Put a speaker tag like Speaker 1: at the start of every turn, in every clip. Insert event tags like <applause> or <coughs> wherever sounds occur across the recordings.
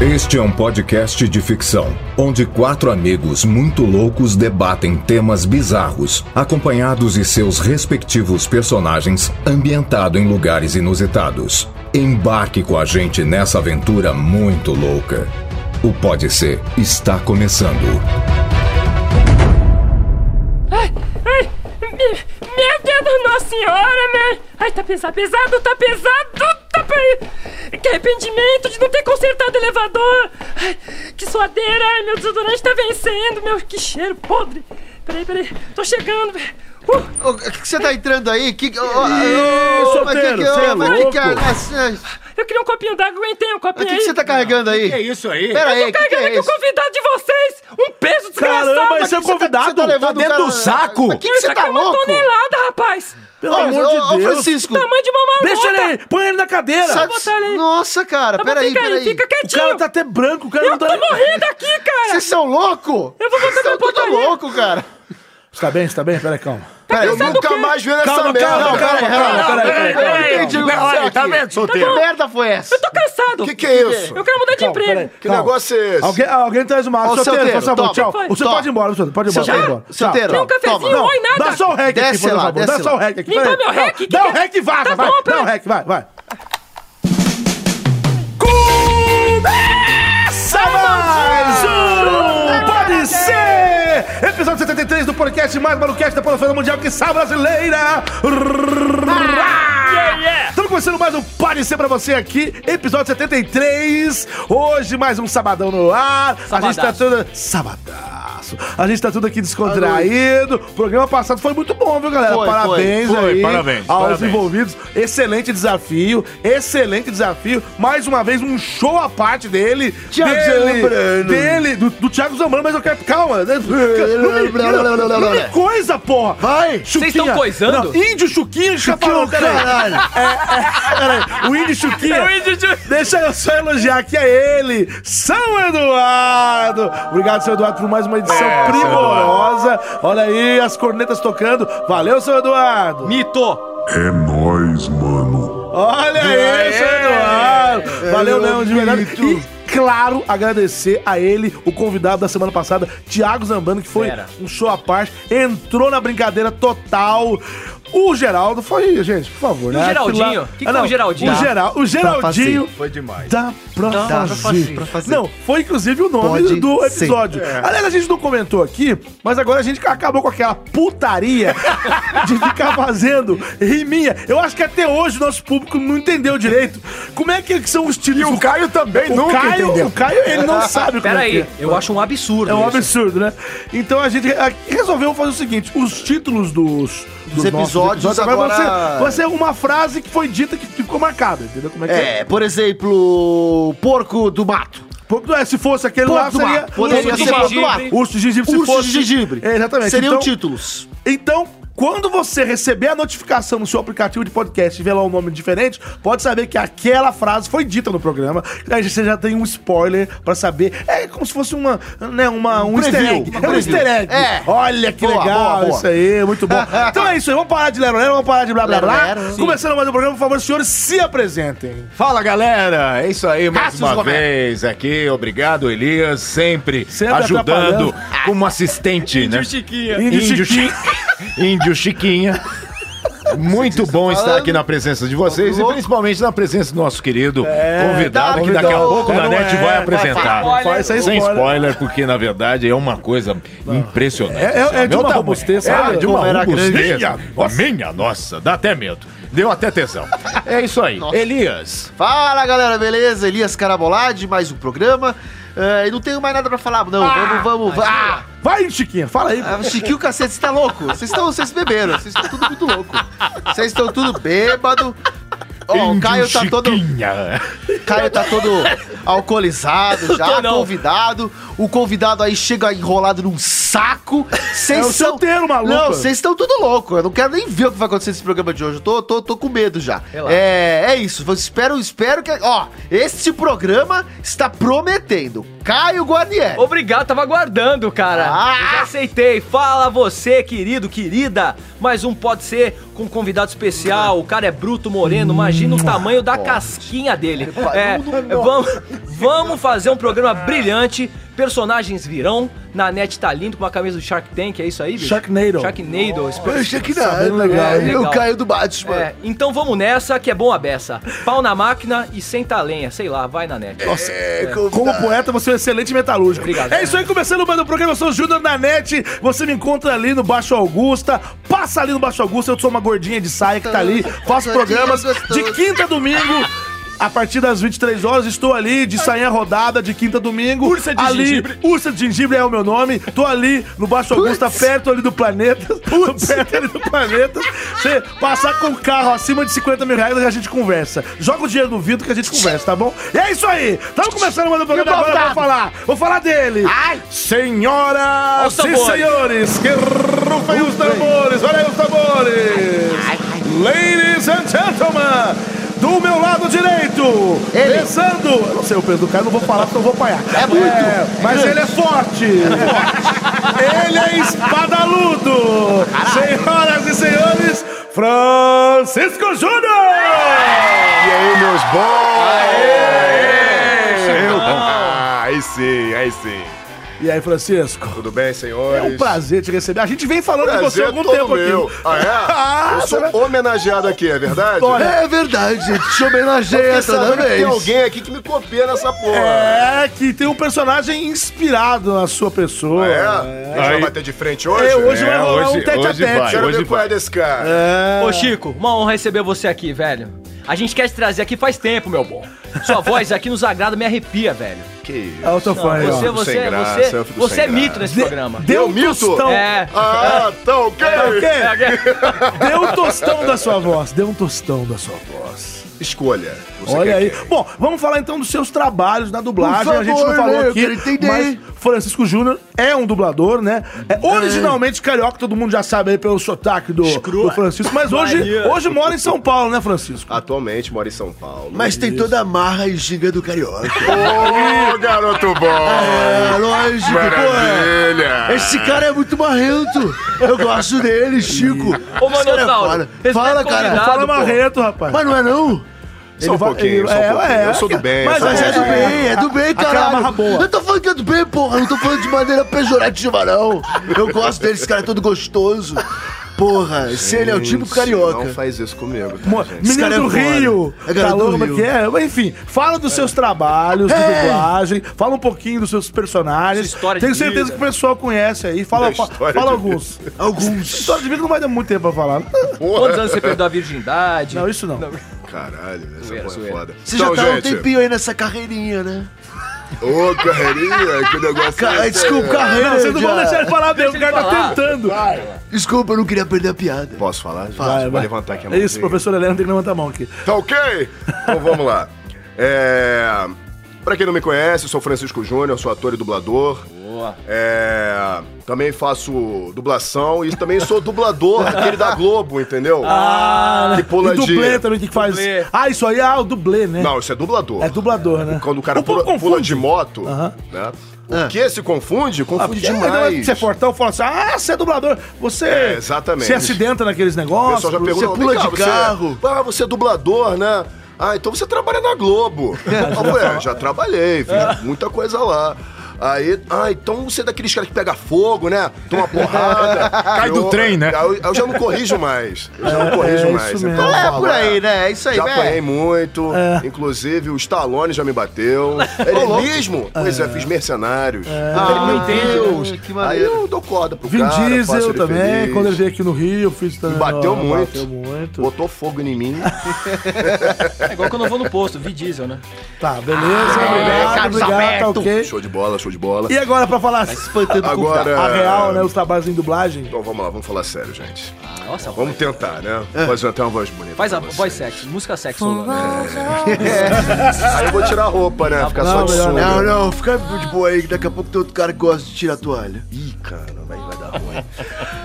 Speaker 1: Este é um podcast de ficção, onde quatro amigos muito loucos debatem temas bizarros, acompanhados de seus respectivos personagens, ambientado em lugares inusitados. Embarque com a gente nessa aventura muito louca. O Pode Ser está começando.
Speaker 2: Ai, ai, me- meu Deus da Nossa Senhora, meu! Ai, tá pesado, pesado, tá pesado! Tá pe... Que arrependimento de não ter consertado o elevador! Ai, que suadeira! Ai, meu desodorante tá vencendo, meu! Que cheiro podre! Peraí, peraí, tô chegando, velho! Uh,
Speaker 3: O que que você tá entrando aí? Que que. Ô, ô,
Speaker 4: Ih,
Speaker 3: ô, mas
Speaker 4: solteiro,
Speaker 3: que que- ô,
Speaker 4: cê é
Speaker 3: mas que que-
Speaker 4: louco?
Speaker 3: ah,
Speaker 2: eu queria um copinho d'água, aguentei um
Speaker 3: O
Speaker 2: copinho
Speaker 3: que
Speaker 2: aí!
Speaker 3: que você tá carregando
Speaker 5: Que é
Speaker 3: aí?
Speaker 5: isso aí?
Speaker 3: Pera aí,
Speaker 2: Tô
Speaker 3: o que que
Speaker 2: carregando
Speaker 3: é
Speaker 2: aqui o
Speaker 3: isso?
Speaker 2: convidado de vocês! Um peso desgraçado!
Speaker 4: Caramba,
Speaker 2: Mas
Speaker 4: esse é o
Speaker 2: que você tá-
Speaker 4: convidado!
Speaker 3: Você levando
Speaker 5: tá dentro
Speaker 3: um
Speaker 5: do saco?
Speaker 3: Mas que que
Speaker 2: Isso
Speaker 3: você
Speaker 2: aqui
Speaker 3: tá
Speaker 2: é uma
Speaker 3: louco?
Speaker 2: tonelada, rapaz!
Speaker 4: Pelo
Speaker 3: Ô,
Speaker 4: amor
Speaker 3: ô, ô,
Speaker 4: de Deus.
Speaker 3: Francisco.
Speaker 2: Tamanho de Tá, uma marmota!
Speaker 4: Deixa ele aí, põe ele na cadeira.
Speaker 3: sabe-
Speaker 2: botar ele aí.
Speaker 3: Nossa, cara,
Speaker 2: Tá bom,
Speaker 3: peraí,
Speaker 2: fica aí,
Speaker 3: peraí.
Speaker 2: fica
Speaker 4: O
Speaker 2: quietinho!
Speaker 4: cara tá até branco, o cara não
Speaker 2: Eu
Speaker 4: tá...
Speaker 2: tô morrendo aqui, cara!
Speaker 3: Vocês são louco?
Speaker 2: Eu vou botar
Speaker 3: Vocês
Speaker 2: minha
Speaker 3: são tudo
Speaker 2: porcaria.
Speaker 3: tá louco, cara.
Speaker 4: Você tá bem? Você tá bem? Pera aí, calma.
Speaker 3: Peraí, eu
Speaker 2: pensando o
Speaker 3: nunca
Speaker 2: quê?
Speaker 3: mais viro essa
Speaker 4: Calma, calma,
Speaker 3: merda.
Speaker 4: calma,
Speaker 3: Peraí,
Speaker 4: calma,
Speaker 3: peraí.
Speaker 4: peraí, peraí,
Speaker 3: Eu
Speaker 4: peraí.
Speaker 3: não entendi o que
Speaker 5: Olha,
Speaker 3: aconteceu
Speaker 5: tá
Speaker 3: aqui.
Speaker 5: vendo,
Speaker 3: Que
Speaker 5: solteiro?
Speaker 3: merda foi essa?
Speaker 2: Tô cansado.
Speaker 5: Que que é isso?
Speaker 2: Eu quero mudar de
Speaker 4: Calma,
Speaker 2: emprego.
Speaker 4: peraí,
Speaker 3: Que
Speaker 4: calma.
Speaker 3: negócio é esse?
Speaker 4: Alguém, ah, alguém traz uma água.
Speaker 3: Ô,
Speaker 4: Solteiro,
Speaker 3: solteiro,
Speaker 4: por favor,
Speaker 3: toma.
Speaker 4: tchau.
Speaker 2: Foi.
Speaker 4: O senhor
Speaker 3: Toma.
Speaker 4: pode ir embora, o senhor pode ir embora.
Speaker 3: Solteiro,
Speaker 4: pode ir embora. Tchau,
Speaker 3: solteiro.
Speaker 4: tchau.
Speaker 2: um cafezinho,
Speaker 3: Toma.
Speaker 2: oi, nada.
Speaker 4: Dá só o rec
Speaker 3: Desce
Speaker 4: aqui, por
Speaker 3: lá,
Speaker 4: favor.
Speaker 3: desce
Speaker 4: Dá só
Speaker 3: lá.
Speaker 4: o rec aqui.
Speaker 2: Me dá
Speaker 4: peraí.
Speaker 2: meu rec, que
Speaker 4: Dá o
Speaker 2: que-
Speaker 4: rec e vaza.
Speaker 2: Tá
Speaker 4: vai.
Speaker 2: bom,
Speaker 4: Dá o
Speaker 2: peraí.
Speaker 4: rec, vai, vai. Mais um Pode Ser! Episódio 73 do podcast mais maluquete da Polofeira Mundial que sabe brasileira! Estamos começando mais um Pode Ser pra você aqui, episódio 73. Hoje mais um sabadão no ar. A gente tá tudo... Sabadaço. A gente tá tudo aqui descontraído. O programa passado foi muito bom, viu, galera?
Speaker 3: Foi,
Speaker 4: parabéns
Speaker 5: foi. Foi,
Speaker 4: aí
Speaker 5: parabéns,
Speaker 4: aos
Speaker 5: parabéns.
Speaker 4: envolvidos. Excelente desafio, excelente desafio. Mais uma vez, um show à parte dele.
Speaker 3: Thiago
Speaker 4: dele,
Speaker 3: Zambrano.
Speaker 4: dele, do, do Thiago Zambrano, mas eu quero... Calma. né? Não me, não, não me coisa, porra.
Speaker 3: Vai.
Speaker 4: Chuquinha. Vocês estão coisando? índio Chuquinha Chaparão, peraí. <laughs> Peraí, o índio Chuquinha. Deixa eu só elogiar que é ele, São Eduardo. Obrigado, São Eduardo, por mais uma edição
Speaker 5: É, São
Speaker 4: primorosa. Olha aí as cornetas tocando. Valeu, São Eduardo.
Speaker 6: É nóis, mano.
Speaker 4: Olha aí, seu Eduardo!
Speaker 7: é
Speaker 4: Valeu,
Speaker 7: um
Speaker 3: meu
Speaker 4: Leão, de verdade.
Speaker 3: bonito.
Speaker 4: E, claro, agradecer a ele, o convidado da semana passada, Thiago Zambano, que foi um show à parte, entrou na brincadeira total. O Geraldo foi, gente, por favor, né? Aquilo
Speaker 7: Geraldinho?
Speaker 4: lá-
Speaker 7: Que que é o
Speaker 4: não,
Speaker 7: Geraldinho? Tá
Speaker 4: O,
Speaker 8: Tá
Speaker 4: Geral, o Geraldinho tá
Speaker 5: Foi demais.
Speaker 4: Dá pra,
Speaker 7: pra
Speaker 4: fazer.
Speaker 7: fazer.
Speaker 4: Não, foi inclusive o nome
Speaker 3: Pode
Speaker 4: do
Speaker 3: ser.
Speaker 4: episódio. Aliás, a gente não comentou aqui, mas agora a gente acabou com aquela putaria <laughs> de ficar fazendo riminha. Eu acho que até hoje o nosso público não entendeu direito como é que são os títulos.
Speaker 5: E o Caio também
Speaker 4: o
Speaker 5: nunca
Speaker 4: Caio,
Speaker 5: entendeu.
Speaker 4: o Caio,
Speaker 7: <laughs>
Speaker 4: ele não sabe como
Speaker 7: Pera
Speaker 4: é que
Speaker 7: aí,
Speaker 4: é.
Speaker 7: eu acho um absurdo.
Speaker 4: É um
Speaker 7: isso.
Speaker 4: absurdo, né? Então a gente re- resolveu fazer o seguinte: os títulos dos,
Speaker 3: Dos
Speaker 4: nossos
Speaker 3: episódios agora-
Speaker 4: vão, ser, vão ser é uma frase que foi dita que ficou marcada, entendeu? Como é que é?
Speaker 3: É, por exemplo, porco do mato.
Speaker 4: Pouco do- é, Se fosse aquele lá,
Speaker 3: Porco do
Speaker 4: seria.
Speaker 3: mato. Poderia
Speaker 4: urso de
Speaker 3: ser porco do
Speaker 4: gengibre.
Speaker 3: mato.
Speaker 4: Urso de gengibre, se
Speaker 3: Urso
Speaker 4: fosse.
Speaker 3: de um gengibre.
Speaker 4: É, exatamente.
Speaker 3: Seriam
Speaker 4: então,
Speaker 3: títulos.
Speaker 4: então, quando você receber a notificação no seu aplicativo de podcast e ver lá um nome diferente, pode saber que aquela frase foi dita no programa. Aí você já tem um spoiler pra saber. É como se fosse uma, né, uma, um,
Speaker 3: preview,
Speaker 4: easter egg.
Speaker 3: uma
Speaker 4: é um
Speaker 3: preview.
Speaker 4: easter egg.
Speaker 3: É.
Speaker 4: Olha que
Speaker 3: Boa,
Speaker 4: legal
Speaker 3: boa, boa.
Speaker 4: isso aí,
Speaker 3: <laughs>
Speaker 4: muito bom. então é isso aí, vamos parar de lero, lero, vamos parar de blá blá blá.
Speaker 3: Lero, lero.
Speaker 4: Começando mais um programa, por favor, os senhores se apresentem.
Speaker 5: Fala galera, é isso aí mais
Speaker 3: Cassius
Speaker 5: uma
Speaker 3: Romero.
Speaker 5: vez aqui. Obrigado, Elias, sempre,
Speaker 4: Sempre
Speaker 5: ajudando
Speaker 7: <laughs>
Speaker 5: como assistente, né?
Speaker 7: Chiquinha.
Speaker 5: Índio Chiquinha. Índio Chiquinha. Muito bom estar aqui na presença de vocês e principalmente na presença do nosso querido convidado, que daqui a
Speaker 4: convidado.
Speaker 5: pouco na
Speaker 4: É, tá Não
Speaker 5: net
Speaker 4: é,
Speaker 5: vai
Speaker 4: vai
Speaker 5: apresentar.
Speaker 7: falar.
Speaker 4: Faz sem
Speaker 5: Sem
Speaker 4: spoiler.
Speaker 5: spoiler, porque na verdade é uma coisa impressionante.
Speaker 4: É- é- é de
Speaker 5: Meu
Speaker 4: uma
Speaker 5: tamanho.
Speaker 4: robustez,
Speaker 5: É
Speaker 4: sabe?
Speaker 5: de uma
Speaker 4: Como era
Speaker 5: robustez.
Speaker 4: grande.
Speaker 5: Minha nossa. Minha nossa, dá até medo. Deu até tesão. É isso aí. Elias.
Speaker 3: Fala galera, beleza? Elias Carabolade, mais um programa. É, e não tenho mais nada pra falar, não. vamos, vamos, vamos. Ah,
Speaker 4: Vai, Chiquinha, fala aí.
Speaker 3: ah, Chiquinho Cacete, você tá louco? Vocês estão, vocês beberam, vocês estão tudo muito louco. Vocês estão tudo bêbado. Ó, o
Speaker 5: Índio
Speaker 3: Caio tá todo.
Speaker 5: Chiquinha.
Speaker 3: Caio tá todo alcoolizado já,
Speaker 7: tô, não.
Speaker 3: convidado. O convidado aí chega enrolado num saco. Vocês
Speaker 4: É o
Speaker 3: são-
Speaker 4: solteiro, maluco.
Speaker 3: Não, vocês estão tudo louco. Eu não quero nem ver o que vai acontecer nesse programa de hoje. Eu tô, tô, tô com medo já.
Speaker 7: Relaxa.
Speaker 3: É, é isso. Eu Espero, espero que. Ó, este programa está prometendo. Caio Guarnieri.
Speaker 7: Obrigado, tava aguardando, cara.
Speaker 3: Ah!
Speaker 7: Eu já aceitei. Fala você, querido, querida. Mais um pode ser com um convidado
Speaker 3: Hum,
Speaker 7: especial. O cara é bruto, moreno. Imagina o tamanho da casquinha dele. É, vamos, Vamos fazer um programa brilhante. Personagens virão. Na net tá lindo com uma camisa do Shark Tank, é isso aí, bicho?
Speaker 4: Sharknado.
Speaker 7: Sharknado. esse
Speaker 3: Eu achei que não.
Speaker 4: Sabendo legal,
Speaker 3: é,
Speaker 7: hein?
Speaker 3: Eu caio do Batman.
Speaker 7: É, então vamos nessa, que é bom a beça. Pau na máquina e senta a lenha. Sei lá, vai na net.
Speaker 4: Nossa, como poeta, você é um excelente metalúrgico.
Speaker 7: É, Obrigado.
Speaker 4: É isso aí, começando mais um programa. Eu sou o Júnior da NET. Você me encontra ali no Baixo Augusta. Passa ali no Baixo Augusta. Eu sou uma gordinha de saia que tá ali. Faço programas de quinta a domingo. A partir das 23 horas, estou ali de sainha rodada, de quinta a domingo. Ursa de ali, gengibre. Ursa de gengibre é o meu nome. Tô ali no Baixo Augusta, perto ali do planeta. <laughs> Perto ali do planeta. Você passar com o carro acima de 50 mil reais, a gente conversa. Joga o dinheiro no vidro que a gente conversa, tá bom? E é isso aí. Tamo começando mais um programa agora. eu Vou falar. Vou falar dele. Senhoras
Speaker 7: Os tambores.
Speaker 4: e senhores, que rufem os tambores. Olha aí os tambores. Ladies and gentlemen. Do meu lado direito,
Speaker 3: Ele.
Speaker 4: pesando. Eu não sei o peso do cara, não vou falar porque eu vou apanhar.
Speaker 3: É muito.
Speaker 4: mas ele é forte. ele é espadaludo. Senhoras e senhores, Francisco Júnior!
Speaker 5: E aí, meus bons? Eu, bom. Ah, aí sim, aí sim.
Speaker 4: E aí, Francisco?
Speaker 5: Tudo bem,
Speaker 4: É
Speaker 5: senhores?
Speaker 4: um prazer te receber. A gente vem falando de você há algum
Speaker 5: todo
Speaker 4: tempo
Speaker 5: meu.
Speaker 4: aqui.
Speaker 5: Ah, é?
Speaker 4: Ah,
Speaker 5: Eu
Speaker 4: você-
Speaker 5: sou homenageada aqui, é verdade?
Speaker 4: Olha,
Speaker 3: É verdade, gente. Te
Speaker 5: Fiquei
Speaker 3: homenageia toda
Speaker 5: sabendo que
Speaker 3: vez.
Speaker 5: tem alguém aqui que me copia nessa porra.
Speaker 4: É, que tem um personagem inspirado na sua pessoa.
Speaker 5: é? A gente vai bater de frente hoje?
Speaker 4: É, hoje vai rolar
Speaker 9: hoje-
Speaker 4: um tete
Speaker 9: hoje
Speaker 4: a tete.
Speaker 9: vai.
Speaker 5: Quero
Speaker 9: hoje
Speaker 5: ver qual é desse cara.
Speaker 7: é. Ô Chico, uma honra receber você aqui, velho. A gente quer te trazer aqui faz tempo, meu bom. Sua voz aqui nos agrada, me arrepia, velho.
Speaker 5: Que isso?
Speaker 4: É o teu fã, aí, ó.
Speaker 7: Você,
Speaker 5: fico sem
Speaker 7: você, é
Speaker 5: graça,
Speaker 7: você,
Speaker 5: eu fico
Speaker 7: você
Speaker 5: sem
Speaker 7: é mito
Speaker 5: graça.
Speaker 7: nesse programa.
Speaker 4: Deu um
Speaker 5: mito?
Speaker 4: tostão.
Speaker 7: É.
Speaker 5: Ah, tá ok.
Speaker 7: <laughs>
Speaker 4: Ok?
Speaker 7: É,
Speaker 4: Deu um tostão da sua voz. Deu um tostão da sua voz.
Speaker 5: Escolha. Você
Speaker 4: Olha
Speaker 5: quer
Speaker 4: aí.
Speaker 5: quem?
Speaker 4: Bom, vamos falar então dos seus trabalhos na dublagem.
Speaker 3: Por
Speaker 4: a gente não
Speaker 3: favor,
Speaker 4: falou
Speaker 3: né? Eu
Speaker 4: aqui.
Speaker 3: quero entender.
Speaker 4: Mas Francisco Júnior é um dublador, né? É originalmente carioca, todo mundo já sabe aí pelo sotaque do, do Francisco. Mas hoje,
Speaker 7: Maria.
Speaker 4: hoje mora em São Paulo, né, Francisco?
Speaker 5: Atualmente moro em São Paulo.
Speaker 3: Mas tem toda a marra e giga do carioca.
Speaker 5: <laughs> Ô, garoto bom!
Speaker 3: É, lógico, pô. é.
Speaker 5: Maravilha!
Speaker 3: Esse cara é muito marrento. Eu gosto dele, Chico.
Speaker 7: Ô,
Speaker 3: Esse cara é
Speaker 7: Manotauro,
Speaker 3: foda.
Speaker 7: respeita
Speaker 3: Fala,
Speaker 7: o
Speaker 3: cara.
Speaker 7: convidado.
Speaker 4: Fala
Speaker 7: pô.
Speaker 4: marreto, rapaz.
Speaker 3: Mas não é não?
Speaker 5: Só um
Speaker 4: vai-
Speaker 5: pouquinho, só um
Speaker 4: é,
Speaker 5: pouquinho.
Speaker 4: é,
Speaker 5: eu sou do bem,
Speaker 4: mas
Speaker 5: eu sou
Speaker 3: Mas é do
Speaker 5: bom.
Speaker 3: bem, é do bem,
Speaker 4: Aquela marra
Speaker 3: caralho.
Speaker 4: boa.
Speaker 3: Eu tô falando que é do bem, porra. Eu Não tô falando de maneira pejorativa, não. Eu gosto dele, esse cara é todo gostoso. Porra, esse ele é o tipo
Speaker 5: Gente,
Speaker 3: carioca.
Speaker 5: Não faz isso comigo. tá,
Speaker 4: Mo-
Speaker 5: gente?
Speaker 4: Menino
Speaker 3: cara é
Speaker 4: do
Speaker 3: foda.
Speaker 4: Rio,
Speaker 3: É garoto
Speaker 4: calor,
Speaker 3: do
Speaker 4: como é
Speaker 3: Rio.
Speaker 4: que é? Mas, Enfim, fala dos seus trabalhos de
Speaker 3: É.
Speaker 4: dublagem, fala um pouquinho dos seus personagens.
Speaker 7: Sua história de
Speaker 4: Tenho certeza
Speaker 7: vida.
Speaker 4: que o pessoal conhece aí. Fala,
Speaker 5: Da
Speaker 4: fa-
Speaker 5: história
Speaker 4: fala
Speaker 5: de
Speaker 4: alguns.
Speaker 3: Alguns.
Speaker 4: História de vida não vai dar muito tempo pra falar.
Speaker 7: Quantos anos você perdeu a virgindade?
Speaker 4: Não, isso não.
Speaker 5: Caralho, essa
Speaker 7: Zoeira,
Speaker 5: porra é
Speaker 7: zoeira.
Speaker 5: foda.
Speaker 3: Você já tá há um tempinho aí nessa carreirinha, né?
Speaker 5: Ô, carreirinha, que negócio
Speaker 3: Ca-
Speaker 5: é esse?
Speaker 3: Desculpa, carreira.
Speaker 4: Não, vocês não vão
Speaker 3: já-
Speaker 4: deixar ele falar bem, o
Speaker 7: Deixa ele
Speaker 4: cara tá
Speaker 7: falar.
Speaker 4: tentando.
Speaker 3: Desculpa, eu não queria perder a piada.
Speaker 5: Posso falar? gente?
Speaker 4: Vai, vai.
Speaker 5: levantar aqui a
Speaker 4: É isso,
Speaker 5: mãozinha.
Speaker 4: professor Helena tem que levantar a mão aqui.
Speaker 5: Tá ok? Então vamos lá. É... Pra quem não me conhece, eu sou Francisco Júnior, sou ator e dublador. Boa. É... Também faço dublação e também sou dublador aquele da Globo, entendeu? Ah, que
Speaker 4: né? E dublê
Speaker 5: puladinha.
Speaker 4: também, o que que faz?
Speaker 7: Dublê.
Speaker 4: Ah, isso aí, ah, o dublê, né?
Speaker 5: Não, isso é dublador.
Speaker 4: É dublador, né?
Speaker 5: Quando o cara
Speaker 4: povo
Speaker 5: pula, pula
Speaker 4: confunde.
Speaker 5: de moto, né? O
Speaker 3: Ah.
Speaker 5: que se confunde,
Speaker 4: Ah,
Speaker 5: confunde
Speaker 4: porque ainda mais que
Speaker 5: demais.
Speaker 4: Você é fortão, fala assim, ah, você é dublador. Você
Speaker 5: É, exatamente.
Speaker 4: se acidenta naqueles
Speaker 5: O
Speaker 4: negócios.
Speaker 5: pessoal já pergunta,
Speaker 3: pula
Speaker 5: "Vem cá,
Speaker 3: de carro."
Speaker 5: Ah, você é dublador, né? Ah, então você trabalha na Globo. Ah, ué, já trabalhei, fiz muita coisa lá. Aí, ah, então você é daqueles caras que pega fogo, né? Toma porrada. Cai
Speaker 9: do trem, né?
Speaker 5: Eu, eu já não corrijo mais. Eu já não corrijo
Speaker 4: é isso
Speaker 5: mais.
Speaker 4: mesmo.
Speaker 5: eu
Speaker 3: É,
Speaker 5: falo,
Speaker 3: por aí, né? É isso aí,
Speaker 5: Já
Speaker 3: né?
Speaker 5: apanhei muito. Inclusive, o Stallone já me bateu. Ele mesmo? Pois é, fiz mercenários.
Speaker 3: Ah,
Speaker 5: Ele, meu
Speaker 3: entendo.
Speaker 5: Deus.
Speaker 3: Que
Speaker 5: Aí
Speaker 3: maneiro.
Speaker 5: eu dou corda pro
Speaker 4: Vin
Speaker 5: cara, faço
Speaker 4: Diesel
Speaker 5: ele
Speaker 4: também,
Speaker 5: feliz.
Speaker 4: quando ele veio aqui no Rio, fiz também.
Speaker 5: Bateu
Speaker 4: ó,
Speaker 5: muito.
Speaker 4: Bateu muito.
Speaker 5: Botou fogo em mim.
Speaker 7: É igual quando eu vou no posto, vi diesel, né?
Speaker 4: Tá, beleza, obrigado,
Speaker 3: Carlos
Speaker 4: obrigado, tá
Speaker 3: Alberto.
Speaker 4: ok.
Speaker 5: Show de bola, show de bola.
Speaker 4: E agora pra falar
Speaker 3: Espantando o cu.
Speaker 5: Agora.
Speaker 4: a real, né, os trabalhos em dublagem?
Speaker 5: Então vamos lá, vamos falar sério, gente.
Speaker 7: Nossa,
Speaker 5: Vamos tentar, né? Fazer até uma voz bonita.
Speaker 7: faz a
Speaker 5: pra
Speaker 7: voz
Speaker 5: vocês.
Speaker 7: sexy, música né? sexy. Solano.
Speaker 5: <laughs>
Speaker 7: Ah,
Speaker 5: Aí eu vou tirar a roupa, né? Ficar só
Speaker 4: Não,
Speaker 5: de
Speaker 4: melhor
Speaker 5: sunga.
Speaker 3: Não, não, fica de boa aí, que daqui a pouco tem outro cara que gosta de tirar a toalha.
Speaker 5: Ih, cara, vai, vai dar ruim.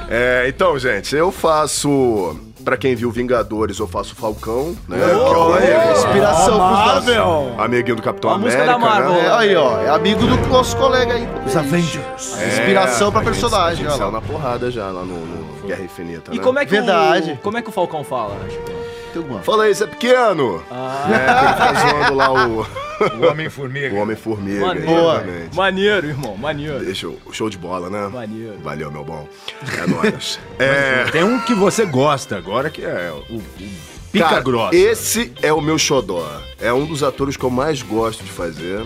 Speaker 5: É, então, gente, eu faço. Pra quem viu Vingadores, eu faço Falcão, né? que é o amigo-
Speaker 3: Inspiração pros nossos.
Speaker 4: Marvel!
Speaker 5: amiguinho do Capitão
Speaker 7: A música
Speaker 5: América.
Speaker 7: da Marvel.
Speaker 5: Né?
Speaker 3: É, aí, ó, é amigo do nosso colega aí.
Speaker 4: Os Avengers.
Speaker 3: Inspiração pra
Speaker 5: É, a gente-
Speaker 3: personagem,
Speaker 5: A gente
Speaker 3: ó.
Speaker 5: saiu na porrada já, lá no, no Guerra Infinita,
Speaker 7: E
Speaker 5: né?
Speaker 7: como é que
Speaker 3: Verdade.
Speaker 7: o como é que o Falcão fala? Chico?
Speaker 3: Tem alguma?
Speaker 7: Ah.
Speaker 5: Fala aí, você é pequeno! É, que ele fica zoando lá o...
Speaker 9: O Homem-Formiga.
Speaker 5: <laughs> O Homem-Formiga,
Speaker 7: Maneiro.
Speaker 5: exatamente.
Speaker 7: Maneiro, irmão. Maneiro.
Speaker 5: Deixa o show de bola, né?
Speaker 7: Maneiro.
Speaker 5: Valeu, meu bom. É nóis. é.
Speaker 9: Tem um que você gosta agora, que é o, o Pica
Speaker 5: Cara,
Speaker 9: Grossa.
Speaker 5: Esse é o meu xodó. É um dos atores que eu mais gosto de fazer,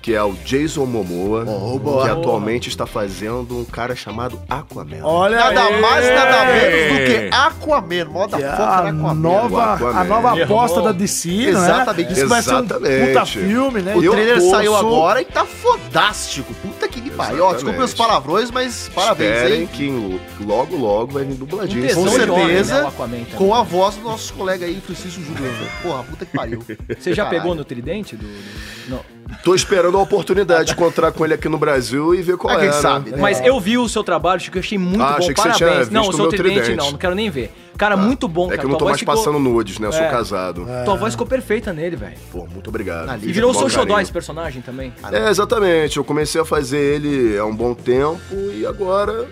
Speaker 5: que é o Jason Momoa,
Speaker 3: boa.
Speaker 5: que atualmente está fazendo um cara chamado Aquaman.
Speaker 4: Olha
Speaker 3: Nada
Speaker 4: aí.
Speaker 3: mais, nada menos do
Speaker 9: Ei.
Speaker 3: que Aquaman. Moda
Speaker 4: Que é
Speaker 3: foca
Speaker 4: a
Speaker 3: Aquaman.
Speaker 4: nova,
Speaker 5: Aquaman.
Speaker 4: a nova
Speaker 7: Irmão.
Speaker 4: aposta da DC, né?
Speaker 3: Exatamente.
Speaker 4: Isso vai ser um puta
Speaker 5: Exatamente.
Speaker 4: filme, né?
Speaker 3: O
Speaker 5: Eu
Speaker 3: trailer
Speaker 5: torço-
Speaker 3: saiu agora e tá fodástico. Puta que me pariu. Ó, Desculpa os
Speaker 5: Exatamente.
Speaker 3: palavrões, mas parabéns,
Speaker 5: Esperem
Speaker 3: hein?
Speaker 5: que o- logo, logo vai vir dubladinho.
Speaker 7: Um tesão
Speaker 3: Com
Speaker 7: de homem,
Speaker 3: certeza.
Speaker 7: né, o Aquaman também.
Speaker 3: Com a voz do nosso colega aí, Francisco Júnior. Porra, puta que pariu.
Speaker 7: Você
Speaker 5: <laughs>
Speaker 7: já
Speaker 3: Caralho.
Speaker 7: pegou no tridente do. do- Não.
Speaker 5: Tô esperando a oportunidade de encontrar com ele aqui no Brasil e ver qual
Speaker 3: Ah,
Speaker 5: é.
Speaker 3: quem
Speaker 5: né?
Speaker 3: sabe, né?
Speaker 7: Mas eu vi o seu trabalho, Chico, eu achei muito
Speaker 5: Ah,
Speaker 7: bom.
Speaker 5: achei que você
Speaker 7: Parabéns.
Speaker 5: tinha
Speaker 7: não,
Speaker 5: visto
Speaker 7: o seu
Speaker 5: o meu
Speaker 7: tridente,
Speaker 5: tridente.
Speaker 7: não, não quero nem ver. Cara, muito bom,
Speaker 5: É
Speaker 7: cara.
Speaker 5: que eu não
Speaker 7: Tua
Speaker 5: tô
Speaker 7: voz
Speaker 5: mais
Speaker 7: ficou-
Speaker 5: passando nudes, né? Eu sou
Speaker 7: É.
Speaker 5: casado.
Speaker 7: Tua voz ficou perfeita nele, velho.
Speaker 5: Pô, muito obrigado.
Speaker 3: Ali. um
Speaker 7: E virou um o
Speaker 5: Bom
Speaker 7: seu xodó
Speaker 5: carinho.
Speaker 7: esse personagem também.
Speaker 5: É, exatamente. Eu comecei a fazer ele há um bom tempo e agora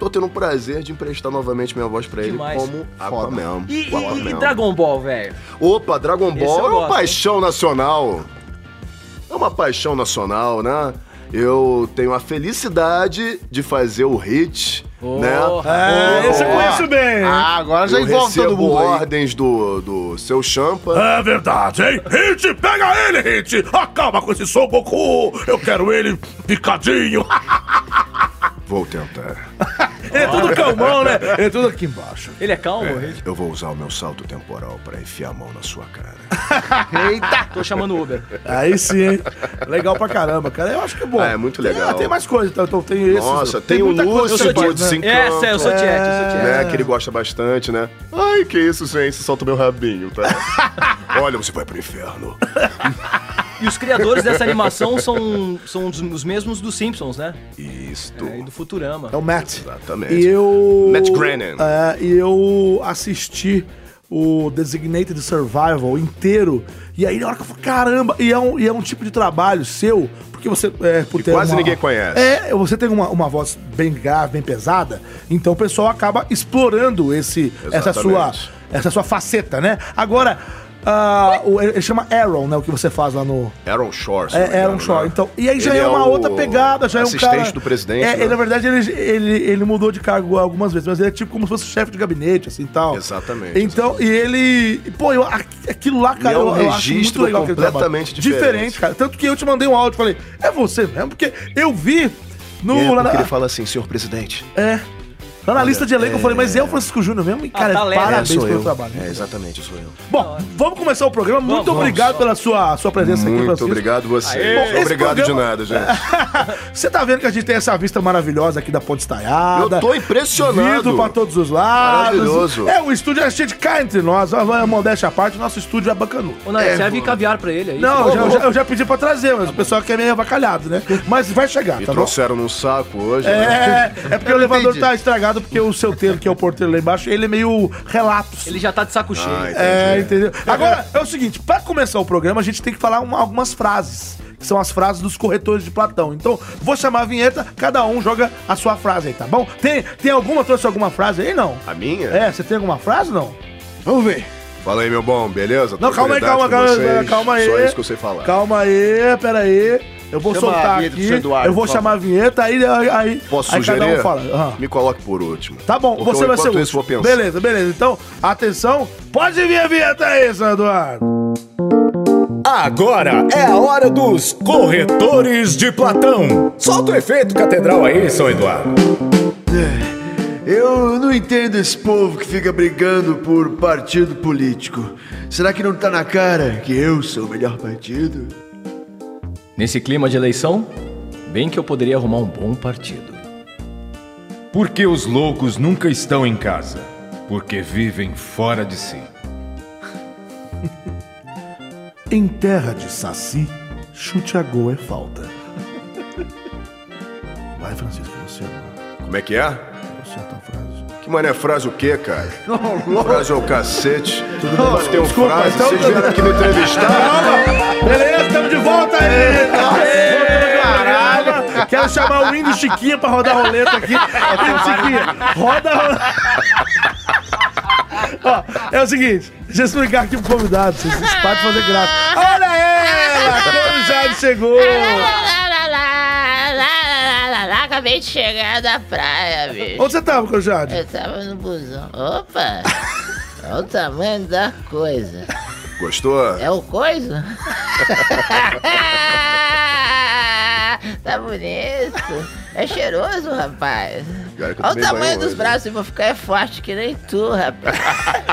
Speaker 5: tô tendo o prazer de emprestar novamente minha voz pra ele
Speaker 7: Demais.
Speaker 5: como Aquaman.
Speaker 7: E,
Speaker 5: O
Speaker 7: e-
Speaker 5: Aquaman.
Speaker 7: e Dragon Ball, velho?
Speaker 5: Opa, Dragon
Speaker 7: Esse eu
Speaker 5: Ball é uma
Speaker 7: gosto,
Speaker 5: paixão nacional. É uma paixão nacional, né? Eu tenho a felicidade de fazer o hit,
Speaker 7: Oh.
Speaker 5: né?
Speaker 4: É,
Speaker 5: Eu-
Speaker 4: esse eu conheço bem. hein?
Speaker 3: Ah, agora já
Speaker 5: eu
Speaker 3: envolve
Speaker 5: recebo
Speaker 3: todo mundo aí.
Speaker 5: ordens do, do seu champa.
Speaker 9: É verdade, hein? Hit, pega ele, Hit! Acaba com esse Son Goku! Eu quero ele
Speaker 5: <laughs>
Speaker 9: picadinho!
Speaker 5: Vou tentar.
Speaker 4: Ele é tudo calmão, né? Ele é tudo aqui embaixo.
Speaker 7: Ele é calmo? Ele-
Speaker 5: Eu vou usar o meu salto temporal pra enfiar a mão na sua cara.
Speaker 3: Eita!
Speaker 7: Tô chamando o Uber.
Speaker 4: Aí sim, hein? Legal pra caramba, cara. Eu acho que é
Speaker 5: <laughs>
Speaker 4: bom.
Speaker 5: Ah, é muito legal.
Speaker 4: Tem, tem mais coisas, então, então tem esse.
Speaker 5: Nossa, tem o
Speaker 4: muita coisa
Speaker 5: Lúcio,
Speaker 4: que
Speaker 5: pô,
Speaker 4: faz,
Speaker 5: de
Speaker 4: né?
Speaker 5: cinco
Speaker 7: Essa, é, eu sou Tietchan, eu sou Tietchan.
Speaker 5: né? Que ele gosta bastante, né? Ai, que isso, gente, você solta o meu rabinho,
Speaker 4: <laughs>
Speaker 5: tá? Olha, você vai pro inferno.
Speaker 7: E os criadores dessa animação são, são os- os mesmos dos Simpsons, né?
Speaker 5: Isto.
Speaker 7: É, e do Futurama.
Speaker 4: É o Matt.
Speaker 5: Exatamente.
Speaker 4: E eu.
Speaker 5: Matt Groening.
Speaker 4: É, e eu assisti o Designated Survival inteiro. E aí, na hora que eu falei, caramba, e é um, e é um tipo de trabalho seu, porque você. É, por
Speaker 5: Que quase ninguém conhece.
Speaker 4: É, você tem uma, uma voz bem grave, bem pesada, então o pessoal acaba explorando esse, essa, sua,
Speaker 5: Exatamente.
Speaker 4: essa sua faceta, né? Agora. ah, o- ele ele chama Aaron, né? O que você faz lá no.
Speaker 5: Aaron Shore, se não me
Speaker 4: É, era
Speaker 5: engano,
Speaker 4: um show.
Speaker 5: né?
Speaker 4: Então, e aí já
Speaker 5: Ele
Speaker 4: é uma
Speaker 5: o
Speaker 4: outra pegada, já é um cara...
Speaker 5: Assistente do presidente,
Speaker 4: É,
Speaker 5: né?
Speaker 4: ele, na verdade, ele, ele, ele mudou de cargo algumas vezes, mas ele é tipo como se fosse chefe de gabinete, assim, tal.
Speaker 5: Exatamente,
Speaker 4: Então, e ele... e, Pô, eu, aqu- aquilo lá,
Speaker 5: E
Speaker 4: cara,
Speaker 5: é um
Speaker 4: eu, eu acho muito
Speaker 5: registro
Speaker 4: legal aquele trabalho.
Speaker 5: completamente diferente.
Speaker 4: cara. Tanto que eu te mandei um áudio, falei, é você mesmo? Porque eu vi no...
Speaker 5: É,
Speaker 4: lá,
Speaker 5: porque
Speaker 4: na,
Speaker 5: ele fala assim, senhor presidente.
Speaker 4: é, lá na lista de elenco, eu falei, mas é o Francisco Júnior mesmo? E, cara,
Speaker 7: tá leve.
Speaker 4: parabéns
Speaker 5: é, sou
Speaker 4: pelo
Speaker 5: eu.
Speaker 4: trabalho.
Speaker 5: É, exatamente, sou eu.
Speaker 4: Bom, vamos começar o programa. Muito
Speaker 7: Vamos,
Speaker 4: obrigado pela sua, sua presença aqui,
Speaker 5: Muito obrigado você. Muito
Speaker 4: Esse
Speaker 5: obrigado de
Speaker 4: programa-
Speaker 5: nada, gente.
Speaker 4: Você tá vendo que a gente tem essa vista maravilhosa aqui da Ponte Estaiada.
Speaker 5: Eu tô impressionado.
Speaker 4: Vidro pra todos os lados.
Speaker 5: Maravilhoso.
Speaker 4: É, o estúdio é cheio de cá entre nós. Ó, vai, Modéstia à parte, nosso estúdio é bacanudo.
Speaker 7: Ô, Nani, serve caviar pra ele aí.
Speaker 4: Não, eu
Speaker 7: Você-
Speaker 4: já, eu já- eu já pedi pra trazer,
Speaker 7: Tá
Speaker 4: mas o pessoal quer meio avacalhado, né? Mas vai chegar,
Speaker 5: E
Speaker 4: tá bom?
Speaker 5: trouxeram num saco hoje, né?
Speaker 4: É, é porque o elevador
Speaker 3: entendi.
Speaker 4: tá estragado, porque o seu telho, que é o porteiro lá embaixo, ele é meio relapso.
Speaker 7: Ele já tá de saco cheio.
Speaker 5: Ah, entendi.
Speaker 4: É, entendeu? Agora, é o seguinte, pra começar o programa, a gente tem que falar um- algumas frases, que são as frases dos corretores de Platão. Então, vou chamar a vinheta, cada um joga a sua frase aí, tá bom? Tem, tem alguma, trouxe alguma frase aí, não?
Speaker 5: A minha?
Speaker 4: É, você tem alguma frase, não? Vamos ver.
Speaker 5: Fala aí, meu bom, beleza?
Speaker 4: Não, calma aí, calma, calma,
Speaker 5: Tranquilidade com
Speaker 4: calma,
Speaker 5: vocês?
Speaker 4: calma aí.
Speaker 5: Só isso que eu sei falar.
Speaker 4: Calma aí, pera aí. Eu vou
Speaker 3: Chama a
Speaker 4: soltar
Speaker 3: vinheta
Speaker 4: aqui,
Speaker 3: pro seu Eduardo,
Speaker 4: eu vou
Speaker 3: por
Speaker 4: chamar a vinheta, aí, aí,
Speaker 5: Posso
Speaker 4: aí
Speaker 5: sugerir?
Speaker 4: cada um fala. Aham.
Speaker 5: Me coloque por último.
Speaker 4: Tá bom,
Speaker 5: Porque
Speaker 4: você vai ser
Speaker 5: enquanto
Speaker 4: o
Speaker 5: isso, vou pensar.
Speaker 4: Beleza, beleza. Então, atenção, pode vir a vinheta aí, seu Eduardo.
Speaker 8: Agora é a hora dos corretores de Platão. Solta o efeito catedral aí, São Eduardo.
Speaker 3: Eu não entendo esse povo que fica brigando por partido político. Será que não tá na cara que eu sou o melhor partido?
Speaker 7: Nesse clima de eleição, bem que eu poderia arrumar um bom partido.
Speaker 9: Por que os loucos nunca estão em casa? Porque vivem fora de si.
Speaker 4: Em terra de Saci, chute a gol é falta. Vai, Francisco, você
Speaker 5: Como é que é?
Speaker 4: acerta a frase.
Speaker 5: Que mané frase o quê, cara?
Speaker 4: <laughs>
Speaker 5: frase é o cacete.
Speaker 4: bem.
Speaker 5: Nós temos
Speaker 4: Desculpa,
Speaker 5: frase,
Speaker 4: então-
Speaker 5: vocês vieram aqui me entrevistar. tá
Speaker 4: Beleza, estamos de volta aí! então. Caralho! Quero chamar o Windows Chiquinha pra rodar a roleta
Speaker 5: <laughs>
Speaker 4: aqui. Windows Chiquinha, roda a roleta.
Speaker 10: <laughs>
Speaker 4: Ó, é o seguinte, deixa eu explicar aqui pro convidado, vocês vocês param de fazer graça. Olha ela! chegou!
Speaker 10: Acabei de chegar da praia, bicho.
Speaker 4: Onde você tava, Cojade?
Speaker 10: Eu tava no busão.
Speaker 4: <laughs>
Speaker 10: Opa! Olha o tamanho da coisa.
Speaker 5: Gostou?
Speaker 10: É o coisa? <laughs> tá bonito. É cheiroso, rapaz.
Speaker 5: Cara, É que eu
Speaker 10: Olha o
Speaker 5: tomei banho
Speaker 10: tamanho dos
Speaker 5: hoje. né?
Speaker 10: braços. Eu vou ficar é forte que nem tu, rapaz.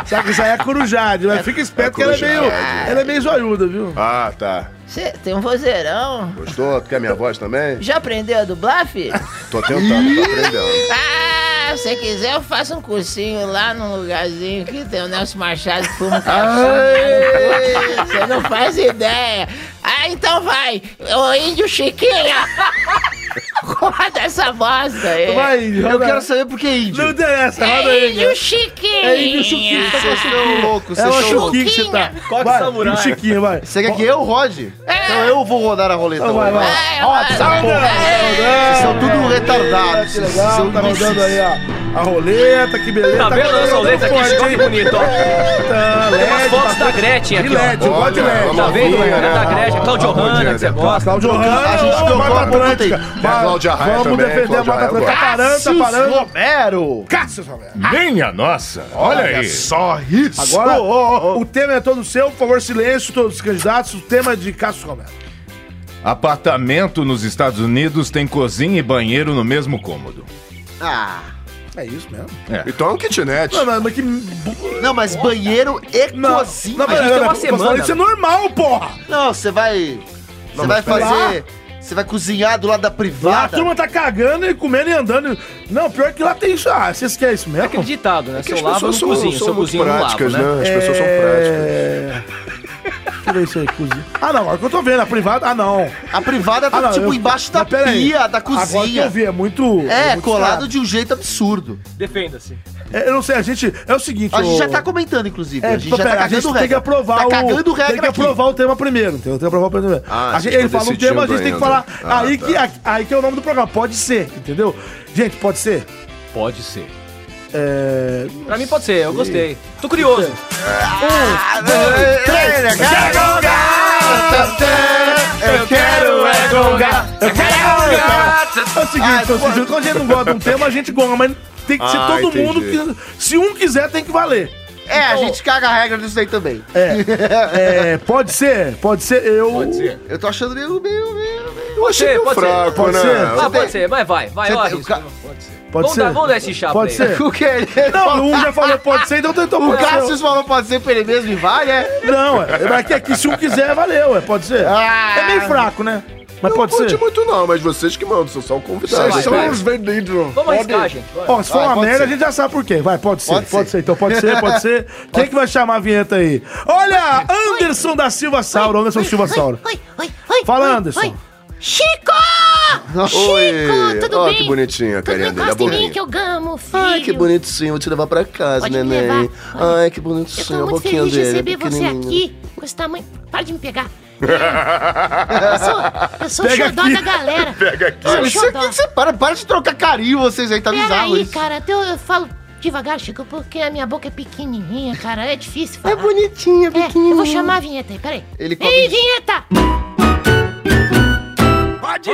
Speaker 4: Sabe que isso aí é a Corujade, mas fica esperto que ela é meio.
Speaker 5: Corujade.
Speaker 4: Ela é meio zoiuda, viu?
Speaker 5: Ah, tá.
Speaker 10: Você tem um vozeirão.
Speaker 5: Gostou? Tu quer minha voz também?
Speaker 10: Já aprendeu a dublar, filho?
Speaker 5: Tô tentando, tô aprendendo.
Speaker 10: Ah, se você quiser, eu faço um cursinho lá num lugarzinho que tem o Nelson Machado que fuma um cachorro. Você não faz ideia. Ah, então vai. Ô índio Chiquinha. <laughs> Roda essa bosta aí.
Speaker 4: Vai,
Speaker 3: Eu
Speaker 4: roda.
Speaker 3: quero saber por que é índio.
Speaker 4: Não interessa, roda
Speaker 10: É
Speaker 4: aí, né?
Speaker 10: índio
Speaker 4: cara.
Speaker 10: Chiquinha.
Speaker 4: É índio Chiquinha, tá
Speaker 3: Vocês
Speaker 4: <laughs>
Speaker 3: estão loucos,
Speaker 4: É
Speaker 3: vocês
Speaker 4: o
Speaker 3: estão
Speaker 4: Chuquinho que você tá.
Speaker 7: Coque
Speaker 4: Vai,
Speaker 7: samurai.
Speaker 4: o É. Chiquinho, vai.
Speaker 3: Você quer que eu rode? Então eu vou rodar a roleta.
Speaker 4: Então vai, vai.
Speaker 3: hoje.
Speaker 10: É,
Speaker 4: Ó,
Speaker 10: vai,
Speaker 4: tá rodando,
Speaker 3: Vocês
Speaker 4: tá
Speaker 3: são
Speaker 4: rodando.
Speaker 3: tudo retardados.
Speaker 4: Que
Speaker 3: Vocês
Speaker 4: legal,
Speaker 3: são
Speaker 4: tá rodando aí, ó. A roleta, que beleza.
Speaker 7: Tá vendo
Speaker 4: rodando
Speaker 7: essa roleta aqui?
Speaker 4: forte,
Speaker 7: Chegou
Speaker 4: hein?
Speaker 7: que bonito, ó.
Speaker 4: Tá,
Speaker 7: Tem umas
Speaker 4: LED,
Speaker 7: fotos da
Speaker 4: bastante-
Speaker 7: Gretchen
Speaker 4: de
Speaker 7: aqui, ó.
Speaker 4: LED, eu gosto de
Speaker 5: Olha,
Speaker 4: LED.
Speaker 5: uma
Speaker 7: Tá vendo?
Speaker 5: novinha,
Speaker 7: É
Speaker 5: né?
Speaker 7: da Gretchen, Claudio
Speaker 5: Uma
Speaker 7: Hanna, que
Speaker 5: novinha,
Speaker 7: você
Speaker 5: né?
Speaker 7: gosta.
Speaker 4: Cláudio Hanna,
Speaker 3: A gente
Speaker 4: ô,
Speaker 3: trocou
Speaker 4: Mata
Speaker 3: a pauta
Speaker 4: Atlântica.
Speaker 3: aí.
Speaker 4: Vai,
Speaker 5: É, Cláudio Raia
Speaker 4: Vamos
Speaker 5: também, é
Speaker 4: defender a
Speaker 5: Cláudio Raia,
Speaker 4: Mata Atlântica. Tá
Speaker 5: eu
Speaker 4: parando, tá parando.
Speaker 3: Romero!
Speaker 4: Cássio, Roberto.
Speaker 8: Minha nossa, olha aí.
Speaker 5: Só isso.
Speaker 4: Agora, o tema é todo seu. Por favor, silêncio, todos os candidatos. O tema é de Cássio Romero.
Speaker 8: Apartamento nos Estados Unidos tem cozinha e banheiro no mesmo cômodo.
Speaker 3: Ah,
Speaker 4: É isso mesmo.
Speaker 5: Então é um kitnet.
Speaker 4: Não, não, mas que...
Speaker 3: não, mas banheiro e cozinha.
Speaker 4: Não, mas
Speaker 7: tem uma
Speaker 4: eu posso falar,
Speaker 7: semana.
Speaker 4: Isso é normal, porra.
Speaker 3: Não, você vai. Você vai fazer. Você vai cozinhar do lado da
Speaker 4: Lá a
Speaker 3: privada.
Speaker 4: turma tá cagando e comendo e andando. Não, pior que lá tem isso. Ah, vocês querem isso mesmo?
Speaker 7: É aquele ditado, né? Se eu lavo, eu não
Speaker 5: são,
Speaker 7: cozinho. Se
Speaker 5: são
Speaker 7: eu
Speaker 5: muito
Speaker 7: cozinho, eu não lavo,
Speaker 5: práticas,
Speaker 7: né?
Speaker 5: né? As pessoas são práticas.
Speaker 4: É... Deixa eu ver isso aí, cozinha. Ah, não, agora que eu tô vendo, a privada. Ah, não.
Speaker 3: A privada tá
Speaker 4: Ah, não,
Speaker 3: tipo
Speaker 4: eu-
Speaker 3: embaixo da
Speaker 4: mas pera aí.
Speaker 3: pia, da
Speaker 4: Agora que eu
Speaker 3: cozinha.
Speaker 4: vi, é muito.
Speaker 3: É,
Speaker 4: muito
Speaker 3: colado de um jeito absurdo.
Speaker 7: Defenda-se.
Speaker 4: estranho. É, eu não sei, a gente. É o seguinte.
Speaker 3: A gente
Speaker 4: ô-
Speaker 3: já tá comentando, inclusive.
Speaker 4: É,
Speaker 3: a gente já
Speaker 4: pera,
Speaker 3: tá
Speaker 4: a gente
Speaker 3: cagando
Speaker 4: tem que
Speaker 3: regra.
Speaker 4: aprovar
Speaker 3: tá
Speaker 4: o.
Speaker 3: cagando regra
Speaker 4: Tem que
Speaker 3: aqui.
Speaker 4: aprovar o tema primeiro, entendeu? Tem que aprovar o tema primeiro.
Speaker 5: Ah,
Speaker 4: A
Speaker 5: vocês
Speaker 4: gente- ele
Speaker 5: estão
Speaker 4: fala o tema, a gente
Speaker 5: decidindo
Speaker 3: né?
Speaker 4: tem que
Speaker 5: ainda.
Speaker 4: falar.
Speaker 5: Ah,
Speaker 4: aí, que,
Speaker 5: tá.
Speaker 4: aí que é o nome do programa. Pode ser, entendeu? Gente, pode ser?
Speaker 7: Pode ser.
Speaker 4: É.
Speaker 7: Pra mim pode ser, eu gostei. Tô curioso.
Speaker 3: Ah,
Speaker 4: um,
Speaker 3: Eu quero é gongar.
Speaker 4: É o seguinte, seu Cícero, quando a gente não gosta de um tema, a gente gonga, mas tem que ser
Speaker 5: Ah,
Speaker 4: todo
Speaker 5: entendi.
Speaker 4: mundo que. Se um quiser, tem que valer. Então,
Speaker 3: É, a gente caga a regra disso aí também.
Speaker 4: É, pode ser, pode ser eu. Pode ser.
Speaker 3: Eu tô achando meio, meio, meio, meio.
Speaker 5: Eu achei
Speaker 7: ser,
Speaker 5: meio
Speaker 7: pode
Speaker 5: fraco,
Speaker 4: ser. Pode
Speaker 5: né?
Speaker 4: ser.
Speaker 7: Ah,
Speaker 3: Você
Speaker 7: pode
Speaker 3: tem-
Speaker 7: ser, vai, vai, vai,
Speaker 3: Você
Speaker 7: eu
Speaker 3: tem-
Speaker 7: arrisco.
Speaker 3: o ca-
Speaker 7: Pode ser.
Speaker 4: Pode
Speaker 7: vamos,
Speaker 4: ser.
Speaker 7: Dar, vamos dar esse chá
Speaker 4: Pode
Speaker 7: pra ele. <laughs>
Speaker 4: ser.
Speaker 3: O que ele
Speaker 4: <laughs> Não,
Speaker 3: falou?
Speaker 4: um já falou pode ser, então tentou.
Speaker 3: O Cássio falou pode ser pra ele mesmo e vai, é?
Speaker 4: Não, é, mas que aqui, se um quiser, valeu, é, pode ser.
Speaker 3: Ah.
Speaker 4: é meio fraco, né? Mas pode
Speaker 5: Curte
Speaker 4: ser.
Speaker 5: muito não, mas vocês que mandam, são só um convidados.
Speaker 7: Vocês são
Speaker 5: os vendidos.
Speaker 7: Vamos arriscar, gente. Bora.
Speaker 4: Ó, se for
Speaker 3: Vai,
Speaker 4: uma
Speaker 3: pode
Speaker 4: merda,
Speaker 3: ser.
Speaker 4: a gente já sabe por quê. Vai, pode ser,
Speaker 3: Pode
Speaker 4: pode,
Speaker 3: ser.
Speaker 4: ser. Então pode ser,
Speaker 3: <laughs>
Speaker 4: pode ser. Quem que vai chamar a vinheta aí? Olha, Anderson da Silva Sauro, Anderson Silva Sauro.
Speaker 10: Oi, oi, oi,
Speaker 4: Fala,
Speaker 10: oi,
Speaker 4: Anderson.
Speaker 10: oi. Chico!
Speaker 5: Oi,
Speaker 10: Chico, tudo
Speaker 5: ó
Speaker 10: bem?
Speaker 5: que bonitinha a
Speaker 10: Todo
Speaker 5: carinha
Speaker 10: mundo
Speaker 5: dele, a
Speaker 10: gosta de mim
Speaker 5: boquinha.
Speaker 10: que eu gamo, filho.
Speaker 5: Ai, que bonitinho, vou te levar pra casa,
Speaker 10: Pode me
Speaker 5: neném.
Speaker 10: levar. Olha,
Speaker 5: Ai, que
Speaker 10: Eu
Speaker 5: bonitinho,
Speaker 10: tô
Speaker 5: a
Speaker 10: muito
Speaker 5: boquinha
Speaker 10: feliz de
Speaker 5: dele,
Speaker 10: receber você
Speaker 5: pequenininho. <laughs>
Speaker 10: aqui com esse tamanho. Para de me pegar. Eu sou, eu sou o
Speaker 4: Pega
Speaker 10: xodó
Speaker 4: aqui.
Speaker 10: da galera.
Speaker 5: Pega aqui.
Speaker 10: Sou o
Speaker 3: Isso aqui
Speaker 10: xodó.
Speaker 3: você para, para de trocar carinho, vocês aí, tá
Speaker 10: Pera
Speaker 3: bizarro
Speaker 10: aí,
Speaker 3: isso.
Speaker 10: cara. Eu, eu falo devagar, Chico, porque a minha boca é pequenininha, cara. É difícil falar.
Speaker 3: É bonitinha,
Speaker 10: É,
Speaker 3: biquinho.
Speaker 10: eu vou chamar a vinheta aí, peraí.
Speaker 3: Ele come-
Speaker 10: Ei, vinheta!
Speaker 8: Pode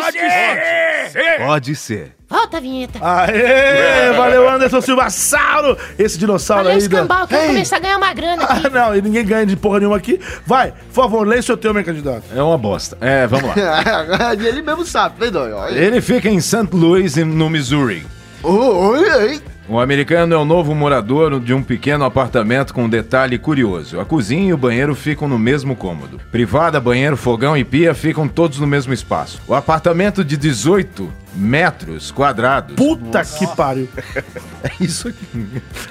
Speaker 8: ser.
Speaker 10: Volta a vinheta.
Speaker 4: Ah. Aê, valeu, Anderson Silva Sauro. Esse dinossauro
Speaker 10: Olha o
Speaker 4: aí. da-
Speaker 10: escambau, eu quero
Speaker 4: Ei.
Speaker 10: começar a ganhar uma grana
Speaker 4: <laughs>
Speaker 10: aqui.
Speaker 4: Ah, não, e ninguém ganha de porra nenhuma aqui. Vai, por favor, leia seu tema, hein,
Speaker 3: <laughs>
Speaker 4: candidato.
Speaker 8: É uma bosta. É, vamos lá.
Speaker 4: <laughs>
Speaker 3: ele mesmo sabe, vendo? Olha,
Speaker 8: Ele fica em St. Louis, em- no Missouri.
Speaker 3: olha, hein?
Speaker 8: O americano é o novo morador de um pequeno apartamento com um detalhe curioso. A cozinha e o banheiro ficam no mesmo cômodo. Privada, banheiro, fogão e pia ficam todos no mesmo espaço. O apartamento de 18 metros quadrados.
Speaker 4: Puta que pariu.
Speaker 8: <laughs> É isso aqui.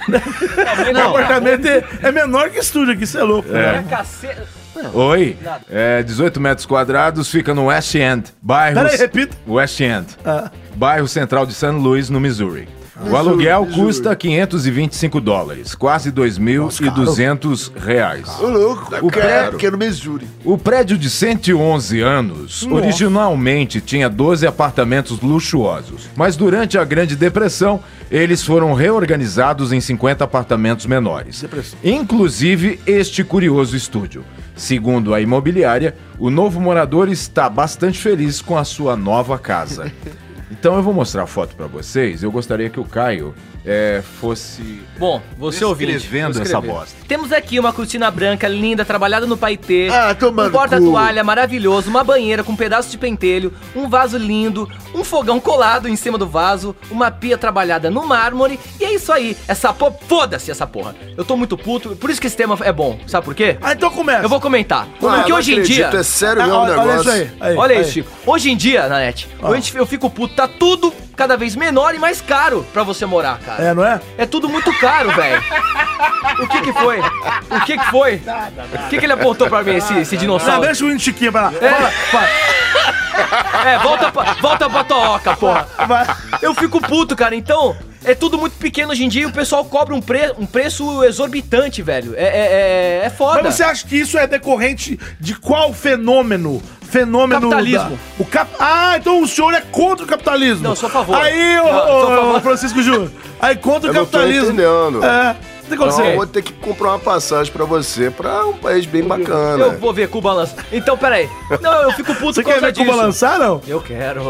Speaker 4: O apartamento é, é menor que estúdio aqui, você é louco. né?
Speaker 7: É cacete.
Speaker 8: Oi. É, 18 metros quadrados fica no West End, bairro.
Speaker 4: Peraí, repita.
Speaker 8: West End.
Speaker 4: Ah.
Speaker 8: Bairro central de San Luis, no Missouri. O aluguel custa 525 dólares, quase 2.200 reais.
Speaker 3: Ô, louco.
Speaker 8: O
Speaker 3: O
Speaker 8: cara-
Speaker 3: cara que no Missouri.
Speaker 8: O prédio de 111 anos
Speaker 3: Nossa.
Speaker 8: originalmente tinha 12 apartamentos luxuosos, mas durante a Grande Depressão eles foram reorganizados em 50 apartamentos menores. Inclusive este curioso estúdio. Segundo a imobiliária, o novo morador está bastante feliz com a sua nova
Speaker 3: <laughs>
Speaker 8: casa. Então eu vou mostrar a foto pra vocês. Eu gostaria que o Caio eh, fosse
Speaker 7: Bom,
Speaker 10: é
Speaker 7: você ouviu.
Speaker 8: Descrevendo essa bosta.
Speaker 7: Temos aqui uma cortina branca linda, trabalhada no paetê.
Speaker 3: Ah, tomando
Speaker 7: Um porta-toalha maravilhoso, uma banheira com um pedaço de pentelho, um vaso lindo, um fogão colado em cima do vaso, uma pia trabalhada no mármore. E é isso aí. Essa porra. Foda-se essa porra. Eu tô muito puto, por isso que esse tema é bom. Sabe por quê?
Speaker 4: Ah, então começa.
Speaker 7: Eu vou comentar.
Speaker 5: Ah,
Speaker 7: Porque
Speaker 5: não
Speaker 7: hoje em
Speaker 5: acredito,
Speaker 7: dia.
Speaker 5: É sério
Speaker 4: Ah,
Speaker 5: mesmo o
Speaker 4: olha- olha
Speaker 5: negócio.
Speaker 4: isso aí.
Speaker 7: Olha
Speaker 4: aí.
Speaker 7: isso, Chico. Hoje em dia, Nanete, eu gente- eu fico puto, tá tudo cada vez menor e mais caro pra você morar, cara.
Speaker 4: É, não é?
Speaker 7: É tudo muito caro, velho. O que que foi? O que que foi? O que que ele apontou pra mim, esse, esse
Speaker 4: Não,
Speaker 7: dinossauro?
Speaker 4: deixa o Indiquinha pra lá.
Speaker 7: É. É, volta pra, volta pra tua oca, porra. Eu fico puto, cara. Então, é tudo muito pequeno hoje em dia e o pessoal cobra um, pre- um preço exorbitante, velho. É, é, é, é foda.
Speaker 4: Mas você acha que isso é decorrente de qual fenômeno? Fenômeno.
Speaker 7: Capitalismo.
Speaker 4: da- o cap... Ah, então o senhor é contra o capitalismo.
Speaker 7: Não, eu sou a favor.
Speaker 4: Aí, ô,
Speaker 7: Não, eu sou a
Speaker 4: ô,
Speaker 7: favor.
Speaker 4: ô, Francisco Júnior. Aí contra
Speaker 5: Eu
Speaker 4: o
Speaker 5: não tô
Speaker 4: capitalismo.
Speaker 5: entendendo.
Speaker 4: É. O que
Speaker 5: Então, eu
Speaker 4: aconteceu?
Speaker 5: vou ter que comprar uma passagem pra você pra um país bem bacana.
Speaker 7: Eu vou ver com o balanço. Então, peraí. Não, eu fico puto
Speaker 4: Você quer ver como balançar, não?
Speaker 7: Eu quero.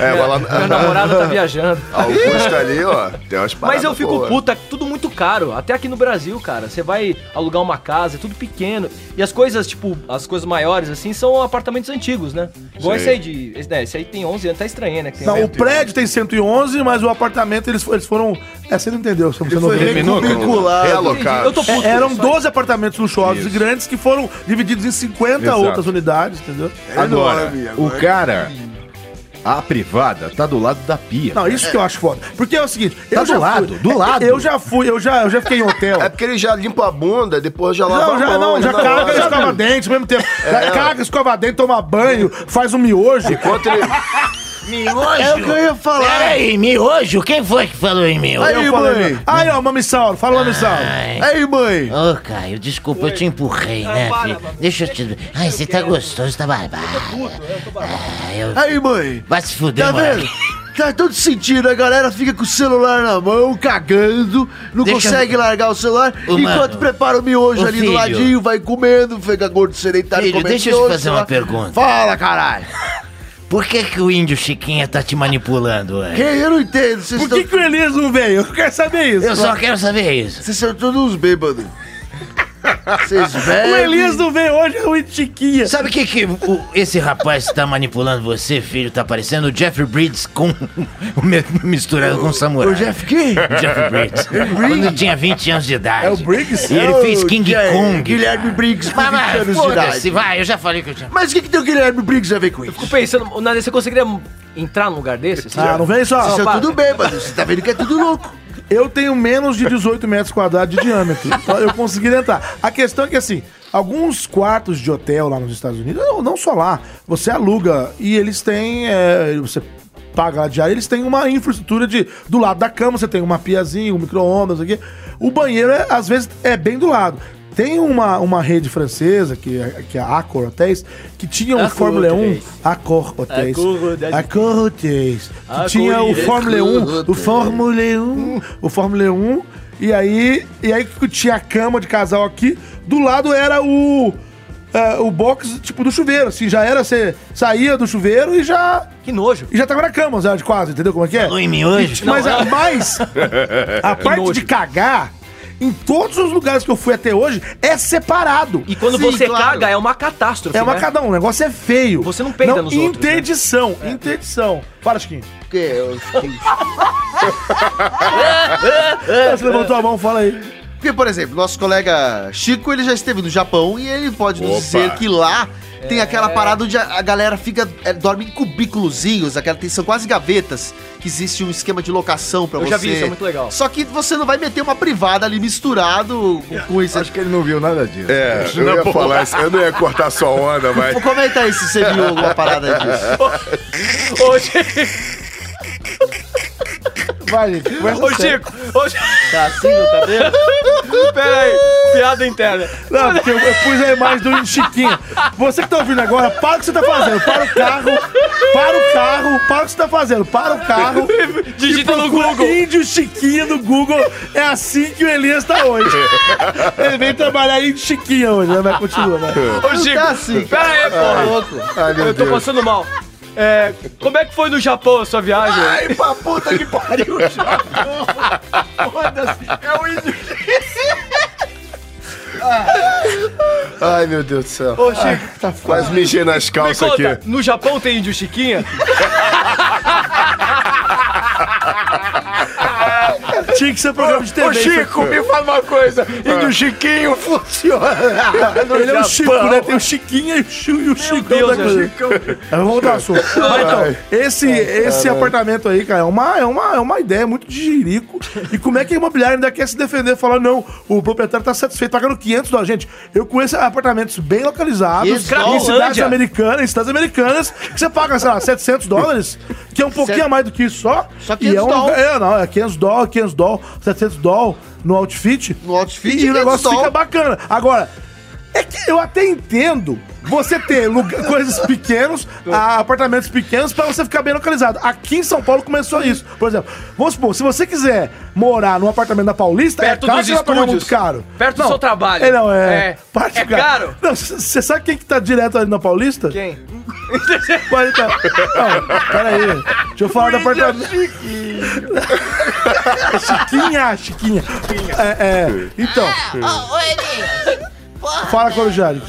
Speaker 5: É, vai lá.
Speaker 7: Minha namorada tá
Speaker 5: <laughs>
Speaker 7: viajando.
Speaker 5: Augusto ali, ó. Tem umas
Speaker 7: Mas
Speaker 5: paradas
Speaker 7: eu fico
Speaker 5: boas.
Speaker 7: puta, tudo muito caro. Até aqui no Brasil, cara. Você vai alugar uma casa, é tudo pequeno. E as coisas, tipo, as coisas maiores, assim, são apartamentos antigos, né? Igual
Speaker 5: Sim.
Speaker 7: esse aí de. Esse, né, esse aí tem 11 anos, tá estranho, né? que tem
Speaker 4: Não, o
Speaker 7: 11.
Speaker 4: prédio tem 111, mas o apartamento eles, fo- eles foram. É, você não entendeu, você não
Speaker 3: Foi
Speaker 4: viu.
Speaker 3: recubiculado.
Speaker 5: Realocado.
Speaker 7: Eu tô puto.
Speaker 4: É, eram
Speaker 7: só-
Speaker 4: 12 apartamentos luxuosos
Speaker 8: Isso.
Speaker 4: e grandes que foram divididos em 50
Speaker 8: Exato.
Speaker 4: outras unidades, entendeu?
Speaker 8: Agora,
Speaker 5: enorme,
Speaker 8: o
Speaker 5: agora.
Speaker 8: cara, a privada, tá do lado da pia. Tá
Speaker 4: Não, isso que eu acho foda. Porque é o
Speaker 5: Tá
Speaker 4: seguinte, eu
Speaker 8: do lado,
Speaker 4: fui-
Speaker 8: do lado.
Speaker 4: Eu já fui, eu já, eu já fiquei em hotel.
Speaker 5: É porque ele já limpa a bunda, depois já lava
Speaker 4: Não, já,
Speaker 5: a mão.
Speaker 4: não, já
Speaker 5: lava-
Speaker 4: caga e
Speaker 5: <laughs>
Speaker 4: escova dente ao mesmo tempo. Já caga, escova dente, toma banho, faz um miojo.
Speaker 5: Enquanto
Speaker 4: <laughs>
Speaker 5: ele...
Speaker 3: É o que eu ia falar.
Speaker 10: um Peraí, miojo? Quem foi que falou em miojo?
Speaker 4: eu
Speaker 3: Aí,
Speaker 4: falei,
Speaker 3: mãe.
Speaker 4: Aí, ó, mamissauro, fala mamissauro.
Speaker 10: Ai.
Speaker 3: Aí, mãe.
Speaker 10: Ô, Caio, desculpa, eu te empurrei, né,
Speaker 7: para,
Speaker 10: filho?
Speaker 7: para,
Speaker 10: Deixa eu te... Ai, você tá gostoso, tá barbado. Ah, eu...
Speaker 3: Aí, mãe.
Speaker 10: Vai se fuder,
Speaker 3: Tá
Speaker 10: mano.
Speaker 3: vendo? Tá todo sentido, a galera fica com o celular na mão, cagando, não
Speaker 10: Deixa eu-
Speaker 3: consegue largar o celular,
Speaker 10: Ô,
Speaker 3: enquanto
Speaker 10: mano.
Speaker 3: prepara o miojo
Speaker 10: Ô,
Speaker 3: ali
Speaker 10: filho.
Speaker 3: do ladinho, vai comendo, fica gordo sedentário
Speaker 10: Filho,
Speaker 3: comendo
Speaker 10: deixa eu te
Speaker 3: miojo,
Speaker 10: fazer
Speaker 3: sei
Speaker 10: uma
Speaker 3: lá.
Speaker 10: pergunta.
Speaker 3: Fala, caralho!
Speaker 10: Por que que o índio Chiquinha tá te manipulando,
Speaker 3: Que
Speaker 10: velho?
Speaker 3: eu não entendo, vocês
Speaker 4: Por que,
Speaker 3: estão
Speaker 4: que o Elias não veio? Eu quero saber isso.
Speaker 10: Eu só quero saber isso.
Speaker 3: vocês são todos uns
Speaker 4: <laughs>
Speaker 3: bêbados. Vocês
Speaker 4: O
Speaker 3: bebem.
Speaker 4: Elias não veio hoje, é o Itiquinha.
Speaker 10: Sabe o que que o- esse rapaz tá manipulando você, filho? Tá parecendo o Jeff Bridges com... <laughs> misturado com samurai.
Speaker 3: O Jeff King?
Speaker 10: Jeff
Speaker 3: <laughs>
Speaker 10: Bridges. Quando tinha 20 anos de idade.
Speaker 4: É o Briggs?
Speaker 10: E ele
Speaker 3: É o
Speaker 10: fez King
Speaker 3: Jack-
Speaker 10: Kong.
Speaker 3: Guilherme Briggs, com
Speaker 10: Mas,
Speaker 3: 20
Speaker 10: mas
Speaker 3: anos de
Speaker 10: foda-se,
Speaker 3: idade.
Speaker 10: vai, eu já falei que eu tinha...
Speaker 3: Mas o que, que tem o Guilherme Briggs a ver com isso?
Speaker 7: Fico pensando, Nadia, você conseguiria entrar num lugar desse?
Speaker 4: Ah, não vem só.
Speaker 3: Vocês são
Speaker 7: para.
Speaker 3: é tudo bêbados, você tá vendo que é tudo louco.
Speaker 4: Eu tenho menos de 18 metros quadrados de diâmetro. Então eu consegui entrar. A questão é que, assim, alguns quartos de hotel lá nos Estados Unidos, não, não só lá, você aluga e eles têm. é, você paga lá diária, eles têm uma infraestrutura de. Do lado da cama, você tem uma piazinha, um micro-ondas, não sei o quê. O banheiro, é, às vezes, é bem do lado. Tem uma, uma rede francesa, que, é- que é a Accor Hotels, que tinha o
Speaker 7: Accor
Speaker 4: Fórmula 1.
Speaker 7: Hotels.
Speaker 4: Accor Hotels.
Speaker 7: Accor Hotels.
Speaker 4: Accor Hotels. Que
Speaker 7: Accor
Speaker 4: tinha o
Speaker 7: Hotels.
Speaker 4: Fórmula 1. O Fórmula 1. O Fórmula 1. E aí, e aí que tinha a cama de casal aqui. Do lado era o. é, o box, tipo, do chuveiro. Assim, já era, você saía do chuveiro e já.
Speaker 7: Que nojo.
Speaker 4: E já tava na cama, já, de quase, entendeu como é que é?
Speaker 10: Falou em miojo?
Speaker 4: Mas,
Speaker 7: Não, é. <laughs>
Speaker 4: a, mas a parte
Speaker 7: nojo.
Speaker 4: de cagar, em todos os lugares que eu fui até hoje, é separado.
Speaker 7: E quando
Speaker 3: Sim,
Speaker 7: você
Speaker 3: claro.
Speaker 7: caga, é uma catástrofe.
Speaker 4: É uma
Speaker 7: né?
Speaker 4: cada um, o negócio é feio.
Speaker 7: Você não peida nos outros, né?
Speaker 4: Interdição, interdição. Para, Chiquinho.
Speaker 3: Que eu fiquei
Speaker 4: Você levantou a mão, fala aí.
Speaker 3: Porque, por exemplo, nosso colega Chico, ele já esteve no Japão e ele pode nos dizer que lá tem aquela parada onde a, a galera fica é, dorme em cubículozinhos, aquela tem, são quase gavetas, que existe um esquema de locação pra
Speaker 7: Eu
Speaker 3: você.
Speaker 7: já vi isso, é muito legal.
Speaker 3: Só que você não vai meter uma privada ali misturado com coisa.
Speaker 8: Acho que ele não viu nada disso.
Speaker 5: É, eu ia falar isso. Eu não ia cortar sua onda, mas...
Speaker 3: Pô,
Speaker 4: é
Speaker 3: Comenta aí se você
Speaker 5: <laughs>
Speaker 3: viu alguma parada disso.
Speaker 7: Hoje.
Speaker 4: Vai, gente. assim, Conversa
Speaker 7: Ô,
Speaker 3: é
Speaker 4: séria.
Speaker 7: Chico! Ô,
Speaker 3: <laughs>
Speaker 7: Chico!
Speaker 3: Tracinho, tá vendo?
Speaker 7: Pera aí, piada
Speaker 3: <laughs>
Speaker 7: interna.
Speaker 4: Não, porque eu, eu pus a imagem do Chiquinho. Você que tá ouvindo agora, para o que você tá fazendo. Para o carro, para o carro, para o que você tá fazendo. Para o carro.
Speaker 7: Digita no
Speaker 4: procura
Speaker 7: Google.
Speaker 4: Índio Chiquinho no Google. É assim que o Elias tá hoje. Ele vem trabalhar Índio Chiquinho hoje, né? Mas continua, né?
Speaker 7: Ô, Chico!
Speaker 3: Tá assim,
Speaker 7: Pera aí, porra!
Speaker 3: louco.
Speaker 5: Ai, meu
Speaker 7: Eu tô
Speaker 5: Deus.
Speaker 7: passando mal. É, como é que foi no Japão a sua viagem?
Speaker 5: Ai, pra puta
Speaker 7: <laughs>
Speaker 5: que pariu.
Speaker 7: Foda-se, é o índio.
Speaker 4: Ah.
Speaker 5: Ai, meu Deus do céu. tá
Speaker 7: Ô, Chico,
Speaker 5: Quase mijei nas
Speaker 7: me
Speaker 5: calças aqui.
Speaker 7: conta, no Japão tem índio Chiquinha?
Speaker 4: Tinha que ser programa de TV. isso aqui.
Speaker 5: me fala uma coisa. Ah. Índio Chiquinho funciona.
Speaker 4: Ele é o Chico, né? Tem o Chiquinho e o, Chico, e o Chicão
Speaker 7: Deus,
Speaker 4: da
Speaker 7: meu
Speaker 4: coisa. Aí, Vamos voltar ao assunto. Mas, então, esse, esse apartamento aí, cara, é uma, é, uma, é uma ideia muito de jirico. E como é que a imobiliária ainda quer se defender? Falar, não, o proprietário tá satisfeito, pagando 500 dólares. Gente, eu conheço apartamentos bem localizados, em
Speaker 3: Isso,
Speaker 4: cidades
Speaker 7: Cracolândia.
Speaker 4: americanas, em cidades americanas, que você paga, sei lá, 700 dólares, que é um pouquinho a mais do que isso só.
Speaker 3: Só
Speaker 4: E é
Speaker 3: 500
Speaker 4: um,
Speaker 3: dólar.
Speaker 4: É, não, é 500 dólares, 500 dólares, 700 dólares no outfit.
Speaker 3: No outfit,
Speaker 4: E o
Speaker 3: 500
Speaker 4: negócio
Speaker 3: dólar.
Speaker 4: fica bacana. Agora, é que eu até entendo você ter lugar- <laughs> coisas pequenos,
Speaker 7: É.
Speaker 4: a- apartamentos pequenos, pra você ficar bem localizado. Aqui em São Paulo começou isso. Por exemplo, vamos supor, se você quiser morar num apartamento da Paulista,
Speaker 7: Perto
Speaker 4: é caro
Speaker 7: dos
Speaker 4: e é um apartamento
Speaker 7: estúdios.
Speaker 4: muito caro.
Speaker 7: Perto do seu trabalho.
Speaker 4: É, não, é.
Speaker 7: É.
Speaker 4: parte
Speaker 7: É
Speaker 4: do cara.
Speaker 7: caro?
Speaker 4: Não, você sabe quem que tá direto ali na Paulista?
Speaker 7: Quem?
Speaker 3: <laughs>
Speaker 4: Pode tá. Não,
Speaker 3: então.
Speaker 4: peraí. Deixa eu falar do apartamento. É Chiquinha, Chiquinha. É, é. Então,
Speaker 10: Ô, ô Eli, porra,
Speaker 4: fala,
Speaker 10: velho,
Speaker 4: Corujari.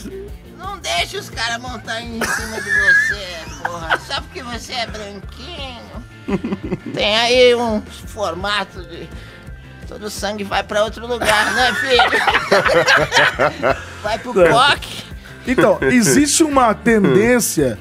Speaker 10: não deixa os caras montarem em cima de você, porra. Só porque você é branquinho. Tem aí um formato de... Todo o sangue vai pra outro lugar, né, filho?
Speaker 4: <laughs>
Speaker 10: Vai pro coque.
Speaker 4: Então, existe uma tendência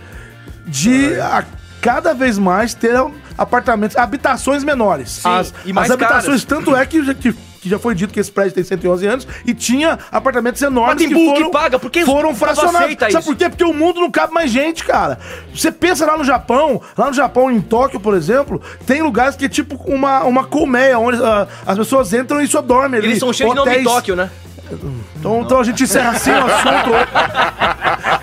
Speaker 4: de a cada vez mais ter apartamentos, habitações menores. as,
Speaker 7: e mais
Speaker 4: as habitações, tanto é que, já- que, que já foi dito que esse prédio tem 111 anos e tinha apartamentos enormes
Speaker 7: Mas tem
Speaker 4: que
Speaker 7: burro
Speaker 4: foram,
Speaker 7: que paga, por que
Speaker 4: foram
Speaker 7: tava
Speaker 4: fracionados.
Speaker 7: aceita
Speaker 4: Sabe
Speaker 7: isso?
Speaker 4: por quê? Porque o mundo não cabe mais gente, cara. Você pensa lá no Japão, lá no Japão, em Tóquio, por exemplo, tem lugares que é tipo uma, uma colmeia, onde ah, as pessoas entram e só dormem ali.
Speaker 7: Eles são cheios de nome em
Speaker 4: Hotéis-
Speaker 7: Tóquio, né?
Speaker 4: então, então a gente encerra assim o assunto.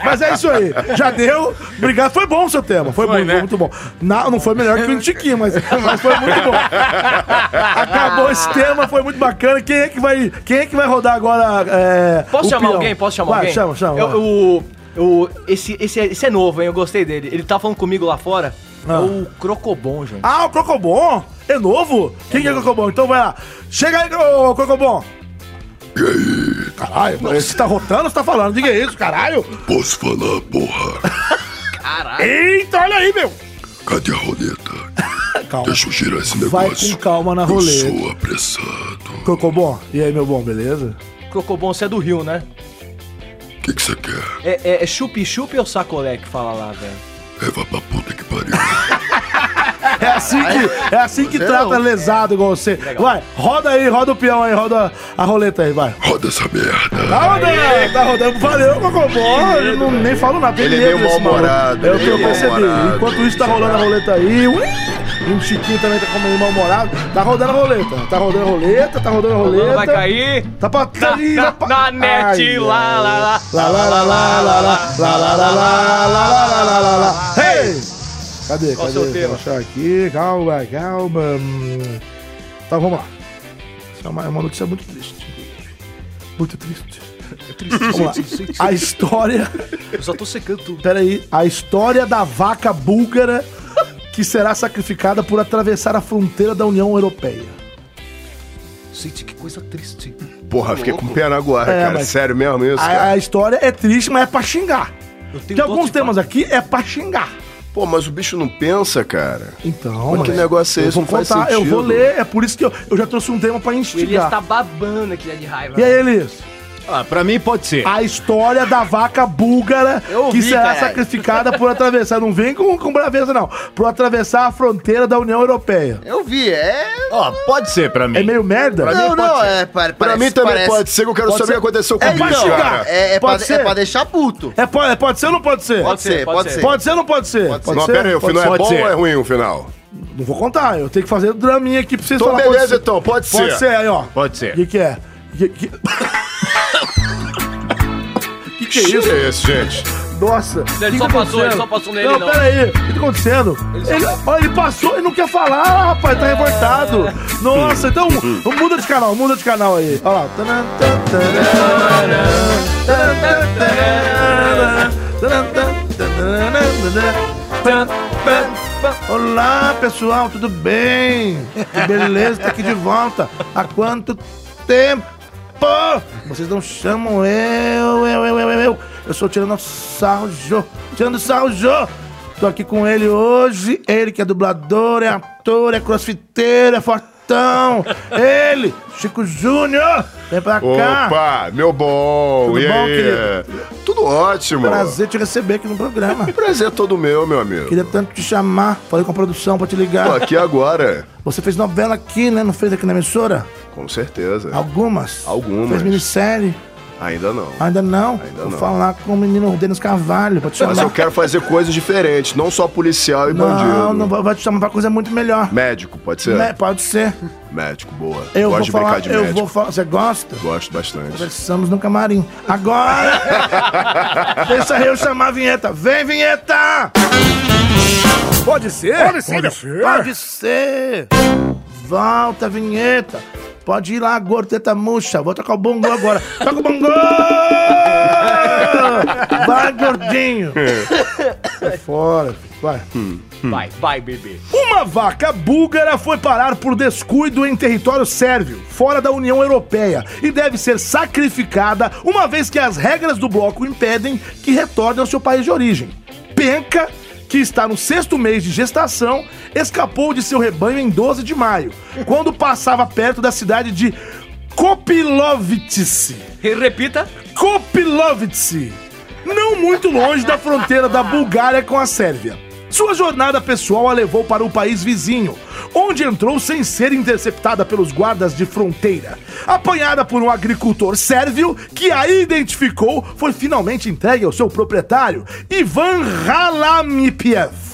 Speaker 4: Mas é isso aí. Já deu. Obrigado. Foi bom o seu tema. Foi, bom,
Speaker 7: né?
Speaker 4: foi muito bom. Na- Não, foi melhor que o Intiquinho, mas, mas foi muito bom. Acabou esse tema, foi muito bacana. Quem é que vai, quem é que vai rodar agora? é,
Speaker 7: Posso
Speaker 4: o
Speaker 7: chamar
Speaker 4: peão?
Speaker 7: alguém? Posso chamar
Speaker 4: vai,
Speaker 7: alguém?
Speaker 4: Chama, chama.
Speaker 7: Eu-
Speaker 4: vai.
Speaker 7: o- o- esse, esse, é- esse é novo, hein? Eu gostei dele. Ele tá falando comigo lá fora. É
Speaker 4: Ah.
Speaker 7: o Crocobon, gente.
Speaker 4: Ah, o Crocobon? É novo? Quem que é o Crocobon? Então vai lá. Chega aí, ô, Crocobon. Caralho, você tá rotando ou você tá falando? Diga isso, caralho.
Speaker 6: Posso falar, porra?
Speaker 7: <laughs>
Speaker 4: Eita, olha aí, meu.
Speaker 6: Cadê a roleta?
Speaker 4: Calma.
Speaker 6: Deixa eu girar esse negócio.
Speaker 4: Vai com calma na
Speaker 6: Eu
Speaker 4: roleta.
Speaker 6: sou apressado.
Speaker 4: Crocobon, e aí, meu bom, beleza?
Speaker 7: Crocobon, você é do Rio, né?
Speaker 6: O que que você quer?
Speaker 7: É, é- é chup-chup ou sacolé que fala lá, velho?
Speaker 6: É vá pra puta que pariu.
Speaker 4: É assim que, é assim que trata lesado igual você. Vai, roda aí, roda o peão aí, roda a roleta aí, vai.
Speaker 6: Roda essa merda.
Speaker 4: Tá rodando, tá rodando. Valeu, Cocobó. Eu não, nem falo nada. tem
Speaker 5: Ele
Speaker 4: medo
Speaker 5: veio
Speaker 4: desse maluco.
Speaker 5: mal-humorado,
Speaker 4: É o
Speaker 5: ele
Speaker 4: que eu
Speaker 5: veio
Speaker 4: percebi.
Speaker 5: mal-humorado.
Speaker 4: Enquanto isso, tá rolando a roleta aí. Ui! E o Chiquinho também tá comendo mal-humorado. Tá rodando a roleta. Tá rodando a roleta, tá rodando a roleta.
Speaker 7: Vai cair.
Speaker 4: Tá pra tá, ali,
Speaker 7: na-
Speaker 4: pra-
Speaker 7: na net,
Speaker 4: Ai,
Speaker 7: lá, lá, lá.
Speaker 4: Lá, lá, lá, lá, lá, lá, lá, lá, lá, lá, lá, lá, lá, lá, lá, lá. Hey! Cadê?
Speaker 7: Qual
Speaker 4: Cadê?
Speaker 7: o seu tema?
Speaker 4: Vou achar aqui. Calma, calma. Hum. Tá, vamos lá. Isso é uma, é uma notícia muito triste. Muito é triste.
Speaker 7: É
Speaker 4: Vamos lá. A história.
Speaker 7: Eu só tô secando tudo.
Speaker 4: Peraí. A história da vaca búlgara que será sacrificada por atravessar a fronteira da União Europeia.
Speaker 7: Gente, que coisa triste.
Speaker 5: Porra, fiquei com pena agora,
Speaker 4: É,
Speaker 5: cara.
Speaker 4: mas-
Speaker 5: Sério mesmo isso,
Speaker 4: A,
Speaker 5: cara?
Speaker 4: a história é triste, mas é pra xingar.
Speaker 7: Eu tenho
Speaker 4: Porque alguns
Speaker 7: doce de
Speaker 4: temas aqui é pra xingar.
Speaker 5: Pô, mas o bicho não pensa, cara.
Speaker 4: Então,
Speaker 5: Mas que
Speaker 4: moleque,
Speaker 5: negócio é
Speaker 4: eu
Speaker 5: esse?
Speaker 4: vou
Speaker 5: Não faz
Speaker 4: contar, eu
Speaker 5: sentido.
Speaker 4: vou ler, é por isso que eu, eu já trouxe um tema pra
Speaker 7: O Elias
Speaker 4: instigar.
Speaker 7: tá babando aqui né, de raiva.
Speaker 4: E aí, Elias?
Speaker 8: Ah, pra mim pode ser.
Speaker 4: A história da vaca búlgara
Speaker 3: Eu ouvi,
Speaker 4: que será
Speaker 3: caralho.
Speaker 4: sacrificada por atravessar. Não vem com, com braveza, não. Por atravessar a fronteira da União Europeia.
Speaker 3: Eu vi, é.
Speaker 8: Ó, pode ser pra mim.
Speaker 4: É meio merda?
Speaker 5: Pra mim
Speaker 3: não,
Speaker 5: pode
Speaker 3: não,
Speaker 5: ser.
Speaker 3: é. Para,
Speaker 5: Pra mim também pode ser, que eu quero
Speaker 4: pode
Speaker 5: saber
Speaker 4: ser.
Speaker 5: o que aconteceu
Speaker 4: É,
Speaker 5: comigo,
Speaker 4: vai
Speaker 5: cara.
Speaker 4: chegar.
Speaker 3: É, é,
Speaker 4: Pode
Speaker 3: pra,
Speaker 4: ser?
Speaker 3: é pra deixar puto.
Speaker 4: É, pode, é, pode ser ou não pode ser?
Speaker 3: Pode ser, pode ser.
Speaker 4: Pode ser ou não pode ser? Pode,
Speaker 5: Não, pera aí, o final é
Speaker 8: pode
Speaker 5: bom
Speaker 8: ser.
Speaker 5: ou é ruim o final?
Speaker 4: Não vou contar, eu tenho que fazer o draminha aqui pra vocês
Speaker 5: Então
Speaker 4: falarem.
Speaker 5: beleza, então, pode ser.
Speaker 4: Pode ser, aí, ó.
Speaker 8: Pode ser.
Speaker 4: O que, que é?
Speaker 7: <coughs>
Speaker 4: Que, que...
Speaker 5: Que que é isso? é esse, gente?
Speaker 4: Nossa.
Speaker 7: Ele
Speaker 4: que
Speaker 7: só
Speaker 4: que tá
Speaker 7: passou, ele
Speaker 4: acontecendo?
Speaker 7: só passou nele, não.
Speaker 4: Não, pera aí. O que tá acontecendo? Ele, ó, ele passou e não quer falar, rapaz.
Speaker 7: <coughs>
Speaker 4: Tá revoltado. Nossa, então muda de canal, muda de canal aí. Ó lá. Tanã, tan, tanã, tanã, tanã, tanã, tanã, tanã, né? tanã, tanã. Olá, pessoal, tudo bem? Que beleza, tá aqui de volta. Há quanto tempo? Vocês não chamam eu, eu, eu, eu, eu. Eu, eu sou o Tiranossauro Jô. Tiranossauro Jô. Tô aqui com ele hoje. Ele que é dublador, é ator, é crossfiteiro, é fortão. Ele, Chico Júnior. Vem pra cá.
Speaker 5: Opa, meu bom.
Speaker 4: Tudo
Speaker 5: e
Speaker 4: bom,
Speaker 5: aí? Tudo ótimo.
Speaker 4: Prazer te receber aqui no programa.
Speaker 5: Prazer todo meu, meu amigo.
Speaker 4: Queria tanto te chamar. Falei com a produção pra te
Speaker 5: Tô
Speaker 4: ligar.
Speaker 5: aqui agora.
Speaker 4: Você fez novela aqui, né? Não fez aqui na emissora?
Speaker 5: Com certeza.
Speaker 4: Algumas.
Speaker 5: Algumas.
Speaker 4: Fez minissérie.
Speaker 5: Ainda não.
Speaker 4: Ainda não.
Speaker 5: Ainda
Speaker 4: Vou
Speaker 5: não.
Speaker 4: falar com o menino Denis Carvalho pra te chamar.
Speaker 5: Mas eu quero fazer coisas diferentes, não só policial e
Speaker 4: Não,
Speaker 5: bandido.
Speaker 4: não vai- vai te chamar pra coisa muito melhor.
Speaker 5: Médico, pode ser?
Speaker 4: Né? Pode ser.
Speaker 5: Médico, boa.
Speaker 4: Eu
Speaker 5: Gosto de
Speaker 4: vou
Speaker 5: brincar
Speaker 4: falar.
Speaker 5: de
Speaker 4: eu
Speaker 5: médico.
Speaker 4: vou falar. Você gosta?
Speaker 5: Gosto bastante.
Speaker 4: Conversamos no camarim. Agora! <laughs> Deixa eu chamar a vinheta. Vem, vinheta! Pode ser? Pode ser. Pode ser. Volta, vinheta. Pode ir lá, gorteta murcha. Vou tocar o bongo agora. Toca o <laughs> bongo! Vai, gordinho. Vai fora. filho. Vai. hum.
Speaker 7: Vai, vai, bebê.
Speaker 4: Uma vaca búlgara foi parar por descuido em território sérvio, fora da União Europeia, e deve ser sacrificada, uma vez que as regras do bloco impedem que retorne ao seu país de origem. Penca, que está no sexto mês de gestação, escapou de seu rebanho em 12 de maio, quando passava perto da cidade de Kopilovtice.
Speaker 7: E repita.
Speaker 4: Kopilovtsi, não muito longe da fronteira da Bulgária com a Sérvia. Sua jornada pessoal a levou para o país vizinho, onde entrou sem ser interceptada pelos guardas de fronteira. Apanhada por um agricultor sérvio que a identificou, foi finalmente entregue ao seu proprietário, Ivan Halamipiev.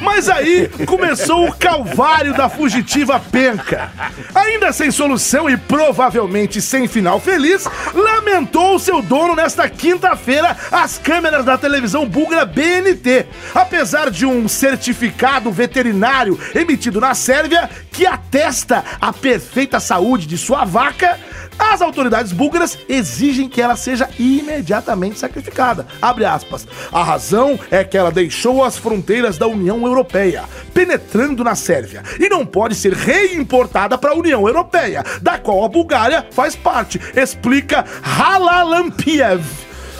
Speaker 4: Mas aí começou o calvário da fugitiva penca. Ainda sem solução e provavelmente sem final feliz, lamentou o seu dono nesta quinta-feira às câmeras da televisão búlgara BNT. Apesar de um certificado veterinário emitido na Sérvia que atesta a perfeita saúde de sua vaca, as autoridades búlgaras exigem que ela seja imediatamente sacrificada. Abre aspas. A razão é que ela deixou as fronteiras da União Europeia, penetrando na Sérvia, e não pode ser reimportada para a União Europeia, da qual a Bulgária faz parte, explica Halampiev.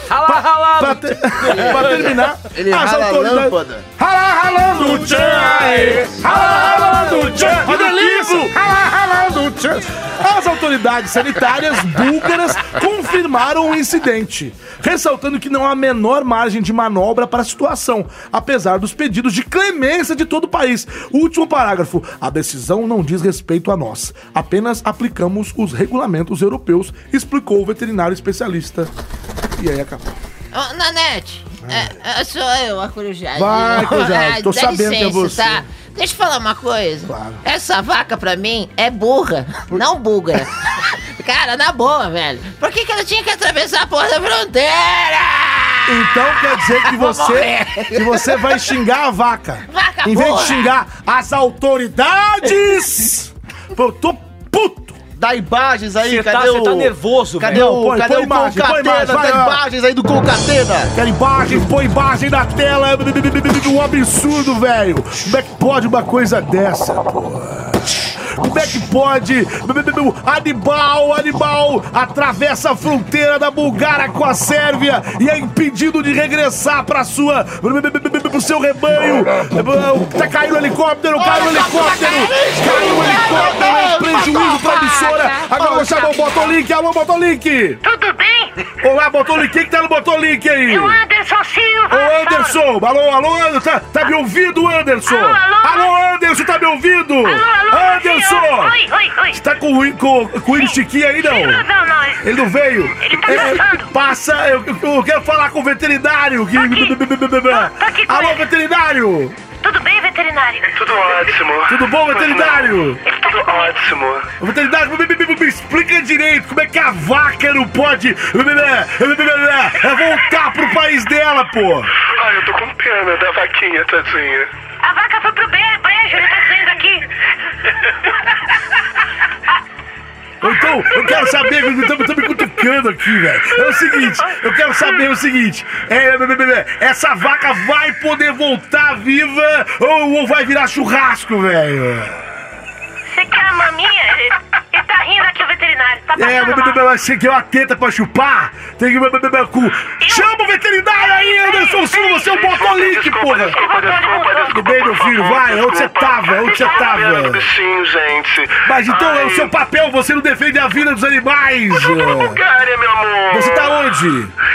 Speaker 7: Rala, rala.
Speaker 4: Pra, ter- <laughs> pra terminar,
Speaker 3: Ele rala a lâmpada.
Speaker 4: Rala, ralando tchan, aê. Rala, ralando tchan. Que é delícia. Rala, ralando tchan. As autoridades <laughs> sanitárias búlgaras confirmaram o incidente, ressaltando que não há menor margem de manobra para a situação, apesar dos pedidos de clemência de todo o país. Último parágrafo. A decisão não diz respeito a nós. Apenas aplicamos os regulamentos europeus, explicou o veterinário especialista. E aí acabou.
Speaker 10: Ô, Nanete, é, é, sou eu, a Corujade.
Speaker 4: Ah. Vai, Corujade,
Speaker 10: Ah,
Speaker 4: tô
Speaker 10: dá
Speaker 4: sabendo que é você.
Speaker 10: Tá? Deixa eu falar uma coisa.
Speaker 4: Claro.
Speaker 10: Essa vaca, pra mim, é burra, não
Speaker 4: <laughs>
Speaker 10: búlgara. Cara, na boa, velho. Por que, que ela tinha que atravessar a porra da fronteira?
Speaker 4: Então quer dizer que
Speaker 10: Vou
Speaker 4: você,
Speaker 10: morrer.
Speaker 4: que você vai xingar a vaca.
Speaker 10: Vaca
Speaker 4: em vez
Speaker 10: boa.
Speaker 4: de xingar as autoridades. Pô, Eu tô puto.
Speaker 3: Dá imagens aí,
Speaker 7: Você tá,
Speaker 3: cadê
Speaker 7: você
Speaker 3: o...
Speaker 7: tá nervoso,
Speaker 3: Cadê
Speaker 7: velho.
Speaker 4: Não,
Speaker 3: o,
Speaker 4: põe-
Speaker 3: cadê
Speaker 4: põe
Speaker 3: o
Speaker 4: imagem, põe
Speaker 3: Concatena?
Speaker 4: imagem, vai
Speaker 3: Dá
Speaker 4: lá.
Speaker 3: imagens aí do Concatena.
Speaker 4: Quero imagem, põe imagem na tela. é Um absurdo, velho. Como é que pode uma coisa dessa, pô? Como é que pode? Animal, animal, atravessa a fronteira da Bulgária com a Sérvia e é impedido de regressar pra sua. pro seu rebanho. Tá caindo o helicóptero, caiu o
Speaker 11: tá
Speaker 4: helicóptero, caiu o helicóptero, é um prejuízo pra emissora. Agora eu vou chamar o Botolink, alô Botolink!
Speaker 11: Tudo bem?
Speaker 4: Olá, Botolink, quem que tá no Botolink aí?
Speaker 11: É o Anderson Silva.
Speaker 4: Ô Anderson, alô, alô, Anderson, tá, tá me ouvindo, Anderson?
Speaker 11: Alô, alô?
Speaker 4: Anderson, tá me ouvindo?
Speaker 11: Alô, alô,
Speaker 4: Anderson!
Speaker 11: senhor. Oi, oi, oi.
Speaker 4: Você tá com, o- com, com o Chiquinho aí, não?
Speaker 11: Sim, não, não.
Speaker 4: Ele não veio?
Speaker 11: Ele tá dançando.
Speaker 4: passa, eu, eu quero falar com o veterinário. Que...
Speaker 11: tá aqui com
Speaker 4: alô,
Speaker 11: ele.
Speaker 4: veterinário!
Speaker 11: Tudo bem, veterinário?
Speaker 12: É Tudo ótimo.
Speaker 4: Tudo bom, veterinário?
Speaker 11: tá
Speaker 12: Tudo ótimo.
Speaker 4: O veterinário, me, me- me- me explica direito como é que a vaca não pode <laughs> É voltar pro país dela, pô!
Speaker 12: Ai, Ah, eu tô com pena da vaquinha, tadinha.
Speaker 11: A vaca foi pro bre- brejo, ele tá dizendo aqui.
Speaker 4: Então, eu quero saber, estão me cutucando aqui, velho. É o seguinte, eu quero saber o seguinte: é, bê, bê, bê, bê, essa vaca vai poder voltar viva ou, ou vai virar churrasco, velho?
Speaker 11: Você quer a maminha? Ele tá rindo aqui, o veterinário. Tá
Speaker 4: É, bê,
Speaker 11: passando
Speaker 4: bê, bê,
Speaker 11: mal.
Speaker 4: bê, você quer uma teta pra chupar? Tem que. Bê, bê, bê, bê, cu. Chama o veterinário aí, Anderson Silva, você é um botolink, porra! Tudo bem, meu filho, vai, é onde você tava? Onde você tava?
Speaker 12: Sim, gente.
Speaker 4: Mas então é o
Speaker 12: Ai,
Speaker 4: seu papel, você não defende a vida dos animais!
Speaker 12: Bulgária, meu amor.
Speaker 4: Você tá onde?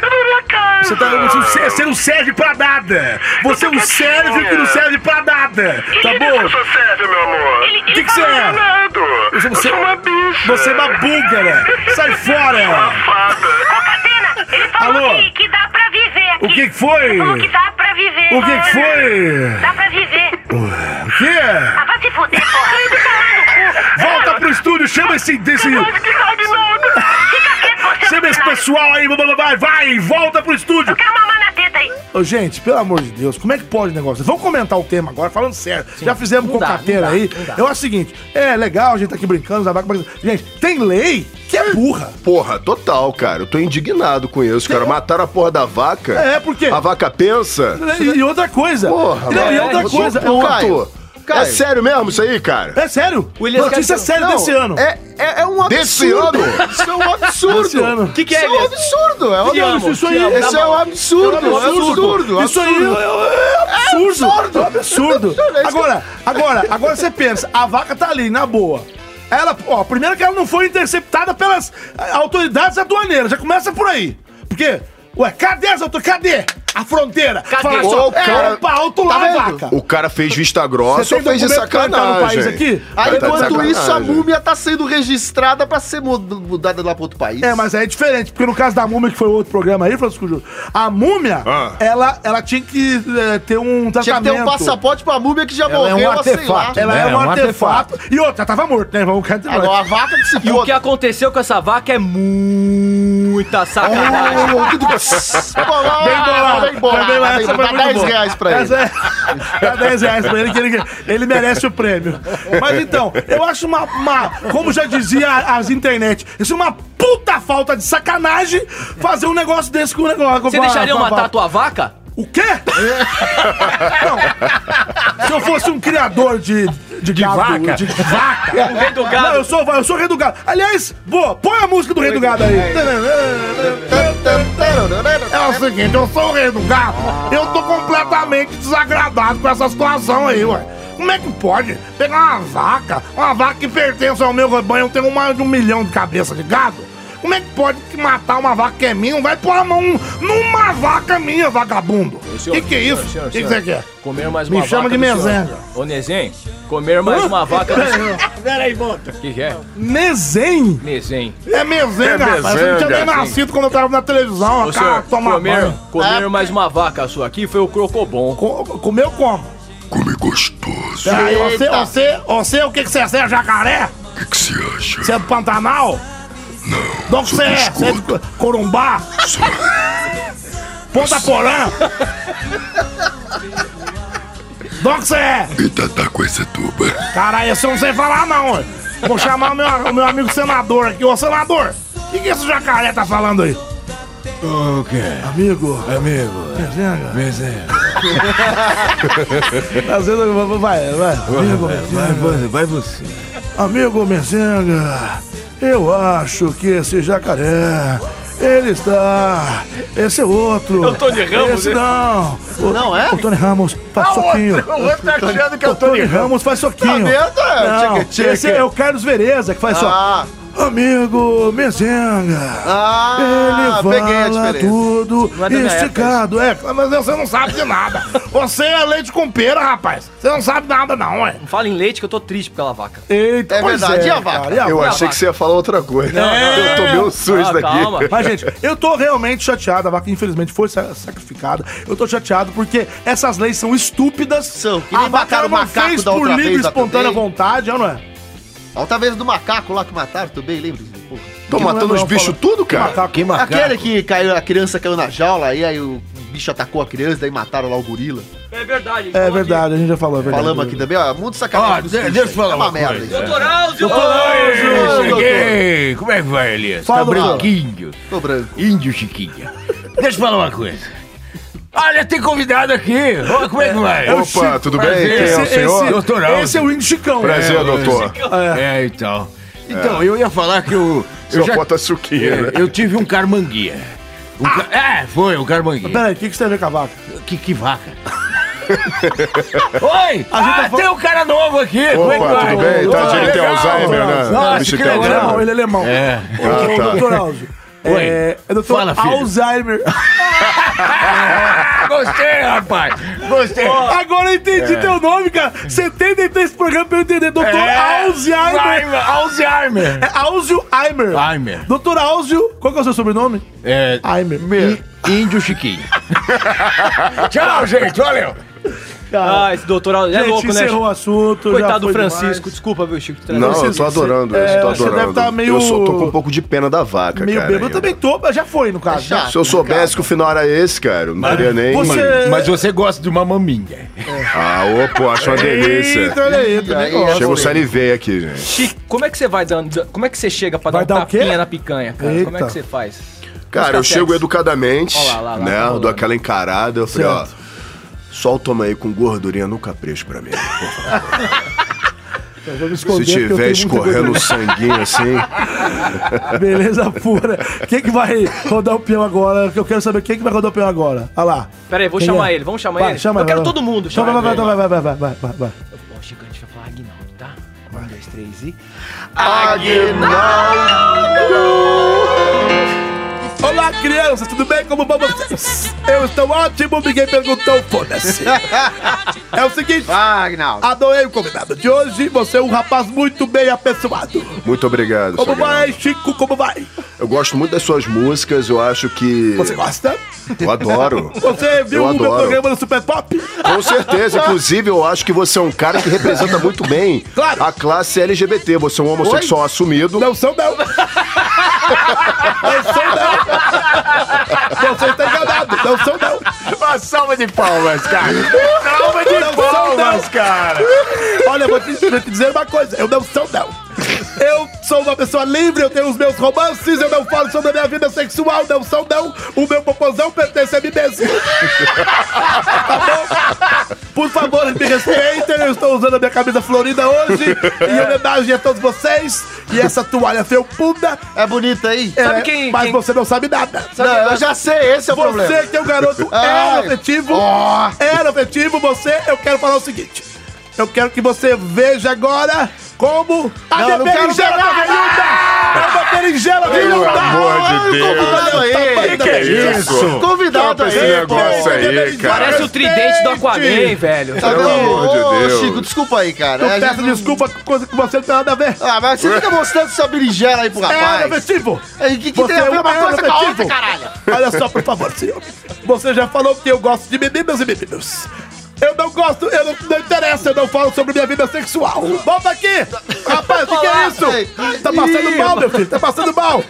Speaker 12: Eu tô na minha casa.
Speaker 4: Você, tá, você, você não serve pra nada! Você é um cérebro que não serve pra nada! Tá
Speaker 12: Eu
Speaker 4: bom?
Speaker 12: sou Sérgio, meu amor.
Speaker 11: Ele-
Speaker 4: O que
Speaker 11: ele
Speaker 4: que você
Speaker 11: falou-
Speaker 4: é?
Speaker 12: Nado.
Speaker 4: Eu sou-
Speaker 12: Eu sou uma bicha.
Speaker 4: Você é uma búlgara! Sai fora!
Speaker 12: Safada.
Speaker 11: Catena, ele falou
Speaker 4: Alô?
Speaker 11: Que, que dá pra viver aqui.
Speaker 4: O que que foi?
Speaker 11: Ele falou que dá pra viver.
Speaker 4: O que que foi?
Speaker 11: Dá pra viver.
Speaker 4: O quê?
Speaker 11: Ah, vai se fuder, porra. Tá lá no cu.
Speaker 4: Volta pro estúdio, chama esse. Desse,
Speaker 11: Mas que sabe nada. Fica quieto, você.
Speaker 4: chama esse
Speaker 11: veterinário.
Speaker 4: pessoal aí, vai, vai, vai, volta pro estúdio!
Speaker 11: Eu quero mamar na teta aí.
Speaker 4: Ô, gente, pelo amor de Deus, como é que pode o negócio? Vamos comentar o tema agora, falando sério. Já fizemos
Speaker 7: Não dá,
Speaker 4: concateira
Speaker 7: não dá,
Speaker 4: aí.
Speaker 7: não dá.
Speaker 4: Eu acho o seguinte: é legal, a gente tá aqui brincando, zabaca, mas. Gente, tem lei que é burra.
Speaker 5: Porra, total, cara. Eu tô indignado com isso, cara. Mataram a porra da vaca.
Speaker 4: É, por quê?
Speaker 5: A vaca pensa.
Speaker 4: E, e outra coisa.
Speaker 5: Porra,
Speaker 4: não, e
Speaker 5: mano.
Speaker 4: outra
Speaker 5: Você
Speaker 4: coisa.
Speaker 5: é um
Speaker 4: é-
Speaker 5: puto.
Speaker 3: Caio.
Speaker 5: É sério mesmo isso aí, cara?
Speaker 4: É sério.
Speaker 7: William
Speaker 4: Notícia
Speaker 7: Scarpa-
Speaker 4: séria
Speaker 3: Não,
Speaker 4: desse ano.
Speaker 3: É, é, é um absurdo.
Speaker 5: Desse ano?
Speaker 3: Isso é um absurdo.
Speaker 4: Desse ano.
Speaker 7: Que que é,
Speaker 3: Isso é um
Speaker 7: Elias?
Speaker 3: absurdo. É um
Speaker 4: Te amo,
Speaker 3: absurdo.
Speaker 4: te amo.
Speaker 3: Isso é um absurdo. É um absurdo.
Speaker 4: Isso aí é, é absurdo. É um absurdo.
Speaker 3: um É isso
Speaker 4: Agora, agora, agora você pensa, a vaca tá ali, na boa. Ela, ó, primeiro que ela não foi interceptada pelas eh, autoridades aduaneiras, já começa por aí. Porque, ué, cadê as autoridades? Cadê a fronteira?
Speaker 7: Cadê?
Speaker 4: Fala
Speaker 5: Ô,
Speaker 4: só,
Speaker 5: cara,
Speaker 4: é, opa, alto lá
Speaker 3: tá
Speaker 4: a
Speaker 3: vendo?
Speaker 4: vaca.
Speaker 5: O cara fez vista grossa
Speaker 4: Você
Speaker 5: ou
Speaker 4: tem
Speaker 5: fez de
Speaker 4: documento pra entrar
Speaker 5: sacanagem?
Speaker 4: no país aqui?
Speaker 5: Aí,
Speaker 3: Aí,
Speaker 5: tá de
Speaker 3: enquanto isso, a
Speaker 5: sacanagem.
Speaker 3: múmia tá sendo registrada pra ser mu- mudada lá pro outro país.
Speaker 4: É, mas aí é diferente, porque no caso da múmia, que foi outro programa aí, Francisco Júnior, a múmia,
Speaker 5: Ah.
Speaker 4: ela, ela tinha que eh, ter um tratamento.
Speaker 3: Tinha que ter um passaporte pra múmia que já
Speaker 8: é um
Speaker 3: morreu, há, sei lá.
Speaker 8: artefato,
Speaker 4: Ela
Speaker 8: né?
Speaker 4: era
Speaker 8: É,
Speaker 4: um,
Speaker 8: um
Speaker 4: artefato. E outra, tava morto, né? Vamos cantar.
Speaker 3: Agora, a vaca que se
Speaker 7: E o que
Speaker 3: foda.
Speaker 7: aconteceu com essa vaca é muita sacanagem. <laughs>
Speaker 4: É, Bem bolado,
Speaker 3: Bem bolado, bem
Speaker 4: bolado,
Speaker 3: bolado.
Speaker 4: essa foi
Speaker 3: Dá
Speaker 4: muito
Speaker 3: 10
Speaker 4: boa.
Speaker 3: reais pra ele.
Speaker 4: Essa é- Dá 10 reais pra ele, que ele, ele merece o prêmio. Mas então, eu acho uma, uma- como já dizia as internet, isso é uma puta falta de sacanagem fazer um negócio desse com o negócio.
Speaker 7: Você deixaria eu matar a tua vaca?
Speaker 4: O quê? Não. Se eu fosse um criador de, de, gado,
Speaker 8: vaca?
Speaker 4: de vaca.
Speaker 7: O Um rei do gado.
Speaker 4: Não, eu sou, eu sou o rei do gado. Aliás, boa, põe a música do rei do gado aí. É o seguinte, eu sou o rei do gato. Eu tô completamente desagradado com essa situação aí, ué. Como é que pode pegar uma vaca, uma vaca que pertence ao meu rebanho, eu tenho mais de um milhão de cabeças de gado? Como é que pode que matar uma vaca que é minha? Não vai pôr a mão numa vaca minha, vagabundo. que que é isso? O que que você quer?
Speaker 7: Comer mais
Speaker 4: Me
Speaker 7: uma
Speaker 4: chama
Speaker 7: vaca
Speaker 4: de
Speaker 7: do senhor.
Speaker 4: mezenga.
Speaker 7: Ô, Nezen, comer mais uma vaca do
Speaker 4: <laughs>
Speaker 7: senhor.
Speaker 8: Peraí, volta.
Speaker 7: O que que é?
Speaker 4: Mezen?
Speaker 7: Nezen.
Speaker 4: É mezenga, rapaz. Eu não tinha nem nascido quando eu tava na televisão.
Speaker 7: assim. Ô,
Speaker 4: cara,
Speaker 7: senhor,
Speaker 4: toma
Speaker 7: comer,
Speaker 4: banho. É.
Speaker 7: comer mais uma vaca sua aqui foi o Crocobon.
Speaker 4: Co- Comeu como?
Speaker 6: Come gostoso.
Speaker 4: Peraí, você,
Speaker 3: Eita.
Speaker 4: você, você, o que que você é? Você é jacaré?
Speaker 6: O que que você acha?
Speaker 4: Você é do Pantanal? Não. Onde que você é? Você é de Co- Corumbá? Ponta Porã? De onde que você é?
Speaker 6: Eita, tá com essa tuba.
Speaker 4: Caralho, esse eu não sei falar não, ué. Vou chamar o meu, o meu amigo senador aqui. Ô, senador, o que, que esse jacaré tá falando aí?
Speaker 8: O quê?
Speaker 4: Amigo,
Speaker 8: Amigo,
Speaker 4: mezenga.
Speaker 8: mesenha.
Speaker 4: <laughs> Às vezes eu vou- vai, vai.
Speaker 8: Vai, vai, vai você.
Speaker 4: Amigo Mezenga, eu acho que esse jacaré. Ele está. Esse é outro.
Speaker 13: É o Tony Ramos,
Speaker 4: Esse
Speaker 13: né?
Speaker 4: não. O,
Speaker 13: Não é?
Speaker 4: O Tony Ramos faz
Speaker 13: Ah, o
Speaker 4: soquinho.
Speaker 13: outro- o outro tá achando que é o Tony Ramos.
Speaker 4: Ramos faz soquinho.
Speaker 13: Tá vendo?
Speaker 4: Não,
Speaker 13: Tchica, tchica.
Speaker 4: Esse é o Carlos Vereza que faz
Speaker 13: Ah.
Speaker 4: só. Amigo Mezenga.
Speaker 13: Ah,
Speaker 4: ele fala
Speaker 13: peguei a diferença.
Speaker 4: tudo
Speaker 13: Não é da minha
Speaker 4: esticado. É,
Speaker 9: Mas você não sabe
Speaker 13: <laughs>
Speaker 9: de nada. Você é leite com pera, rapaz. Você não sabe nada, não, é?
Speaker 7: Não fala em leite que eu tô triste pela vaca.
Speaker 4: Eita,
Speaker 7: É
Speaker 5: pois
Speaker 7: verdade,
Speaker 5: é,
Speaker 7: e a vaca?
Speaker 5: cara,
Speaker 7: E a
Speaker 5: Eu
Speaker 7: vaca?
Speaker 5: achei que <laughs> você ia falar outra coisa.
Speaker 4: Não, não,
Speaker 5: eu <laughs>
Speaker 4: não.
Speaker 5: tomei um susto
Speaker 4: Ah,
Speaker 5: daqui.
Speaker 4: calma. Mas, gente, eu tô realmente chateado. A vaca, infelizmente, foi sa- sacrificada. Eu tô chateado porque essas leis são estúpidas. São.
Speaker 3: nem
Speaker 4: a vaca
Speaker 3: mataram o
Speaker 4: não
Speaker 3: macaco
Speaker 4: fez
Speaker 3: da
Speaker 4: por
Speaker 3: outra
Speaker 4: livre e
Speaker 3: vez lá
Speaker 4: espontânea
Speaker 3: também.
Speaker 4: vontade, é ou não é?
Speaker 3: A outra vez tá do macaco lá que mataram também, lembra?
Speaker 4: Tô Que matando moleque, os bichos fala. tudo, cara? Que macaco? Que macaco?
Speaker 3: Aquele que caiu, a criança caiu na jaula, e aí o bicho atacou a criança, daí mataram lá o gorila.
Speaker 7: É verdade.
Speaker 4: É verdade, a gente já falou, é verdade.
Speaker 3: Falamos aqui também, ó, muito sacanagem.
Speaker 4: Ó,
Speaker 3: dos
Speaker 4: de-
Speaker 3: bichos
Speaker 4: deixa eu
Speaker 3: aí.
Speaker 4: falar
Speaker 3: É
Speaker 4: uma coisa.
Speaker 3: isso aí.
Speaker 4: Doutor
Speaker 7: Áuzio!
Speaker 4: Doutor Áuzio!
Speaker 3: Ô,
Speaker 14: Cheguei! Como é que vai, Elias?
Speaker 3: Fala,
Speaker 14: Tá
Speaker 3: Bruno.
Speaker 14: branquinho.
Speaker 3: Tô branco.
Speaker 14: Índio Chiquinha. Deixa eu falar uma coisa. Olha, tem convidado aqui. Ô, como é que vai?
Speaker 4: É o Chico. Prazer. Esse- esse-
Speaker 14: Doutor
Speaker 4: Esse é
Speaker 14: Áuzio.
Speaker 4: o Índio Chicão.
Speaker 14: é Prazer,
Speaker 4: É,
Speaker 14: doutor.
Speaker 4: É.
Speaker 14: É, então. Então,
Speaker 4: É.
Speaker 14: eu ia falar que eu...
Speaker 4: Seu
Speaker 14: eu
Speaker 4: bota
Speaker 14: suquinha,
Speaker 4: né? Ah!
Speaker 14: Eu tive um carmanguia. Um ca- É, foi, um carmanguia.
Speaker 4: Peraí, o que, que você tem a ver com a vaca?
Speaker 14: Que, que
Speaker 4: <laughs>
Speaker 14: vaca? Oi! Ah, tem um cara novo aqui!
Speaker 5: Opa,
Speaker 14: Como é que
Speaker 5: tudo
Speaker 14: vai?
Speaker 5: bem? Tá,
Speaker 14: Opa,
Speaker 5: ele tem
Speaker 14: legal.
Speaker 5: Alzheimer, né?
Speaker 14: Nossa,
Speaker 5: Bicho
Speaker 14: que
Speaker 5: tem
Speaker 14: legal.
Speaker 5: Alzheimer.
Speaker 4: Não, ele é alemão.
Speaker 14: É.
Speaker 4: Ô,
Speaker 5: Ah, tá.
Speaker 4: Doutor Áuzio.
Speaker 14: Oi.
Speaker 4: É, é doutor
Speaker 14: Fala, filho.
Speaker 4: Alzheimer.
Speaker 14: <laughs> Gostei, rapaz! Gostei!
Speaker 4: Ó, Agora eu entendi
Speaker 14: É.
Speaker 4: teu nome, cara. 73 programas pra eu entender. Doutor
Speaker 14: É,
Speaker 4: Alzheimer.
Speaker 14: Alzheimer, Alzheimer.
Speaker 4: É Alzio Aimer.
Speaker 14: Aimer.
Speaker 4: Doutor Alzio, qual que é o seu sobrenome?
Speaker 14: É.
Speaker 4: Aimer.
Speaker 14: Índio
Speaker 4: <laughs>
Speaker 14: Chiquinho. Tchau, gente. Valeu.
Speaker 7: Ah, esse doutor Áuzio é
Speaker 4: Gente,
Speaker 7: louco, né?
Speaker 4: encerrou
Speaker 7: Chico?
Speaker 4: o assunto, já
Speaker 7: Coitado do
Speaker 4: foi
Speaker 7: Francisco.
Speaker 4: demais.
Speaker 7: Desculpa, viu, Chico? É.
Speaker 5: Não, eu tô adorando isso, tô
Speaker 4: você
Speaker 5: adorando.
Speaker 4: deve tá meio-
Speaker 5: Eu só tô com um pouco de pena da vaca,
Speaker 4: Meio
Speaker 5: cara.
Speaker 4: bêbado eu também tô, mas já foi, no caso.
Speaker 7: Tá,
Speaker 4: Já.
Speaker 5: Se eu soubesse que o final era esse, cara, eu não teria nem.
Speaker 4: você-
Speaker 14: Mas você gosta de uma maminha.
Speaker 5: Ah, opa, acho uma delícia.
Speaker 7: Eita, olha aí, também gosto.
Speaker 5: Chega o sanivei aqui, gente.
Speaker 7: Chico, como é que você vai dando. Como é que você chega pra
Speaker 5: Vai
Speaker 7: dar um
Speaker 5: dar o quê?
Speaker 7: tapinha na picanha, cara? Como é
Speaker 5: Eita.
Speaker 7: que você faz?
Speaker 5: Cara,
Speaker 4: tá
Speaker 5: eu
Speaker 7: Os
Speaker 5: chego
Speaker 7: cafés.
Speaker 5: educadamente,
Speaker 7: Ó lá, lá, lá,
Speaker 5: né?
Speaker 7: tá rolando.
Speaker 5: dou aquela encarada, eu falei, ó. Solta uma aí com gordurinha no capricho pra mim.
Speaker 4: Eu vou me
Speaker 5: Se
Speaker 4: esconder, porque eu
Speaker 5: tiver
Speaker 4: tenho muita
Speaker 5: escorrendo
Speaker 4: coisa.
Speaker 5: sanguinho assim.
Speaker 4: <laughs> Beleza pura. Quem que vai rodar o peão agora? Que eu quero saber quem que vai rodar o peão agora. Olha lá.
Speaker 7: Pera aí, vou
Speaker 4: Quem
Speaker 7: chamar
Speaker 4: é?
Speaker 7: ele, vamos chamar
Speaker 4: Vai,
Speaker 7: ele.
Speaker 4: Chama
Speaker 7: eu quero
Speaker 4: vai, vai.
Speaker 7: todo mundo.
Speaker 4: Então
Speaker 7: chamar
Speaker 4: vai, vai,
Speaker 7: ele.
Speaker 4: vai, vai, vai, vai, vai, vai, vai.
Speaker 7: Ó, Chico, a gente vai falar Aguinaldo, tá? Um, dois, três e.
Speaker 4: Olá, crianças, tudo bem? Como vão vocês? Eu estou ótimo, ninguém perguntou, foda-se. É o seguinte, adorei o convidado de hoje, você é um rapaz muito bem apessoado.
Speaker 5: Muito obrigado,
Speaker 4: Como
Speaker 5: seu Guilherme.
Speaker 4: vai, Chico? Como vai?
Speaker 5: Eu gosto muito das suas músicas, eu acho que.
Speaker 4: Você gosta?
Speaker 5: Eu adoro.
Speaker 4: Você viu
Speaker 5: eu
Speaker 4: o meu
Speaker 5: adoro.
Speaker 4: programa no Super Pop?
Speaker 5: Com certeza, inclusive eu acho que você é um cara que representa muito bem a classe LGBT. Você é um homossexual assumido.
Speaker 4: Não sou não. Não sou
Speaker 5: <laughs>
Speaker 4: não. Você está enganado, não sou não.
Speaker 14: Uma salva de palmas, cara.
Speaker 4: Salva
Speaker 14: de palmas,
Speaker 4: cara. Olha, eu vou te, vou te dizer uma coisa, eu não sou não. Eu sou uma pessoa livre, eu tenho os meus romances, eu não falo sobre a minha vida sexual, não sou não. O meu popozão pertence a mim mesmo. tá bom? Por favor, me respeitem, eu estou usando a minha camisa florida hoje, em homenagem a todos vocês. E essa toalha felpuda.
Speaker 3: É bonita aí.
Speaker 4: Sabe quem? Mas você não sabe nada.
Speaker 3: Sabe quem-
Speaker 4: sei, esse
Speaker 3: é o problema.
Speaker 4: Você que é o garoto
Speaker 3: <laughs> Ai.
Speaker 4: era afetivo, era afetivo, você, eu quero falar o seguinte. Eu quero que você veja agora como a
Speaker 3: Não, não
Speaker 4: minha
Speaker 3: quero ver
Speaker 4: berinjela
Speaker 3: nada.
Speaker 4: veiuda!
Speaker 11: Tá.
Speaker 4: É uma berinjela
Speaker 5: Pelo
Speaker 4: veiuda!
Speaker 5: amor de Deus.
Speaker 4: Convidado aí!
Speaker 5: Que que é isso?
Speaker 3: Convidado
Speaker 5: Esse
Speaker 3: aí, pô.
Speaker 5: negócio aí, cara.
Speaker 7: Parece o tridente do Aquaman, velho.
Speaker 3: Tá
Speaker 5: Pelo
Speaker 3: vendo?
Speaker 5: amor de
Speaker 3: Ô,
Speaker 5: Deus.
Speaker 3: Chico, desculpa aí, cara. é,
Speaker 4: Eu
Speaker 3: A gente
Speaker 4: peço desculpa, coisa que você não tem nada a ver.
Speaker 3: Ah, mas você fica mostrando sua berinjela aí pro rapaz.
Speaker 4: É afetivo!
Speaker 3: Aí, que, que tem a
Speaker 4: é
Speaker 3: ver
Speaker 4: um
Speaker 3: uma coisa com a outra,
Speaker 4: afetivo.
Speaker 3: caralho?
Speaker 4: Olha só, por favor, senhor. Você já falou que eu gosto de meninas e meninos. Eu não gosto, eu não, não interessa, eu não falo sobre minha vida sexual. Volta aqui! Rapaz, o que, que é isso? Tá passando mal, meu filho, tá passando mal.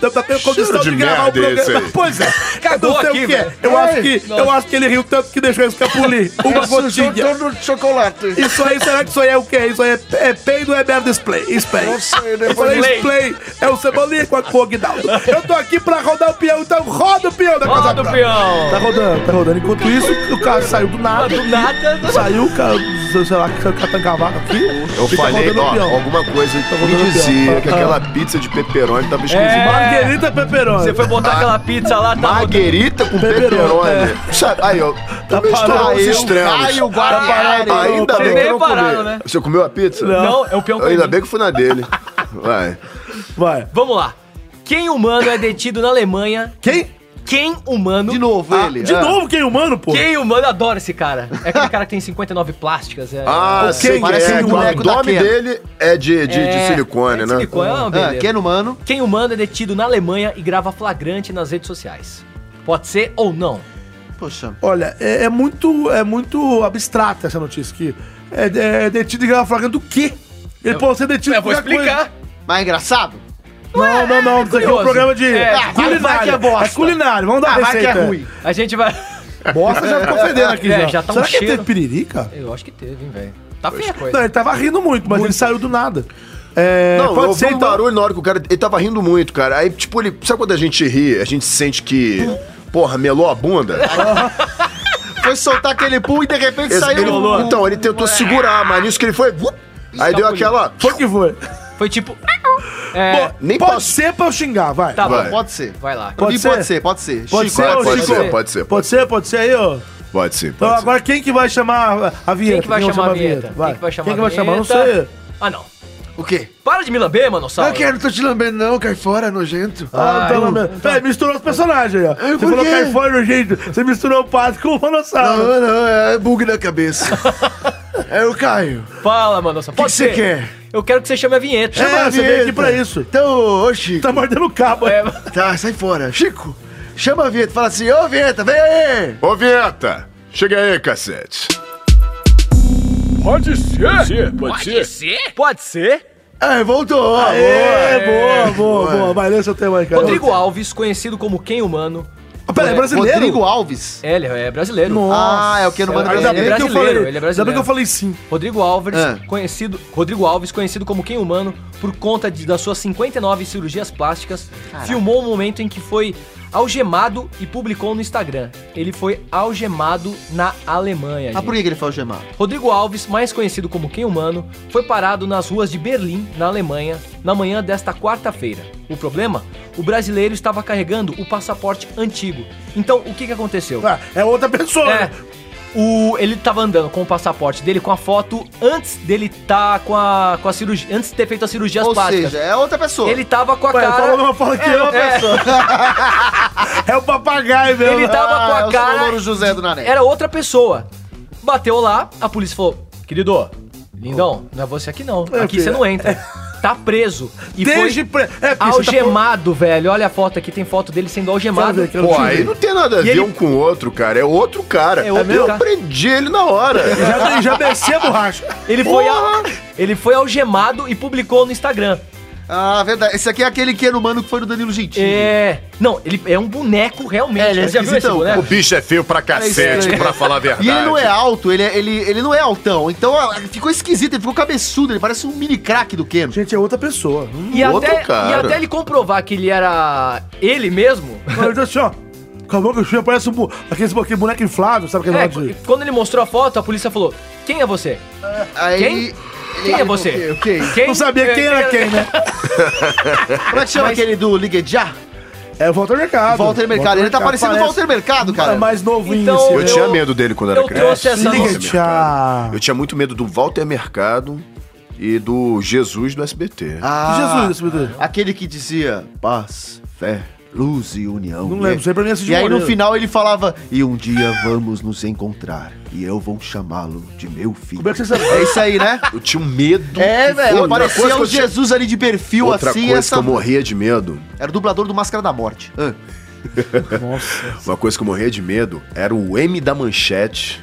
Speaker 4: Não tá tendo condição
Speaker 5: de
Speaker 4: de, gravar o
Speaker 5: merda esse
Speaker 4: programa.
Speaker 5: aí.
Speaker 4: Pois é,
Speaker 5: Cagou
Speaker 4: não sei
Speaker 5: aqui,
Speaker 4: o que é.
Speaker 5: velho.
Speaker 4: Eu acho,
Speaker 5: Ai,
Speaker 4: que, eu
Speaker 5: nossa.
Speaker 4: acho que ele riu tanto que deixou escapulir. Uma
Speaker 15: É
Speaker 3: Sujou
Speaker 4: gotinha.
Speaker 3: todo de chocolate.
Speaker 4: Isso aí, será que isso aí é o quê? Isso aí é, é peido ou é merda display? Spray.
Speaker 3: Não sei, né?
Speaker 4: Isso aí é
Speaker 3: Play.
Speaker 4: display. É o Cebolinha com a com o Aguinaldo. Eu tô aqui pra rodar o peão, então roda o peão da
Speaker 7: Roda
Speaker 4: Casa
Speaker 7: o
Speaker 4: Branca.
Speaker 7: peão.
Speaker 4: Tá rodando, tá rodando. Enquanto isso, o carro saiu do nada.
Speaker 7: Do nada.
Speaker 4: Saiu, o carro seu celular que você tá com cavaco aqui.
Speaker 5: Eu
Speaker 4: e tá
Speaker 5: falei,
Speaker 4: contando
Speaker 5: ó,
Speaker 4: peão.
Speaker 5: alguma coisa me
Speaker 4: contando
Speaker 5: dizia
Speaker 4: peão.
Speaker 5: que
Speaker 4: Ah.
Speaker 5: aquela pizza de pepperoni tava esquisita.
Speaker 4: É. Marguerita pepperoni. Você foi botar aquela
Speaker 5: pizza lá, tá? Marguerita com pepperoni. Sabe, aí, ó. Tá
Speaker 13: parado.
Speaker 5: parado os
Speaker 13: Aí o
Speaker 5: extremos.
Speaker 13: Caio Guarnieri.
Speaker 5: Ainda
Speaker 13: Vocês
Speaker 5: bem que
Speaker 13: nem
Speaker 5: eu não
Speaker 13: pararam,
Speaker 5: comi.
Speaker 13: né?
Speaker 5: Você comeu a pizza?
Speaker 7: Não. Não, é o peão
Speaker 5: Ainda
Speaker 7: comigo.
Speaker 5: bem que eu fui na dele. Vai.
Speaker 4: Vai.
Speaker 7: Vamos lá. Quem humano é detido na Alemanha?
Speaker 4: Quem?
Speaker 7: Quem humano. Ah, De
Speaker 3: novo
Speaker 4: ele, de é. novo quem humano, pô?
Speaker 7: Quem humano, adoro esse cara. É aquele cara que tem 59 plásticas. É,
Speaker 5: Ah,
Speaker 7: é-
Speaker 5: sei que é. o nome dele é de, de, de
Speaker 7: tá É,
Speaker 5: silicone,
Speaker 7: é de
Speaker 5: né?
Speaker 7: silicone, é uma beleza.
Speaker 3: Quem humano?
Speaker 7: Quem humano é detido na Alemanha e grava flagrante nas redes sociais. Pode ser ou não.
Speaker 3: Poxa.
Speaker 4: Olha, é, é muito, é muito abstrata essa notícia aqui. É, é detido e grava flagrante do quê? Ele pode ser detido
Speaker 3: eu vou
Speaker 4: por qualquer
Speaker 3: explicar.
Speaker 4: coisa.
Speaker 3: Mas é engraçado?
Speaker 4: Não, não, não. Isso aqui é um
Speaker 3: curioso.
Speaker 4: programa de
Speaker 3: É, vai- vai que é bosta.
Speaker 4: É culinário. Vamos dar
Speaker 3: Ah, vai que é
Speaker 4: receita.
Speaker 3: ruim.
Speaker 7: A gente vai.
Speaker 4: Bosta já ficou fedendo aqui,
Speaker 7: É,
Speaker 4: já.
Speaker 7: já tá um
Speaker 4: Será que ele
Speaker 7: cheiro.
Speaker 4: teve piririca?
Speaker 7: Eu acho que teve, hein, velho. Tá
Speaker 5: Pois
Speaker 7: feia a coisa.
Speaker 4: Não, ele tava rindo muito, mas ele saiu do nada. É,
Speaker 5: não,
Speaker 4: pode
Speaker 5: eu
Speaker 4: ser,
Speaker 5: ouvi um
Speaker 4: então.
Speaker 5: barulho na hora que o cara. Ele tava rindo muito, cara. Aí, tipo, ele. Sabe quando a gente ri, a gente sente que. Porra, melou a bunda?
Speaker 3: Foi soltar aquele pulo e de repente
Speaker 5: Esse-
Speaker 3: saiu
Speaker 5: ele-
Speaker 3: um-
Speaker 5: então, ele tentou segurar, mas nisso que ele foi. vup, aí deu aquela.
Speaker 4: Foi que foi.
Speaker 7: Foi tipo.
Speaker 4: Pô,
Speaker 5: nem
Speaker 4: pode ser pra eu xingar, vai.
Speaker 3: É, Tá
Speaker 5: Vai.
Speaker 3: bom, pode ser.
Speaker 7: Vai lá.
Speaker 3: Pode
Speaker 4: Pode ser?
Speaker 3: ser. Pode ser, pode ser.
Speaker 4: Pode
Speaker 3: Chico,
Speaker 4: ser, ô,
Speaker 5: pode
Speaker 4: Chico?
Speaker 5: ser, pode ser.
Speaker 4: Pode ser, pode ser aí, ô.
Speaker 5: Pode sim.
Speaker 4: Então agora quem que vai chamar a- a vinheta?
Speaker 7: Quem que vai chamar a vinheta?
Speaker 4: Vai.
Speaker 7: Quem que vai chamar
Speaker 4: Quem que
Speaker 7: a
Speaker 4: vai chamar? Não
Speaker 7: vinheta?
Speaker 4: sei.
Speaker 7: Ah, não.
Speaker 3: O quê?
Speaker 7: Para de me lamber, manossauro.
Speaker 15: Eu quero, não tô te lambendo não, cai fora, nojento.
Speaker 4: Ah, então,
Speaker 15: eu-
Speaker 4: meu. Peraí, misturou os personagens aí, ó. Você
Speaker 15: por
Speaker 4: falou
Speaker 15: quê?
Speaker 4: Caifone urgente, você misturou o pato com o Manossauro.
Speaker 15: Não, não, é bug na
Speaker 4: <laughs>
Speaker 15: cabeça. É o Caio.
Speaker 7: Fala, manossauro.
Speaker 15: Que
Speaker 7: Pode
Speaker 15: que você
Speaker 7: ser.
Speaker 15: quer?
Speaker 7: Eu quero que você chame a vinheta.
Speaker 15: Chama a vinheta. É, Então, ô Chico.
Speaker 4: Tá mordendo o cabo,
Speaker 7: é.
Speaker 15: Tá, sai fora. Chico, chama a vinheta, fala assim, ô vinheta, vem aí!
Speaker 5: Ô, Vieta! É, Chega aí, cacete.
Speaker 15: Pode ser.
Speaker 5: Pode ser,
Speaker 7: Pode ser? Pode ser.
Speaker 15: É, voltou.
Speaker 4: É, boa, boa, boa. Vai, lê seu tema aí, cara.
Speaker 7: Rodrigo Alves, conhecido como quem humano.
Speaker 4: Peraí, é brasileiro?
Speaker 3: Rodrigo Alves?
Speaker 7: É, ele é brasileiro.
Speaker 3: Nossa. Ah, é o Ken Humano
Speaker 7: Ele é brasileiro,
Speaker 3: brasileiro. Ainda bem que eu falei-
Speaker 7: ele é brasileiro.
Speaker 3: ainda bem que eu
Speaker 4: falei sim.
Speaker 7: Rodrigo Alves,
Speaker 3: Ah.
Speaker 7: conhecido, Rodrigo Alves, conhecido como quem humano, por conta de, das suas 59 cirurgias plásticas,
Speaker 3: Caraca.
Speaker 7: filmou o momento em que foi algemado e publicou no Instagram. Ele foi algemado na Alemanha,
Speaker 3: Ah,
Speaker 7: gente.
Speaker 3: por que que ele foi algemado?
Speaker 7: Rodrigo Alves, mais conhecido como Quem Humano, foi parado nas ruas de Berlim, na Alemanha, na manhã desta quarta-feira. O problema? O brasileiro estava carregando o passaporte antigo. Então, o que, que aconteceu?
Speaker 4: é outra pessoa.
Speaker 7: O, ele estava andando com o passaporte dele, com a foto, antes dele estar com a, com a cirurgia, antes de ter feito as cirurgias
Speaker 3: Ou
Speaker 7: plásticas.
Speaker 3: seja, é outra pessoa.
Speaker 7: Ele tava com a
Speaker 3: Ué,
Speaker 7: cara.
Speaker 3: falou uma fala que é uma pessoa.
Speaker 4: É o papagaio, velho.
Speaker 7: Ele tava
Speaker 3: Ah, é
Speaker 7: com
Speaker 3: o
Speaker 7: a cara.
Speaker 3: Soloro José do Nanete.
Speaker 7: Era outra pessoa. Bateu lá, a polícia falou: querido, lindão, não é você aqui não.
Speaker 4: É,
Speaker 7: Aqui
Speaker 4: filho,
Speaker 7: você não entra. Tá preso. E
Speaker 4: Desde
Speaker 7: foi
Speaker 4: pre- é, porque você tá
Speaker 7: algemado, velho. Olha a foto aqui, tem foto dele sendo algemado.
Speaker 5: Pô, aí não tem nada a
Speaker 7: E
Speaker 5: ver
Speaker 7: ele-
Speaker 5: um com o outro, cara. É outro cara.
Speaker 7: É outro
Speaker 5: eu
Speaker 7: cara.
Speaker 5: prendi ele na hora. <laughs>
Speaker 4: já, já desci a borracha.
Speaker 7: Ele foi, a- ele foi algemado e publicou no Instagram.
Speaker 3: Ah, verdade. Esse aqui é aquele Ken Humano que foi no Danilo Gentili.
Speaker 7: É. Não, ele é um boneco realmente.
Speaker 3: É, ele é
Speaker 7: Você já viu esse
Speaker 3: esquisitão,
Speaker 7: boneco?
Speaker 5: O bicho é feio pra cacete,
Speaker 3: isso aí.
Speaker 5: pra falar a verdade.
Speaker 3: <laughs> E ele não é alto, ele, é- ele, ele não é altão. Então ah, ficou esquisito, ele ficou cabeçudo, ele parece um mini craque do Keno.
Speaker 4: Gente, é outra pessoa.
Speaker 3: Hum.
Speaker 7: E até, e até ele comprovar que ele era ele mesmo.
Speaker 4: Ele disse assim, ó. Calma que o Chico parece um, bu- aquele, aquele boneco inflável, sabe aquele
Speaker 7: É,
Speaker 4: negócio <laughs> de...
Speaker 7: quando ele mostrou a foto, a polícia falou: Quem é você?
Speaker 3: Aí,
Speaker 7: Quem? Quem é você?
Speaker 3: <laughs> Ok, ok.
Speaker 7: Quem?
Speaker 4: Não sabia quem era quem,
Speaker 3: <laughs>
Speaker 4: né?
Speaker 5: <laughs>
Speaker 3: Como é que chama
Speaker 4: Mas-
Speaker 3: aquele do Ligue Já?
Speaker 4: É o Walter Mercado.
Speaker 3: Walter Mercado. Ele tá parecendo o Walter Mercado, cara.
Speaker 4: É mais novinho,
Speaker 3: Então,
Speaker 4: assim,
Speaker 5: Eu
Speaker 4: né?
Speaker 5: tinha medo dele quando era
Speaker 4: eu
Speaker 5: criança.
Speaker 4: trouxe essa
Speaker 5: Walter
Speaker 4: notícia.
Speaker 5: Mercado. Eu tinha muito medo do Walter Mercado e do Jesus do SBT.
Speaker 3: Ah,
Speaker 4: Jesus, meu Deus.
Speaker 3: Aquele que dizia paz, fé, luz e união.
Speaker 4: Não lembro, sempre pra mim é Cid
Speaker 3: E aí
Speaker 4: Moreira.
Speaker 3: no final ele falava, e um dia vamos nos encontrar, e eu vou chamá-lo de meu filho. Como
Speaker 4: é que você sabe?
Speaker 3: É isso aí, né?
Speaker 5: Eu tinha um medo.
Speaker 3: É, velho,
Speaker 5: Outra coisa
Speaker 3: aparecia
Speaker 5: que
Speaker 3: o
Speaker 5: eu tinha-
Speaker 3: Jesus ali de perfil
Speaker 5: Outra
Speaker 3: assim,
Speaker 5: coisa
Speaker 3: essa...
Speaker 5: que eu morria de
Speaker 3: <laughs>
Speaker 5: medo.
Speaker 3: Era o dublador do Máscara da Morte.
Speaker 5: Nossa. Uma coisa que eu morria de medo era o M da manchete.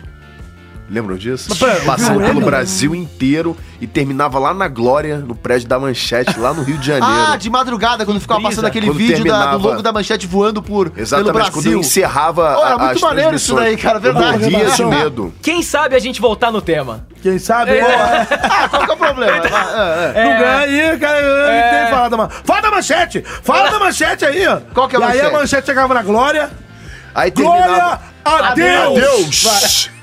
Speaker 5: Lembram disso?
Speaker 3: Mas pera,
Speaker 5: Passando
Speaker 3: o M?
Speaker 5: pelo Brasil inteiro e terminava lá na Glória, no prédio da manchete, lá no Rio
Speaker 3: <laughs>
Speaker 5: de Janeiro.
Speaker 3: Ah, de madrugada, quando ficava
Speaker 5: brisa.
Speaker 3: passando aquele
Speaker 5: Quando
Speaker 3: vídeo da- do
Speaker 5: terminava.
Speaker 3: logo da manchete voando por, pelo
Speaker 5: Exatamente,
Speaker 3: Brasil.
Speaker 5: quando eu encerrava
Speaker 3: Oh, era
Speaker 5: a-
Speaker 3: muito
Speaker 5: as
Speaker 3: maneiro isso
Speaker 5: transmissões.
Speaker 3: daí, cara,
Speaker 5: Eu
Speaker 3: verdade. né?
Speaker 5: morria de medo.
Speaker 7: Quem sabe a gente voltar no tema?
Speaker 4: Quem sabe?
Speaker 7: É. <laughs>
Speaker 3: Ah, qual que é o problema?
Speaker 7: Então,
Speaker 4: É. Não ganha aí, cara. Ele
Speaker 7: É.
Speaker 4: tem falado, mano. Fala da manchete! Fala da manchete aí, ó.
Speaker 3: Qual que é a
Speaker 4: e aí a
Speaker 3: manchete?
Speaker 4: manchete chegava na Glória.
Speaker 5: Aí
Speaker 4: Glória
Speaker 5: terminava-
Speaker 4: a Deus!
Speaker 5: Adeus!
Speaker 4: Vai.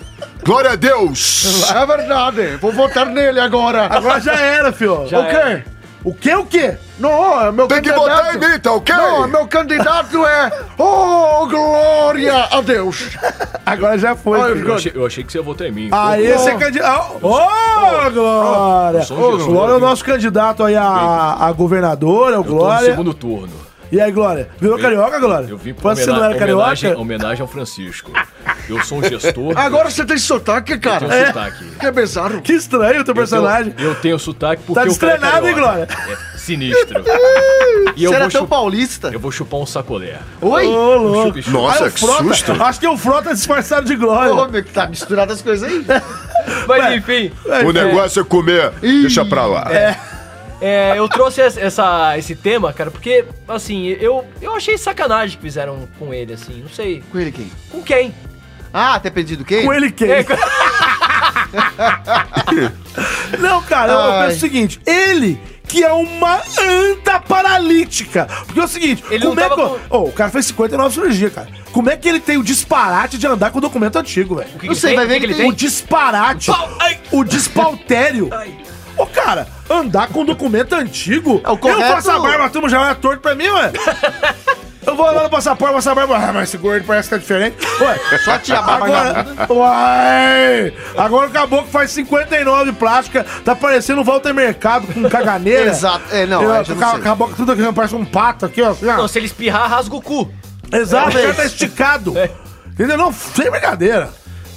Speaker 5: Glória a Deus!
Speaker 15: É verdade. Vou votar nele agora.
Speaker 4: Agora já era, filho.
Speaker 15: Já
Speaker 4: o quê?
Speaker 15: era.
Speaker 4: O quê, o quê?
Speaker 15: Não, é meu
Speaker 5: Tem que
Speaker 15: candidato.
Speaker 5: votar em mim, tá ok?
Speaker 15: Não, é meu candidato é. Oh, glória a Deus.
Speaker 4: Agora já foi.
Speaker 16: Eu,
Speaker 4: filho.
Speaker 16: achei, eu achei que você ia votar em mim.
Speaker 4: Ah,
Speaker 15: Oh.
Speaker 4: esse é candidato. Ô, Glória!
Speaker 16: eu sou
Speaker 4: Ô,
Speaker 16: gestor,
Speaker 4: Glória é o
Speaker 16: viu?
Speaker 4: nosso candidato aí a, a governadora, o
Speaker 16: Eu tô no
Speaker 4: Glória.
Speaker 16: segundo turno.
Speaker 4: E aí, Glória? Virou carioca, Glória?
Speaker 16: Eu vim pra
Speaker 4: Quando você não era
Speaker 16: homena- homenagem,
Speaker 4: carioca?
Speaker 16: homenagem ao Francisco. Eu sou um
Speaker 4: <laughs>
Speaker 16: gestor.
Speaker 15: <laughs> Agora
Speaker 4: é
Speaker 15: você tem sotaque, cara. É.
Speaker 16: Eu tenho sotaque.
Speaker 15: Que bizarro.
Speaker 4: Que estranho o teu personagem.
Speaker 16: Eu tenho, eu tenho sotaque porque
Speaker 4: Tá
Speaker 16: eu fui
Speaker 4: destrenado, hein,
Speaker 16: carioca. É,
Speaker 4: <laughs>
Speaker 16: sinistro. E eu
Speaker 3: Você era
Speaker 16: vou
Speaker 3: tão
Speaker 16: chu-
Speaker 3: paulista?
Speaker 16: Eu vou chupar um sacolé.
Speaker 3: Oi?
Speaker 4: Ô, louco.
Speaker 16: Chupa, chupa. Nossa,
Speaker 4: Aí o
Speaker 16: que
Speaker 4: Frota-
Speaker 16: susto.
Speaker 4: Acho que é o Frota disfarçado de Glória.
Speaker 3: Ô, meu, que tá misturado as coisas aí.
Speaker 4: <laughs>
Speaker 7: Mas enfim.
Speaker 5: O negócio é comer. Deixa pra lá.
Speaker 4: É.
Speaker 7: É, eu trouxe es- essa, esse tema, cara, porque, assim, eu, eu achei sacanagem que fizeram com ele, assim, não sei.
Speaker 3: Com ele quem?
Speaker 7: Com quem?
Speaker 3: Ah, ter pedido quem?
Speaker 4: Com ele tá quem?
Speaker 7: É, com-
Speaker 4: Não, cara, eu- eu
Speaker 7: Ai.
Speaker 4: penso o seguinte: ele que é uma anta paralítica. Porque é o seguinte,
Speaker 7: Ele
Speaker 4: como
Speaker 7: não
Speaker 4: é que.
Speaker 7: tava
Speaker 4: Ô, o cara fez 59 cirurgia, cara. Como é que ele tem o disparate de andar com documento antigo, velho?
Speaker 3: que Não ele sei, tem? vai ver O que que ele ele tem? tem?
Speaker 4: O disparate. O despautério. Ô, cara, andar com documento antigo.
Speaker 3: É correto-
Speaker 4: Eu faço a barba, a turma já é torto pra
Speaker 3: <laughs>
Speaker 4: mim, ué. Eu vou lá no passaporte, passar a barba. Ah, mas esse gordo parece que tá diferente. Ué,
Speaker 3: Só tirar a barba
Speaker 4: agora. Uai! Agora o caboclo faz 59 plástica, tá parecendo o Walter Mercado com caganeira.
Speaker 3: Exato, é, não,
Speaker 4: Eu,
Speaker 3: aí já
Speaker 4: o
Speaker 3: não
Speaker 4: ca-
Speaker 3: sei.
Speaker 4: caboclo tudo aqui, parece um pato aqui, ó. assim, ó.
Speaker 7: Não, se ele espirrar, rasga o cu.
Speaker 4: Exato, o
Speaker 7: É.
Speaker 4: cara tá esticado. Entendeu? Não, sem brincadeira.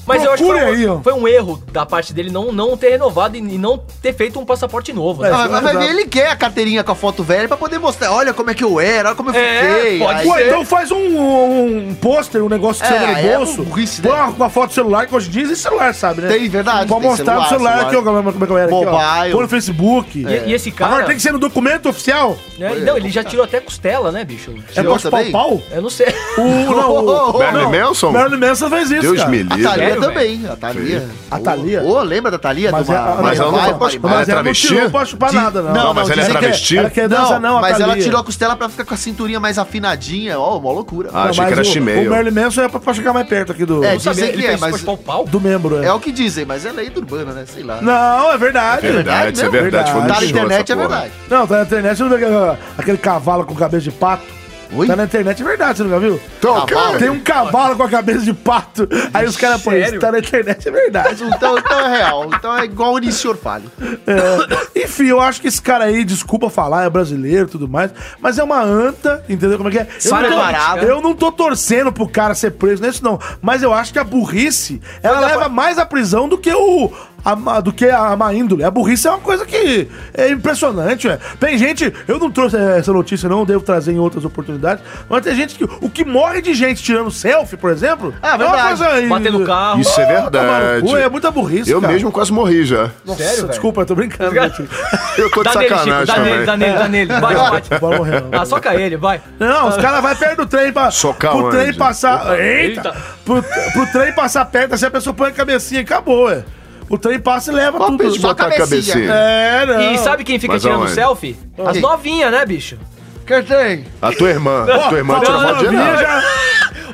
Speaker 7: Mas
Speaker 4: Procure
Speaker 7: eu acho que
Speaker 4: aí,
Speaker 7: foi,
Speaker 4: ó.
Speaker 7: um- foi um erro da parte dele não, não ter renovado e e não ter feito um passaporte novo, né?
Speaker 3: Ah, mas vai ver, ele quer a carteirinha com a foto velha pra poder mostrar. Olha como é que eu era, olha como eu
Speaker 7: É,
Speaker 3: fiquei.
Speaker 7: pode
Speaker 3: Aí-
Speaker 4: Ué,
Speaker 3: <laughs>
Speaker 4: então faz um, um, um pôster, um negócio que
Speaker 3: É,
Speaker 4: você leva
Speaker 3: aí é
Speaker 4: no bolso.
Speaker 3: burrice, né?
Speaker 4: Põe uma- uma foto do celular, que hoje em dia existe celular, sabe, né?
Speaker 3: Tem, verdade,
Speaker 4: Pode
Speaker 3: tem
Speaker 4: mostrar no
Speaker 3: celular,
Speaker 4: celular,
Speaker 3: celular.
Speaker 4: aqui, ó, como é- como é que eu era aqui, ó.
Speaker 3: Mobile.
Speaker 4: Põe no Facebook.
Speaker 7: E- É. e esse cara-
Speaker 4: Agora tem que ser no documento oficial.
Speaker 7: Né? E Não, ele já tirou até costela, né, bicho?
Speaker 4: É
Speaker 7: Tirou-
Speaker 4: posto pau pau?
Speaker 7: Eu não sei.
Speaker 4: O, não, o,
Speaker 5: Marilyn
Speaker 4: não,
Speaker 5: Manson?
Speaker 4: Marilyn Manson fez isso,
Speaker 5: Deus
Speaker 4: cara.
Speaker 5: me
Speaker 3: A
Speaker 5: livre.
Speaker 3: Thalia
Speaker 7: Sério,
Speaker 3: também. A Thalia.
Speaker 4: A Thalia?
Speaker 3: Ô, lembra da Thalia?
Speaker 4: Mas,
Speaker 3: de uma-
Speaker 4: ela,
Speaker 3: uma-
Speaker 5: mas ela não
Speaker 3: vai-
Speaker 5: pode-
Speaker 3: vai-
Speaker 5: mas
Speaker 4: mas
Speaker 5: ela é
Speaker 4: ela não
Speaker 5: travesti?
Speaker 4: tirou pra chupar nada, não.
Speaker 5: Não, mas ela é
Speaker 4: dizem que
Speaker 5: travesti?
Speaker 4: Ela quer dança,
Speaker 3: Não,
Speaker 4: não, a
Speaker 3: mas ela
Speaker 4: Thalia.
Speaker 3: tirou a costela pra ficar com a cinturinha mais afinadinha. Ó, uma loucura.
Speaker 5: Ah, achei
Speaker 4: mas
Speaker 5: que era
Speaker 4: o-
Speaker 5: chimeio.
Speaker 4: O Marilyn Manson é pra, pra chegar mais perto aqui do,
Speaker 3: É,
Speaker 7: Não sabia,
Speaker 3: dizem
Speaker 7: ele
Speaker 3: que é,
Speaker 7: fez
Speaker 3: mas-
Speaker 7: mas... pau-pau?
Speaker 4: do
Speaker 7: né?
Speaker 4: membro.
Speaker 3: É o que dizem, mas é lei urbana, né? Sei lá.
Speaker 4: Não, é verdade.
Speaker 5: É verdade, isso é
Speaker 4: mesmo?
Speaker 5: verdade. Foi muito
Speaker 3: Tá na
Speaker 5: show essa
Speaker 3: internet, é
Speaker 5: porra.
Speaker 3: verdade.
Speaker 4: Não, tá na internet, você não vê aquele, aquele cavalo com cabeça de pato?
Speaker 3: Oi?
Speaker 4: Tá na internet, é verdade, você nunca viu?
Speaker 5: Então,
Speaker 3: Cavalo?
Speaker 5: cara.
Speaker 4: Tem um cavalo com a cabeça de pato, aí os caras põem isso,
Speaker 7: Sério?
Speaker 4: tá na internet, é
Speaker 3: <laughs>
Speaker 4: verdade.
Speaker 3: Então, então é real. Então é igual o Nissi Orfalho.
Speaker 4: É. Enfim, eu acho que esse cara aí, desculpa falar, é brasileiro e tudo mais, mas é uma anta, entendeu como é que é? Eu, não
Speaker 3: Despreparado.
Speaker 4: tô, eu não tô torcendo pro cara ser preso nisso, não. Mas eu acho que a burrice, ela leva mais à prisão do que o. a má- do que a má índole. A burrice é uma coisa que é impressionante, ué. Tem gente, eu não trouxe essa notícia, não, devo trazer em outras oportunidades, mas tem gente que. O que morre de gente tirando selfie, por exemplo, é
Speaker 3: Ah, verdade.
Speaker 4: aí-
Speaker 7: Batendo carro.
Speaker 5: Isso é
Speaker 4: Ah, tomar no cu,
Speaker 5: verdade.
Speaker 4: é muita burrice,
Speaker 5: Eu
Speaker 4: cara.
Speaker 5: mesmo quase morri já.
Speaker 4: Nossa,
Speaker 7: Sério, velho?
Speaker 4: desculpa, eu tô brincando. gente.
Speaker 5: <laughs> Eu tô de
Speaker 7: Dá nele, Chico,
Speaker 5: sacanagem
Speaker 7: dá nele, dá
Speaker 5: também. É.
Speaker 7: nele, dá nele. Vai, bate.
Speaker 4: Bora morrer, não.
Speaker 7: Ah, soca ele, vai.
Speaker 4: Não, os caras vão perto do trem pra.
Speaker 5: Socar
Speaker 4: pro
Speaker 5: onde?
Speaker 4: trem passar. eita!
Speaker 7: Eita.
Speaker 4: Pro, pro trem passar perto, assim a pessoa põe a cabecinha e acabou, ué. O trem passa e leva tudo.
Speaker 3: peixe,
Speaker 5: Botar a
Speaker 3: cabecinha.
Speaker 5: cabecinha.
Speaker 4: É, não.
Speaker 7: E sabe quem fica
Speaker 5: Mas
Speaker 7: tirando
Speaker 5: aonde?
Speaker 7: selfie? As
Speaker 3: Quem?
Speaker 7: novinhas, né, bicho?
Speaker 15: Quem tem?
Speaker 5: A tua irmã. A tua
Speaker 4: tá
Speaker 5: irmã tira
Speaker 7: Não,
Speaker 5: foto de
Speaker 7: não,
Speaker 5: nada.
Speaker 4: Novinha já-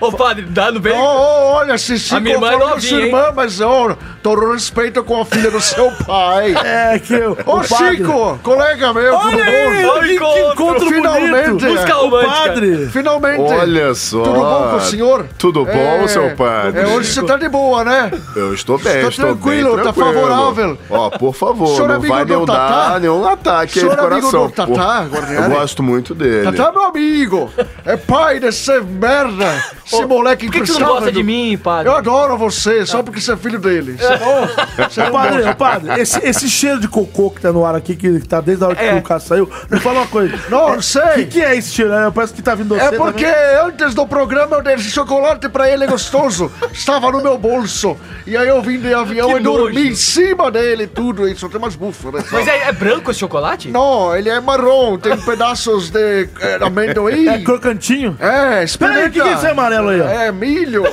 Speaker 7: Ô, padre, dá no
Speaker 15: Ô,
Speaker 7: bem.
Speaker 15: ô, olha, se se
Speaker 7: A minha irmã é
Speaker 15: conforma com
Speaker 7: novinha,
Speaker 15: sua irmã, mas ô, todo respeito com a filha do seu pai.
Speaker 4: <laughs> É que eu.
Speaker 15: Ô, Chico, colega meu,
Speaker 4: Olha aí,
Speaker 7: Olha o
Speaker 4: que- que
Speaker 7: encontro.
Speaker 4: encontro
Speaker 15: Finalmente. é.
Speaker 4: bonito.
Speaker 7: Música
Speaker 4: o
Speaker 7: romântica.
Speaker 4: padre.
Speaker 15: finalmente.
Speaker 5: Olha só.
Speaker 15: Tudo bom com o senhor?
Speaker 5: Tudo bom,
Speaker 15: É,
Speaker 5: seu padre?
Speaker 15: É, hoje você tá de boa, né?
Speaker 5: Eu estou bem,
Speaker 15: Tá
Speaker 5: estou
Speaker 15: tranquilo,
Speaker 5: bem,
Speaker 15: tá favorável.
Speaker 5: Ó, por favor,
Speaker 15: Senhor
Speaker 5: não
Speaker 15: amigo
Speaker 5: vai
Speaker 15: do
Speaker 5: nenhum
Speaker 15: Tatá?
Speaker 5: dar nenhum ataque aí
Speaker 15: Senhor
Speaker 5: de
Speaker 15: amigo
Speaker 5: coração.
Speaker 15: do Tatá,
Speaker 5: pô. Eu
Speaker 15: Guarnieri?
Speaker 5: gosto muito dele.
Speaker 15: Tá, meu amigo. É pai dessa merda. Esse moleque
Speaker 7: Por que, que tu não gosta de
Speaker 15: imprestável.
Speaker 7: mim, padre?
Speaker 15: Eu adoro você, só porque você é filho dele.
Speaker 4: Ô, padre, ô, padre, esse, esse cheiro de cocô que tá no ar aqui, que tá desde a hora que
Speaker 7: É.
Speaker 4: o cara saiu, me fala uma coisa.
Speaker 15: Não,
Speaker 4: É,
Speaker 15: sei.
Speaker 4: que, que é esse cheiro? É, Parece que tá vindo
Speaker 15: É
Speaker 4: você
Speaker 15: porque
Speaker 4: também.
Speaker 15: antes do programa eu dei esse chocolate pra ele gostoso. Estava no meu bolso. E aí eu vim de avião
Speaker 7: Que
Speaker 15: e dormi
Speaker 7: nojo.
Speaker 15: em cima dele e tudo. E só tem umas bufas, né?
Speaker 7: Mas é, é branco esse chocolate?
Speaker 15: Não, ele é marrom, tem pedaços de eh, amendoim.
Speaker 4: É crocantinho?
Speaker 15: É,
Speaker 4: Pera aí, o que, que é esse
Speaker 15: experimenta.
Speaker 4: amarelo aí, ó?
Speaker 15: É milho.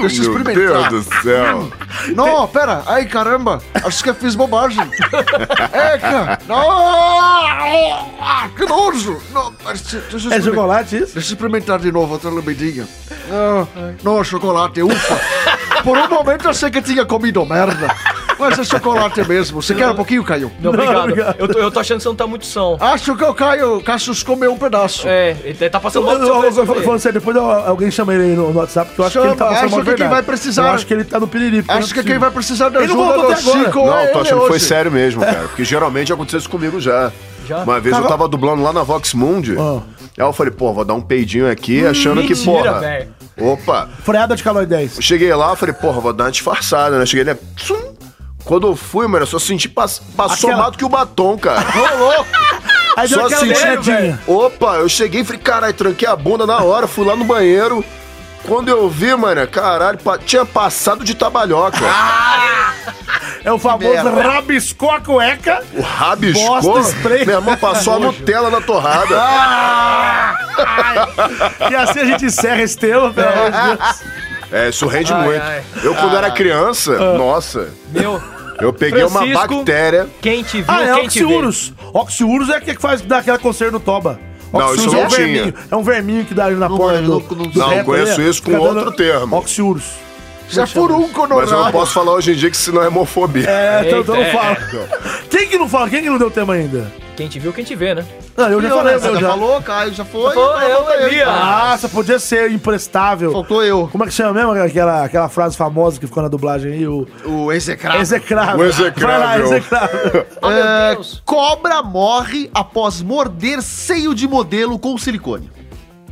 Speaker 15: Deixa eu
Speaker 5: Meu Deus
Speaker 15: experimentar.
Speaker 5: do céu.
Speaker 15: Não, pera. Ai, caramba. Acho que eu fiz
Speaker 5: <laughs>
Speaker 15: bobagem. É, cara. Não. Ah, que nojo. Não, deixa, deixa eu
Speaker 4: É
Speaker 15: experimentar.
Speaker 4: chocolate isso? <laughs>
Speaker 15: Deixa eu experimentar de novo outra lambidinha. Ah, não, Ah. é chocolate, ufa. Por um momento eu sei que tinha comido merda. Mas é chocolate mesmo. Você quer um pouquinho, Caio?
Speaker 7: Não, obrigado. Eu, tô, eu tô achando que você não tá muito são.
Speaker 15: Acho que o Caio Cassius comeu um pedaço.
Speaker 7: É, ele tá passando mal. pro
Speaker 4: Eu- eu-
Speaker 7: seu
Speaker 4: eu-
Speaker 7: preço
Speaker 4: eu-
Speaker 7: também.
Speaker 4: Falando sério, É, depois eu- alguém chama ele aí no, no WhatsApp, que eu acho que
Speaker 15: Chama,
Speaker 4: ele tá passando
Speaker 15: acho
Speaker 4: mal
Speaker 15: que quem
Speaker 4: verdade.
Speaker 15: vai precisar-
Speaker 4: Eu acho que ele tá no piriri. porque
Speaker 15: Acho
Speaker 4: não
Speaker 15: que
Speaker 4: é
Speaker 15: quem
Speaker 4: possível.
Speaker 15: vai precisar da
Speaker 4: Ele não
Speaker 15: ajuda
Speaker 4: voltou
Speaker 15: do
Speaker 4: até agora.
Speaker 15: Chico
Speaker 5: Não,
Speaker 15: é
Speaker 5: tô achando
Speaker 15: ele
Speaker 5: que foi
Speaker 15: hoje.
Speaker 5: sério
Speaker 15: <laughs>
Speaker 5: mesmo, cara. Porque geralmente aconteceu isso comigo já.
Speaker 15: Já?
Speaker 5: Uma vez eu
Speaker 15: Tava- Ah.
Speaker 5: tava dublando lá na Vox Mundi. Aí eu falei, pô, vou dar um peidinho aqui,
Speaker 4: Hum,
Speaker 5: achando que,
Speaker 4: mentira,
Speaker 5: porra.
Speaker 4: velho.
Speaker 5: Opa!
Speaker 4: Freada de calor 10.
Speaker 5: Eu Cheguei lá, falei, porra, vou dar uma disfarçada, né? Cheguei, né? Tsum. Quando eu fui, mano, eu só senti pass... passou
Speaker 4: Aquela-
Speaker 5: mais do que o batom, cara.
Speaker 15: Rolou!
Speaker 4: Aí deu
Speaker 5: só
Speaker 4: aquela
Speaker 5: senti,
Speaker 4: olhadinha.
Speaker 5: velho. Opa, eu cheguei e falei, caralho, tranquei a bunda na hora, fui lá no banheiro. Quando eu vi, mano, caralho, pa- tinha passado de tabalhoca.
Speaker 4: É o famoso
Speaker 5: Merda.
Speaker 4: rabiscou a cueca.
Speaker 5: O rabiscou?
Speaker 4: Bosta, spray. Ah!
Speaker 5: Minha irmã passou a Nutella na torrada.
Speaker 4: <laughs> E assim a gente encerra esse tema, pelo amor de
Speaker 7: <laughs>
Speaker 4: Deus.
Speaker 5: É, isso rende
Speaker 4: Ai,
Speaker 5: muito.
Speaker 4: ai.
Speaker 5: Eu, quando era
Speaker 4: Ai.
Speaker 5: criança,
Speaker 4: Ah.
Speaker 5: nossa.
Speaker 7: Meu.
Speaker 5: Eu peguei uma
Speaker 4: Francisco,
Speaker 5: bactéria.
Speaker 7: Quem te
Speaker 4: Ah, é Oxiurus. Oxiurus é aquele que faz dar aquela coceira no toba.
Speaker 5: Não,
Speaker 4: Oxiurus
Speaker 5: isso
Speaker 4: é
Speaker 5: não
Speaker 4: um
Speaker 5: tinha.
Speaker 4: verminho. É um verminho que dá ali na porta do, do
Speaker 5: não
Speaker 4: reto,
Speaker 5: conheço
Speaker 4: né?
Speaker 5: isso com
Speaker 4: Fica dando-
Speaker 5: outro termo.
Speaker 4: Oxiurus.
Speaker 5: Isso é
Speaker 4: furunco no
Speaker 5: Mas eu não
Speaker 4: rabo.
Speaker 5: posso falar hoje em dia que senão é homofobia.
Speaker 4: É, então, então não
Speaker 5: Eita.
Speaker 4: fala. Quem que não fala? Quem que não deu tema ainda?
Speaker 7: Quem te viu, quem te vê, né?
Speaker 4: Não, eu já
Speaker 3: Eu,
Speaker 4: falei,
Speaker 3: né? Você
Speaker 4: eu
Speaker 3: já
Speaker 4: já.
Speaker 3: falou, Caio, já foi.
Speaker 7: Foi,
Speaker 3: agora
Speaker 7: eu,
Speaker 3: volta aí.
Speaker 7: Elias.
Speaker 4: Ah, só podia ser imprestável. Faltou
Speaker 3: eu.
Speaker 4: Como é que chama mesmo aquela, aquela frase famosa que ficou na dublagem aí? O,
Speaker 3: o execrável.
Speaker 4: Execrável.
Speaker 3: O
Speaker 4: Vai lá,
Speaker 3: execrável.
Speaker 4: execrável.
Speaker 7: Oh,
Speaker 3: É, cobra morre após morder seio de modelo com silicone.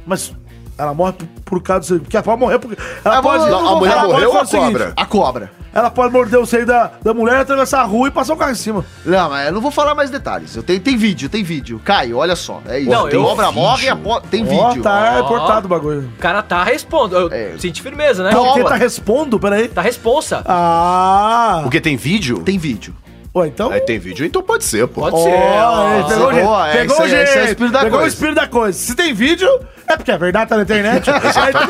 Speaker 4: Mas ela morre por, por causa do... Porque ela pode morrer porque... Ela
Speaker 3: Ela
Speaker 4: pode...
Speaker 3: morre- a mulher
Speaker 4: ela pode
Speaker 3: morreu ou
Speaker 4: fazer
Speaker 3: a
Speaker 4: o seguinte,
Speaker 3: cobra? A cobra.
Speaker 4: Ela pode morder o seio da, da mulher, atravessar a rua e passar o carro em cima.
Speaker 3: Não, mas eu não vou falar mais detalhes. Eu tenho, tem vídeo, tem vídeo. Caio, olha só. É isso.
Speaker 7: Não,
Speaker 3: tem
Speaker 7: eu-
Speaker 3: cobra
Speaker 7: vídeo.
Speaker 3: morre após. Tem
Speaker 4: Ah, Ó,
Speaker 3: vídeo. É.
Speaker 4: tá
Speaker 7: Ó.
Speaker 4: reportado o bagulho.
Speaker 7: O cara tá respondo. Eu senti firmeza, né?
Speaker 4: Porque tá respondo, peraí.
Speaker 7: Tá responsa.
Speaker 4: Ah...
Speaker 5: Porque tem vídeo?
Speaker 3: Tem vídeo.
Speaker 4: Pô, então...
Speaker 5: Aí tem vídeo, então pode ser, pô.
Speaker 4: Ó, ele pegou o jeito.
Speaker 5: Boa, é,
Speaker 4: pegou
Speaker 5: isso
Speaker 4: o
Speaker 5: aí,
Speaker 4: jeito.
Speaker 5: isso é o espírito da
Speaker 4: pegou
Speaker 5: coisa.
Speaker 4: o espírito da coisa. Se tem vídeo, é porque é verdade, tá na
Speaker 3: <laughs>
Speaker 4: internet.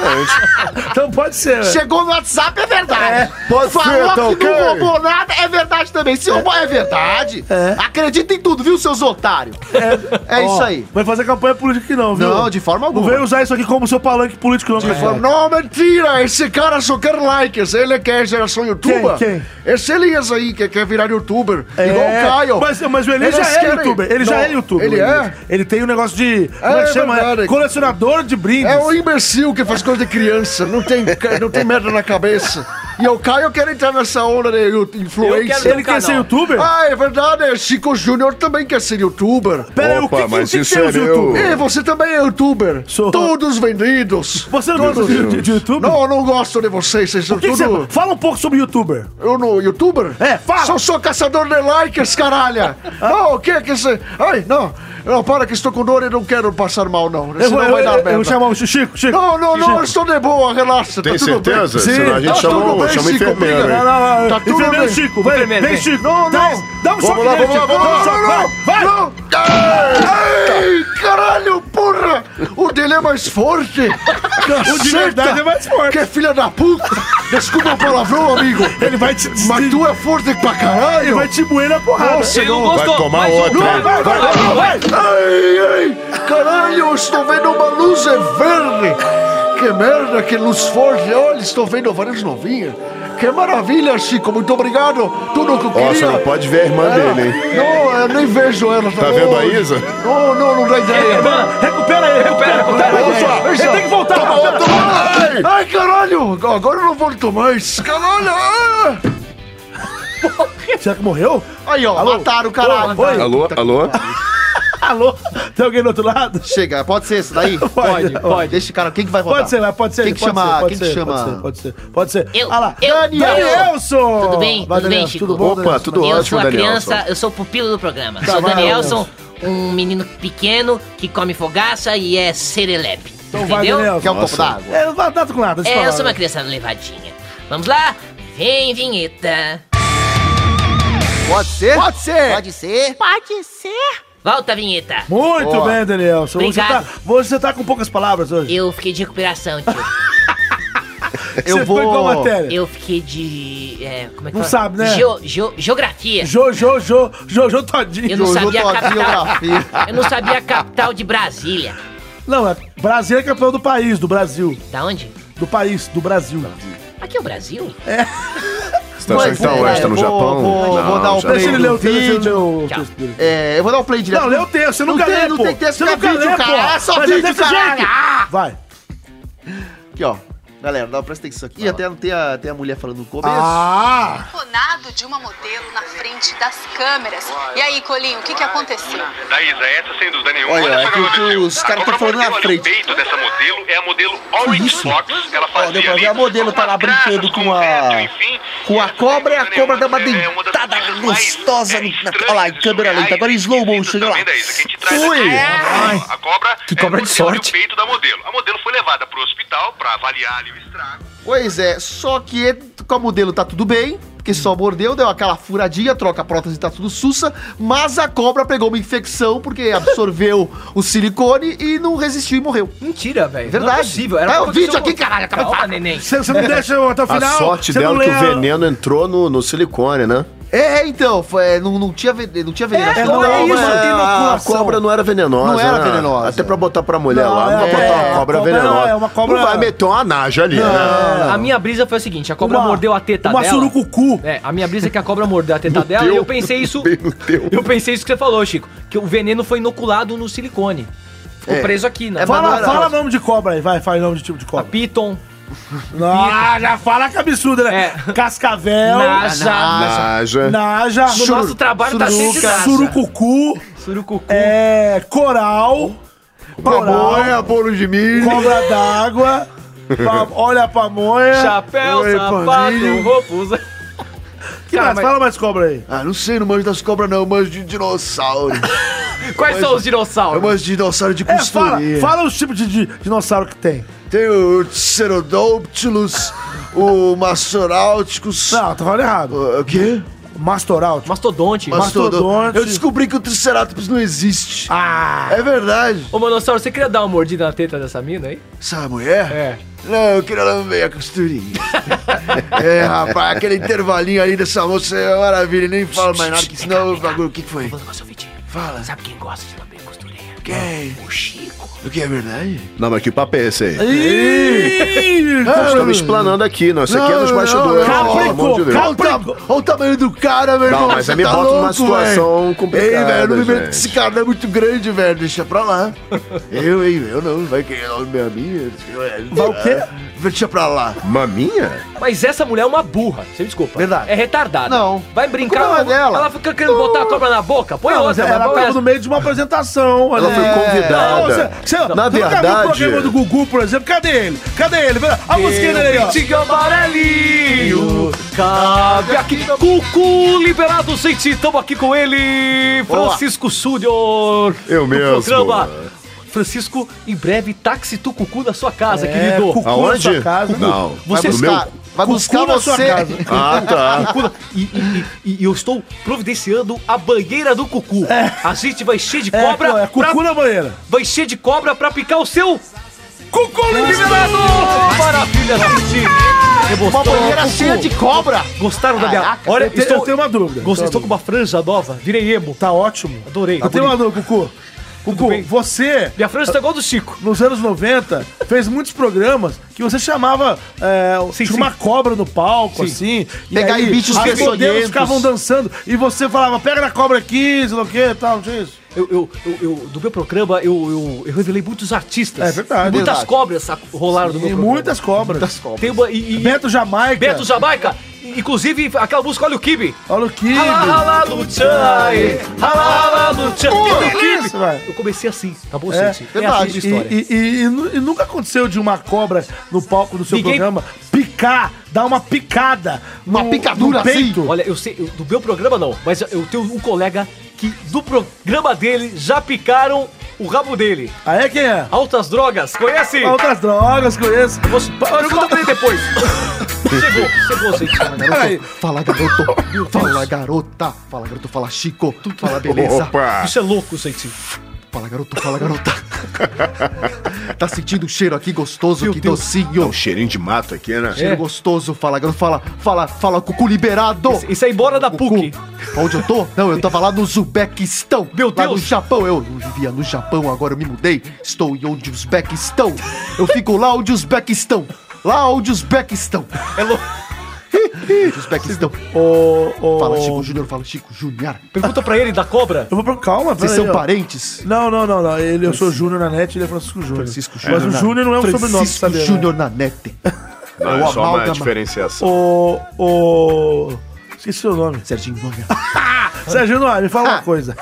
Speaker 5: Exatamente.
Speaker 4: então pode ser. velho.
Speaker 3: Chegou no WhatsApp, é verdade.
Speaker 4: pode
Speaker 3: Falou
Speaker 4: ser, tá
Speaker 3: que
Speaker 4: ok?
Speaker 3: não roubou nada, é verdade também. Se roubou, é verdade. Acredita em tudo, viu, seus otários? É,
Speaker 4: Ó,
Speaker 3: isso aí.
Speaker 4: Vai fazer campanha política que não, viu?
Speaker 3: Não, de forma alguma.
Speaker 4: Não vem usar isso aqui como seu palanque político, não.
Speaker 15: Ele
Speaker 4: cara.
Speaker 15: falou, não, mentira, esse cara só quer likes, ele quer geração youtuber.
Speaker 4: Quem?
Speaker 15: Esse Elias aí que quer virar youtuber,
Speaker 4: É,
Speaker 15: igual o Caio.
Speaker 4: Mas, mas o Elias
Speaker 15: Eles
Speaker 4: já é
Speaker 15: querem-
Speaker 4: youtuber. Ele já
Speaker 15: Não,
Speaker 4: é youtuber.
Speaker 15: Ele
Speaker 4: o Elias.
Speaker 15: é?
Speaker 4: Ele tem um negócio de. Como é,
Speaker 15: É
Speaker 4: que chama?
Speaker 15: verdade.
Speaker 4: Colecionador de brindes.
Speaker 15: É um imbecil que faz coisa de criança, não tem, ca- não tem merda na cabeça. E o Caio quer entrar nessa onda de you-
Speaker 4: Eu quero
Speaker 15: influencer.
Speaker 4: ter um Ele quer ser canal. youtuber?
Speaker 15: Ah, é verdade. Chico Júnior também quer ser youtuber.
Speaker 4: Pera aí, o Opa, que que- mas o que que isso tem é os meu. youtubers?
Speaker 15: É, você também é youtuber. Todos vendidos.
Speaker 4: Você não
Speaker 15: Todos
Speaker 4: gosta de- de- de youtuber?
Speaker 15: Não, eu não gosto de vocês. Vocês são
Speaker 4: O que que
Speaker 15: tudo...
Speaker 4: você- Fala um pouco sobre youtuber.
Speaker 15: Eu no youtuber? É,
Speaker 4: fala! Ah.
Speaker 15: Só sou caçador de likes, caralho! não, o que que você. Ai, não! Não, para que estou com dor e não quero passar mal, não.
Speaker 4: Eu vou,
Speaker 15: Senão
Speaker 4: eu,
Speaker 15: vai dar
Speaker 4: eu,
Speaker 15: merda.
Speaker 4: eu vou chamar o Chico, Chico.
Speaker 15: Não, não, não,
Speaker 4: Chico.
Speaker 15: eu estou de boa, relaxa.
Speaker 5: Tem
Speaker 15: tá tudo
Speaker 5: certeza?
Speaker 15: Bem.
Speaker 5: Senão a gente
Speaker 15: tá
Speaker 5: chama
Speaker 15: tudo
Speaker 5: o-
Speaker 15: bem,
Speaker 5: chama o
Speaker 15: Chico,
Speaker 5: enfermeiro aí.
Speaker 15: obrigado.
Speaker 4: Não, não,
Speaker 15: Tá tudo
Speaker 4: enfermeiro
Speaker 15: bem.
Speaker 4: Chico, vai,
Speaker 15: Enfermeiro,
Speaker 4: vem,
Speaker 15: vem.
Speaker 4: Chico.
Speaker 15: Não,
Speaker 4: Dá-
Speaker 15: não.
Speaker 4: Dá um
Speaker 15: Vamos
Speaker 4: choque
Speaker 15: lá,
Speaker 4: nele,
Speaker 15: vamos lá,
Speaker 4: Chico.
Speaker 15: vamos
Speaker 4: Dá um
Speaker 15: lá,
Speaker 4: choque, vai, vai.
Speaker 15: Ai, caralho, porra! O dele é mais
Speaker 4: <laughs>
Speaker 15: forte!
Speaker 4: O de verdade é mais
Speaker 15: forte! Que filha da puta! Desculpa o palavrão, amigo!
Speaker 4: Ele vai te.
Speaker 15: Mas tu é forte pra caralho!
Speaker 4: Ele vai te moer na porrada.
Speaker 15: Nossa,
Speaker 4: Ele não
Speaker 15: não.
Speaker 4: gostou, Vai tomar mas o- outra,
Speaker 15: Não,
Speaker 4: hein?
Speaker 15: vai, vai, vai, vai, Ai, ai! Caralho, eu estou vendo uma luz é verde! Que merda, que luz forte! Olha, estou vendo várias novinhas! Que maravilha, Chico! Muito obrigado! Tudo que eu
Speaker 5: Ó,
Speaker 15: queria!
Speaker 5: você não pode ver a irmã
Speaker 15: Ela-
Speaker 5: dele, hein?
Speaker 15: Não, eu nem vejo ela.
Speaker 5: Tá vendo a Isa?
Speaker 15: Não, não, não dá ideia.
Speaker 4: recupera aí, recupera, recupera.
Speaker 15: Ouça,
Speaker 4: Ele tem que voltar.
Speaker 15: Toma,
Speaker 4: Pera.
Speaker 15: toma. Ai, ai, caralho, agora eu não volto mais. Caralho. ah.
Speaker 4: Será que morreu?
Speaker 3: Aí, ó, mataram o caralho. Tá-
Speaker 4: Oi.
Speaker 5: Alô, alô?
Speaker 4: Alô? Tem alguém do outro lado?
Speaker 3: Chega, pode ser esse daí?
Speaker 4: <laughs> Pode, pode.
Speaker 3: Deixa o cara, quem que vai rodar?
Speaker 4: Pode ser, vai, pode ser.
Speaker 3: Quem que
Speaker 4: pode
Speaker 3: chama?
Speaker 4: ser, pode
Speaker 3: quem
Speaker 4: ser,
Speaker 3: que chama?
Speaker 4: Pode ser, pode ser. Pode ser.
Speaker 17: Eu,
Speaker 4: Ah lá,
Speaker 17: eu,
Speaker 4: Daniel. Danielson!
Speaker 17: Tudo bem?
Speaker 4: Vai,
Speaker 17: tudo bem,
Speaker 4: Danielson,
Speaker 17: Chico?
Speaker 4: tudo bom, Opa, Danielson?
Speaker 5: tudo
Speaker 17: Eu
Speaker 5: ótimo,
Speaker 17: sou a
Speaker 5: Danielson.
Speaker 17: criança, eu sou o pupilo do programa.
Speaker 4: Tá,
Speaker 17: sou o
Speaker 4: vai,
Speaker 17: Danielson, um menino pequeno que come fogaça e é serelepe.
Speaker 4: Então vai,
Speaker 17: entendeu?
Speaker 4: Danielson. Nossa. É, não vai dar com nada. deixa
Speaker 17: É, eu
Speaker 4: falar,
Speaker 17: sou uma
Speaker 4: né?
Speaker 17: criança levadinha. Vamos lá? Vem, vinheta.
Speaker 3: Pode ser? Pode ser.
Speaker 17: Pode ser? Pode ser. Volta a vinheta.
Speaker 4: Muito
Speaker 17: Boa.
Speaker 4: bem, Danielson. Você tá,
Speaker 17: Obrigado.
Speaker 4: você tá com poucas palavras hoje.
Speaker 17: Eu fiquei de recuperação, tio.
Speaker 4: <laughs> Eu Você vou- foi qual matéria?
Speaker 17: Eu fiquei de... é, como é que
Speaker 4: Não
Speaker 17: fala?
Speaker 4: sabe, né?
Speaker 17: Geo- geo- geografia.
Speaker 4: Jo, jo, jo, jo, jo todinho.
Speaker 17: Eu não sabia a capital.
Speaker 4: geografia.
Speaker 17: <laughs> Eu não sabia a capital de Brasília.
Speaker 4: Não, é Brasil é campeão do país, do Brasil.
Speaker 17: Da onde?
Speaker 4: Do país, do Brasil.
Speaker 17: Ah, Aqui é o Brasil?
Speaker 4: É. tá
Speaker 5: Estação
Speaker 3: Mas,
Speaker 5: Itaú,
Speaker 3: é,
Speaker 5: está no
Speaker 3: vou-
Speaker 5: Japão?
Speaker 3: Vou,
Speaker 5: Não,
Speaker 3: vou dar
Speaker 5: já não.
Speaker 3: o play.
Speaker 5: Deixa ele
Speaker 3: no
Speaker 5: ler o texto,
Speaker 3: vídeo.
Speaker 5: deixa ele ler o
Speaker 3: Tchau.
Speaker 5: texto dele.
Speaker 3: É, eu vou dar o play direto.
Speaker 4: Não, lê o texto, você nunca
Speaker 3: tem,
Speaker 4: lê,
Speaker 3: Não
Speaker 4: pô.
Speaker 3: tem texto,
Speaker 4: Você
Speaker 3: é
Speaker 4: nunca
Speaker 3: vídeo,
Speaker 4: lê, pô.
Speaker 3: cara. É só
Speaker 4: Mas é
Speaker 3: vídeo,
Speaker 4: desse
Speaker 3: caralho.
Speaker 4: jeito.
Speaker 3: Ah!
Speaker 4: Vai.
Speaker 3: Aqui, ó. Galera, dá, presta atenção aqui. E até tem a, tem a mulher falando no começo.
Speaker 4: Ah!
Speaker 18: Telefonado de uma modelo na frente das câmeras. E aí, Colinho, o que, que aconteceu?
Speaker 19: Daí, Isa, essa sem dúvida nenhuma.
Speaker 3: Olha,
Speaker 19: só
Speaker 3: é
Speaker 19: o
Speaker 3: que
Speaker 19: aconteceu.
Speaker 3: os caras tão
Speaker 19: A própria
Speaker 3: falando na
Speaker 19: modelo ali,
Speaker 3: frente.
Speaker 19: O peito dessa modelo é a modelo Orange Fox. Ela
Speaker 3: Ó, deu
Speaker 19: fazia
Speaker 3: pra ver a
Speaker 19: ali um
Speaker 3: modelo tá lá brincando com a. Com a cobra e a cobra dá uma
Speaker 19: é,
Speaker 3: dentada gostosa. no- na- Olha lá, em câmera lenta. Agora em slow motion, olha lá.
Speaker 19: né?
Speaker 3: Fui! Ai,
Speaker 19: a cobra.
Speaker 3: Que
Speaker 19: é,
Speaker 3: cobra
Speaker 19: modelo
Speaker 3: de sorte.
Speaker 19: E o peito da modelo. A modelo foi levada pro hospital pra avaliar ali o
Speaker 3: Pois é, só que com a modelo tá tudo bem, porque só mordeu, deu aquela furadinha, troca a prótese, tá tudo sussa, mas a cobra pegou uma infecção porque absorveu <laughs> o silicone e não resistiu e morreu.
Speaker 7: Mentira, velho.
Speaker 3: Verdade.
Speaker 7: Não é possível, era
Speaker 3: Era
Speaker 7: uma coisa
Speaker 3: o
Speaker 7: que
Speaker 3: vídeo
Speaker 7: você
Speaker 3: aqui,
Speaker 7: botou.
Speaker 3: caralho, acabei de
Speaker 7: Calma,
Speaker 3: falar.
Speaker 7: neném.
Speaker 5: <laughs>
Speaker 4: Você- você não deixa eu até o final?
Speaker 5: A sorte
Speaker 4: Você não
Speaker 5: dela é que
Speaker 4: lê
Speaker 5: o
Speaker 4: a-
Speaker 5: veneno entrou no, no silicone, né?
Speaker 3: É, então, foi- é, não, não tinha veneno. Não tinha né? veneno.
Speaker 5: É,
Speaker 3: acho que
Speaker 5: não,
Speaker 3: era
Speaker 5: é
Speaker 3: uma-
Speaker 5: isso, tem a cobra não era venenosa.
Speaker 3: Não era
Speaker 5: né?
Speaker 3: venenosa.
Speaker 5: Até pra botar pra mulher
Speaker 3: Não,
Speaker 5: lá, não
Speaker 3: é,
Speaker 5: vai botar uma cobra
Speaker 3: cobra
Speaker 5: venenosa.
Speaker 3: é uma cobra-
Speaker 5: Não vai meter uma naja ali, né?
Speaker 7: A minha brisa foi a seguinte, a cobra
Speaker 5: Uma-
Speaker 7: mordeu a teta
Speaker 5: uma
Speaker 7: dela. surucucu. É, a minha brisa é que a cobra mordeu a teta dela e eu pensei isso. Eu pensei isso que você falou, Chico, que o veneno foi inoculado no silicone. Ficou
Speaker 4: É.
Speaker 7: preso aqui, né?
Speaker 4: fala fala nome de cobra aí, vai, fala nome de tipo de cobra.
Speaker 7: Piton.
Speaker 4: Ah, já fala que absurdo, né? Cascavel.
Speaker 7: é Naja.
Speaker 5: Naja.
Speaker 4: Naja.
Speaker 7: No nosso trabalho tá cheio de naja.
Speaker 4: Surucucu.
Speaker 7: Surucucu.
Speaker 4: É, coral.
Speaker 5: Pamonha, bolo de milho.
Speaker 4: Cobra d'água. pa- Olha a pamonha.
Speaker 7: Chapéu,
Speaker 4: Oi,
Speaker 7: sapato,
Speaker 4: pandinho.
Speaker 7: roupa. usa-
Speaker 4: Que
Speaker 7: Cara,
Speaker 4: mais?
Speaker 7: mas-
Speaker 4: Fala mais cobra aí.
Speaker 15: Ah, não sei, não manjo das cobras não, eu manjo de dinossauro.
Speaker 7: Quais
Speaker 15: Eu manjo-
Speaker 7: são os dinossauros?
Speaker 15: Eu manjo de dinossauro de
Speaker 4: É, fala,
Speaker 15: costurinha.
Speaker 4: fala os tipos de, de dinossauro que tem.
Speaker 15: Tem o Cerodoptilus, o Mastoráuticos.
Speaker 4: Não, tá falando errado.
Speaker 15: O, o quê?
Speaker 4: Mastoráutico.
Speaker 7: Mastodonte.
Speaker 15: Eu descobri que o Triceratops não existe.
Speaker 4: Ah!
Speaker 15: É verdade.
Speaker 7: Ô, Manossauro, você queria dar uma mordida na teta dessa mina aí?
Speaker 15: Essa mulher?
Speaker 7: É.
Speaker 15: Não, eu queria lamber a
Speaker 4: <laughs>
Speaker 15: costurinha. é, rapaz, aquele intervalinho ali dessa moça é uma maravilha. Nem falo mais nada, que senão eu bagulho. O que que foi? Fala.
Speaker 17: Sabe quem gosta de lamber costureira?
Speaker 15: Quem?
Speaker 17: O Chico.
Speaker 15: Ah, O que é verdade?
Speaker 5: Não, mas que papo é esse aí? <laughs>
Speaker 15: Ih!
Speaker 5: Nós estamos explanando aqui, nós. Isso aqui é nos bastidores. pelo amor de Deus.
Speaker 15: Olha o tamanho do cara, meu
Speaker 5: Não,
Speaker 15: irmão.
Speaker 5: mas
Speaker 15: você
Speaker 5: aí me
Speaker 15: tá
Speaker 5: bota numa
Speaker 15: louco,
Speaker 5: situação
Speaker 15: velho.
Speaker 5: complicada,
Speaker 15: Ei, velho, não me meto
Speaker 5: gente.
Speaker 15: esse cara, não é muito grande, velho. Deixa pra lá. eu, hein, eu não. Vai
Speaker 5: é
Speaker 15: querer o meu amigo.
Speaker 4: Vai o quê?
Speaker 15: Deixa pra lá.
Speaker 5: Maminha?
Speaker 7: Mas essa mulher é uma burra, você me desculpa. Verdade. É retardada. Não. Vai brincar
Speaker 4: culpa não é
Speaker 7: com-
Speaker 4: dela.
Speaker 7: Ela fica querendo botar a cobra na boca? Põe
Speaker 4: Não, mas
Speaker 7: outra.
Speaker 4: ela
Speaker 7: mas põe
Speaker 4: tava no meio de uma apresentação.
Speaker 5: Ela
Speaker 4: né?
Speaker 5: foi convidada.
Speaker 4: Não, você- você-
Speaker 5: Na
Speaker 4: você nunca viu
Speaker 5: verdade-
Speaker 4: o programa do Gugu, por exemplo. Cadê ele? Cadê ele? A musiquinha dele aí, ó.
Speaker 7: Pintinho amarelinho, cabe aqui. Cucu liberado, gente. Tamo aqui com ele, Francisco Súnior.
Speaker 5: Eu
Speaker 7: do
Speaker 5: mesmo.
Speaker 7: Programa. Francisco, em breve, táxi tu cucu da sua casa, querido.
Speaker 5: cucu na Aonde? sua casa. Não.
Speaker 7: Você
Speaker 5: Vai buscar-
Speaker 7: está-
Speaker 5: vai
Speaker 7: cucu
Speaker 5: buscar
Speaker 7: na sua
Speaker 5: você.
Speaker 7: casa.
Speaker 5: <laughs> Ah, tá.
Speaker 7: Cucu na- E, e- e- e eu estou providenciando a banheira do cucu. A gente vai encher de
Speaker 4: É,
Speaker 7: cobra.
Speaker 4: é, cucu
Speaker 7: pra-
Speaker 4: na banheira.
Speaker 7: Vai encher de cobra pra picar o seu... Cucu liberado! Maravilha, gente!
Speaker 3: Uma banheira cheia de cobra.
Speaker 7: Gostaram da minha.
Speaker 4: Caraca, eu te- eu tenho uma dúvida.
Speaker 7: Gostei,
Speaker 4: Tenho
Speaker 7: estou
Speaker 4: uma
Speaker 7: com uma franja nova. Virei emo.
Speaker 4: Tá ótimo.
Speaker 7: Adorei.
Speaker 4: Eu tenho uma
Speaker 7: bonito.
Speaker 4: dúvida, Cucu. Cucu, você.
Speaker 7: Minha franja tá igual do Chico.
Speaker 4: Nos anos 90, fez muitos programas que você chamava. É, tinha uma cobra no palco, assim.
Speaker 3: Pegar em beats
Speaker 4: as
Speaker 3: peçonhentos.
Speaker 4: modelos ficavam dançando. E você falava, pega na cobra aqui, sei lá o que tal, não tinha isso.
Speaker 7: Eu, eu, eu, eu- do meu programa, eu, eu, eu revelei muitos artistas.
Speaker 4: É verdade.
Speaker 7: Muitas
Speaker 4: Verdade.
Speaker 7: cobras sa- rolaram do meu
Speaker 4: E
Speaker 7: programa.
Speaker 4: muitas cobras.
Speaker 7: Muitas cobras. Tem uma, e, e-
Speaker 4: Beto Jamaica.
Speaker 7: Beto Jamaica. Inclusive, aquela música Olha o Kibe.
Speaker 4: Olha o Kibe.
Speaker 7: Ralá, Lutchai. Ralá, Lutchai.
Speaker 4: Porra, que isso, velho?
Speaker 7: Eu comecei assim, tá bom,
Speaker 4: É,
Speaker 7: gente? É assim de
Speaker 4: verdade.
Speaker 7: história.
Speaker 4: E, e- e- e nu- e nunca aconteceu de uma cobra no palco do seu
Speaker 7: Ninguém-
Speaker 4: programa picar, dar uma picada, uma
Speaker 7: picadura peito. Olha, eu sei, eu- do meu programa não, mas eu tenho um colega que do programa dele já picaram o rabo dele.
Speaker 4: Ah, é quem é?
Speaker 7: Altas drogas, conhece?
Speaker 4: Outras drogas, conheço.
Speaker 7: Você- Pergunta pra ele
Speaker 4: <laughs>
Speaker 7: depois. chegou, chegou, gente.
Speaker 4: Peraí.
Speaker 3: Fala, garoto. Fala, garota. Fala, garoto. Fala, Chico. Fala, beleza.
Speaker 5: Opa.
Speaker 7: Isso é louco, gente.
Speaker 3: Fala, garoto.
Speaker 7: <laughs>
Speaker 3: Fala, garota. tá sentindo o cheiro aqui gostoso, que docinho.
Speaker 5: Tá um cheirinho de mato aqui,
Speaker 7: É.
Speaker 5: né?
Speaker 3: Cheiro gostoso, fala, garoto. Fala, fala, fala, cucu liberado.
Speaker 7: Isso é embora da PUC.
Speaker 3: Onde eu tô? Não, eu tava lá no Uzbequistão. Meu lá
Speaker 7: Deus.
Speaker 3: no Japão. Eu vivia no Japão, agora eu me mudei. Estou em onde os Uzbequistão. Eu fico lá onde os Uzbequistão. Lá onde os Becs estão. É <laughs> louco. Os Becs estão. Fala, Chico Júnior, fala, Chico Júnior.
Speaker 4: Pergunta pra ele da cobra. Eu vou pra... Calma,
Speaker 3: Vocês
Speaker 4: peraí,
Speaker 3: são
Speaker 4: ó.
Speaker 3: parentes?
Speaker 4: Não, não, não, não. Ele, eu sou Júnior na net, ele é Francisco Júnior.
Speaker 3: Francisco
Speaker 4: Mas o Júnior não é um sobrenome,
Speaker 3: Francisco
Speaker 4: sabe? né?
Speaker 3: Júnior na net.
Speaker 5: Não,
Speaker 4: É o
Speaker 5: é só uma
Speaker 4: amálgama.
Speaker 5: diferenciação.
Speaker 4: O. O. Esqueci o nome. Serginho Noia. <laughs> Serginho Noia, me fala uma coisa.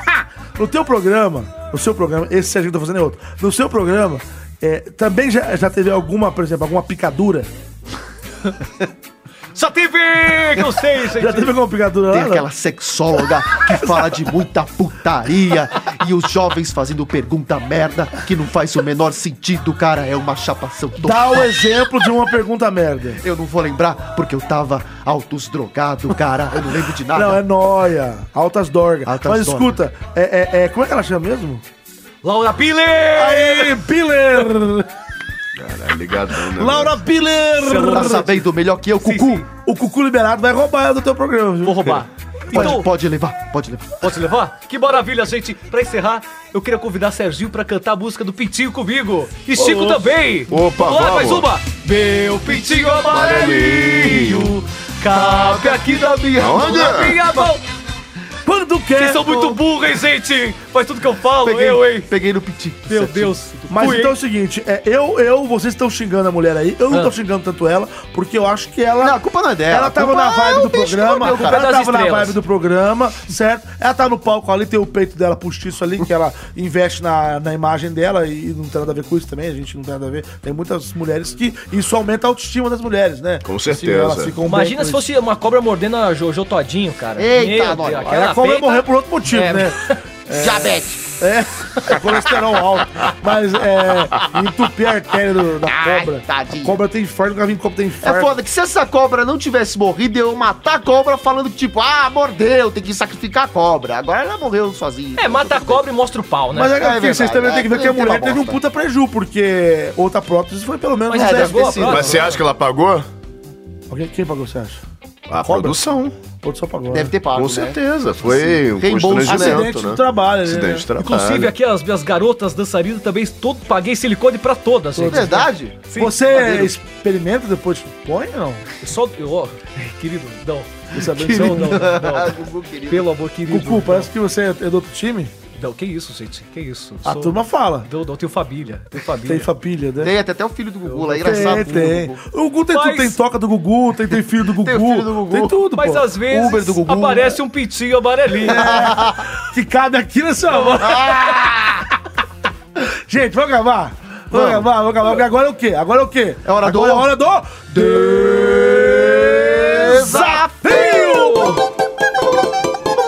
Speaker 4: No teu programa, no seu programa, esse Serginho que eu tô fazendo é outro. No seu programa, é, também já, já teve alguma, por exemplo, alguma picadura?
Speaker 8: Só teve que eu sei, gente.
Speaker 4: Já teve alguma picadura
Speaker 3: Tem
Speaker 4: lá?
Speaker 3: aquela sexóloga que fala de muita putaria e os jovens fazendo pergunta merda que não faz o menor sentido, cara. É uma chapação total.
Speaker 4: Dá o exemplo de uma pergunta merda.
Speaker 3: Eu não vou lembrar porque eu tava altos drogado, cara. Eu não lembro de nada.
Speaker 4: Não, é noia. Altas dorgas.
Speaker 3: Altas
Speaker 4: Mas
Speaker 3: dorgas.
Speaker 4: escuta, é, é- é- como é que ela chama mesmo?
Speaker 8: Laura Piller!
Speaker 4: Aê, Piller!
Speaker 5: Cara, ligadão, né?
Speaker 4: Laura Piller!
Speaker 3: Você tá sabendo melhor que eu, Cucu.
Speaker 4: O Cucu Liberado vai roubar do teu programa, viu?
Speaker 8: Vou roubar.
Speaker 3: Pode,
Speaker 8: Então-
Speaker 3: pode levar, pode levar.
Speaker 8: Posso levar? Que maravilha, gente! Pra encerrar, eu queria convidar Serginho pra cantar a música do Pintinho comigo. E Chico
Speaker 20: Ô.
Speaker 8: também!
Speaker 20: Opa,
Speaker 8: Vamos lá,
Speaker 20: vamos.
Speaker 8: mais uma! Meu pintinho amarelinho cabe aqui na minha,
Speaker 20: Aonde?
Speaker 8: na minha mão!
Speaker 4: é? Quando quer!
Speaker 8: Vocês são muito burros, hein, gente? Faz tudo que eu falo, eu, hein?
Speaker 3: Peguei no piti.
Speaker 8: Meu Deus!
Speaker 4: Mas
Speaker 8: Fui,
Speaker 4: então é o
Speaker 8: hein?
Speaker 4: seguinte, é, eu, eu, vocês estão xingando a mulher aí, eu não tô xingando tanto ela, porque eu acho que ela.
Speaker 3: Ah. Não, a culpa não é dela,
Speaker 4: Ela
Speaker 3: a
Speaker 4: tava
Speaker 3: culpa
Speaker 4: na
Speaker 3: é
Speaker 4: vibe
Speaker 3: o
Speaker 4: do
Speaker 3: bicho que
Speaker 4: programa,
Speaker 3: mordeu,
Speaker 4: ela
Speaker 3: culpa das
Speaker 4: tava na
Speaker 3: estrelas.
Speaker 4: vibe do programa, certo? Ela tá no palco ali, tem o peito dela postiço ali, que ela investe na, na imagem dela e não tem nada a ver com isso também, a gente não tem nada a ver. Tem muitas mulheres que isso aumenta a autoestima das mulheres, né?
Speaker 5: Com
Speaker 4: Assim,
Speaker 5: certeza.
Speaker 4: elas ficam bem
Speaker 7: Imagina
Speaker 4: com
Speaker 7: se
Speaker 4: isso.
Speaker 7: fosse uma cobra mordendo a Jojo todinho, cara.
Speaker 4: Eita,
Speaker 7: Meu
Speaker 4: nós.
Speaker 7: Deus,
Speaker 4: Aí a cobra ia
Speaker 7: peita-
Speaker 4: É morrer por outro motivo,
Speaker 7: É.
Speaker 8: <laughs>
Speaker 4: né?
Speaker 7: Diabetes.
Speaker 4: É, colesterol alto. Mas é. Entupir a artéria do- da cobra. a cobra tem infarto, nunca vi cobra tem infarto.
Speaker 3: É foda que se essa cobra não tivesse morrido, eu ia matar a cobra falando que, tipo, ah, mordeu, tem que sacrificar a cobra. Agora ela morreu sozinha.
Speaker 7: É, mata a cobra e mostra o pau, né?
Speaker 4: Mas é, que vocês
Speaker 3: verdade,
Speaker 4: também
Speaker 3: é,
Speaker 4: têm que ver que a
Speaker 3: tem uma
Speaker 4: mulher teve um
Speaker 3: bosta.
Speaker 4: puta preju, porque outra prótese foi pelo menos
Speaker 7: Mas
Speaker 4: uns
Speaker 7: é,
Speaker 4: 10
Speaker 7: pagou a
Speaker 4: tecidos.
Speaker 5: Mas você acha que ela pagou?
Speaker 4: Alguém- Quem pagou, você acha?
Speaker 5: A produção.
Speaker 4: A produção pagou.
Speaker 3: Deve ter pago,
Speaker 5: Com
Speaker 3: né?
Speaker 5: certeza. Foi um
Speaker 3: Tem bolso,
Speaker 5: constrangimento,
Speaker 3: acidente
Speaker 5: né?
Speaker 3: de trabalho, né?
Speaker 5: Acidente de trabalho.
Speaker 8: Inclusive, aqui as minhas garotas dançarinas também todo, paguei silicone pra todas,
Speaker 4: É né?
Speaker 8: gente.
Speaker 3: é Verdade?
Speaker 8: Sim.
Speaker 4: Você é
Speaker 8: Madeira.
Speaker 4: experimenta depois que põe ou não?
Speaker 8: Eu Só. Eu,
Speaker 7: <laughs>
Speaker 8: ó, querido, não.
Speaker 4: Eu
Speaker 3: <laughs>
Speaker 4: sabia disso.
Speaker 8: Querido. Não, não, não.
Speaker 4: <laughs>
Speaker 3: Gugu, querido.
Speaker 8: Pelo amor querido.
Speaker 4: né? Cucu, parece que você é do outro time.
Speaker 8: Não, que isso, gente? Que isso?
Speaker 4: A
Speaker 8: Sou-
Speaker 4: turma fala.
Speaker 8: Não, não, tenho família. Tenho família.
Speaker 4: Tem família, né?
Speaker 3: Tem, até, até o filho do Gugu lá, é
Speaker 4: Tem,
Speaker 3: engraçado.
Speaker 4: tem. O Gugu tem tudo,
Speaker 8: Mas-
Speaker 4: tem toca do Gugu, tem, tem filho do Gugu. Tem
Speaker 8: filho
Speaker 3: do Gugu.
Speaker 4: tudo,
Speaker 8: Mas
Speaker 4: pô.
Speaker 8: às vezes
Speaker 4: Uber do Gugu. É,
Speaker 8: aparece um pintinho amarelinho.
Speaker 4: que cabe aqui na sua mão. Gente, vamos gravar? Vamos gravar, vamos gravar. Porque agora é o quê? Agora é o quê? É hora agora do... é hora do... Desafio!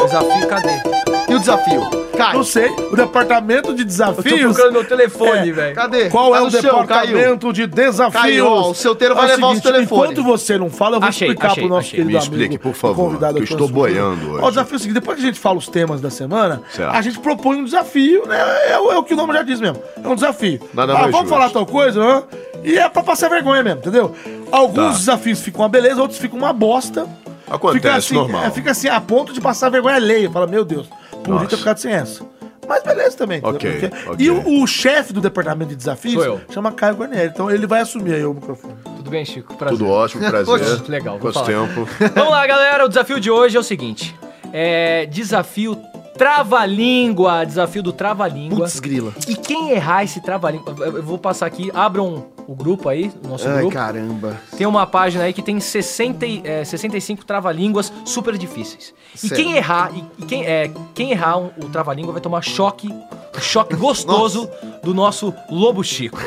Speaker 8: Desafio, cadê?
Speaker 3: E o desafio? Cai.
Speaker 4: Não sei. O departamento de desafios...
Speaker 8: procurando meu telefone, velho.
Speaker 3: Cadê?
Speaker 4: Qual
Speaker 3: Tá
Speaker 4: é o
Speaker 3: no chão,
Speaker 4: departamento de desafios?
Speaker 3: Caiu, ó, o solteiro vai
Speaker 4: É
Speaker 3: levar os
Speaker 4: seguinte,
Speaker 3: telefones.
Speaker 4: Enquanto você não fala, eu vou
Speaker 3: Achei,
Speaker 4: explicar
Speaker 3: achei,
Speaker 4: pro nosso
Speaker 3: achei.
Speaker 4: querido
Speaker 5: Me
Speaker 4: amigo.
Speaker 5: explique, por favor,
Speaker 4: convidado
Speaker 5: que eu
Speaker 4: aqui,
Speaker 5: estou
Speaker 4: nosso querido.
Speaker 5: boiando hoje.
Speaker 4: Ó, o desafio é o seguinte, depois que a gente fala os temas da semana,
Speaker 5: Certo.
Speaker 4: a gente propõe um desafio, né? É, o- é o que o nome já diz mesmo. É um desafio.
Speaker 5: Nada
Speaker 4: ah,
Speaker 5: mais
Speaker 4: vamos
Speaker 5: justo.
Speaker 4: falar tal coisa, hã? E é pra passar vergonha mesmo, entendeu? Alguns
Speaker 5: Tá.
Speaker 4: desafios ficam uma beleza, outros ficam uma bosta.
Speaker 5: Acontece,
Speaker 4: fica assim,
Speaker 5: normal.
Speaker 4: é, fica assim, a ponto de passar vergonha alheia. Fala, meu Deus, podia ter ficado sem essa. Mas beleza também. entendeu?
Speaker 5: Ok,
Speaker 4: Porque-
Speaker 5: ok.
Speaker 4: E o, o chefe do departamento de desafios
Speaker 5: Sou eu.
Speaker 4: chama Caio Guarnieri. Então ele vai assumir aí o microfone.
Speaker 7: Tudo bem, Chico? Prazer. <laughs>
Speaker 5: Tudo ótimo, prazer.
Speaker 7: Oxe, legal, vou
Speaker 5: Quanto
Speaker 7: falar.
Speaker 5: tempo?
Speaker 7: <laughs> Vamos lá, galera. O desafio de hoje é o seguinte: é desafio trava-língua. Desafio do trava-língua.
Speaker 3: Putz, grila.
Speaker 7: E quem errar esse trava-língua. Eu eu vou passar aqui, abram o grupo aí, o nosso
Speaker 3: Ai,
Speaker 7: grupo.
Speaker 3: caramba.
Speaker 7: Tem uma página aí que tem 60, e, é, 65 trava-línguas super difíceis. E
Speaker 3: Certo.
Speaker 7: quem errar, e, e quem, é, quem errar um- o trava-língua vai tomar choque, um choque gostoso do nosso Lobo
Speaker 4: <laughs>
Speaker 7: Chico.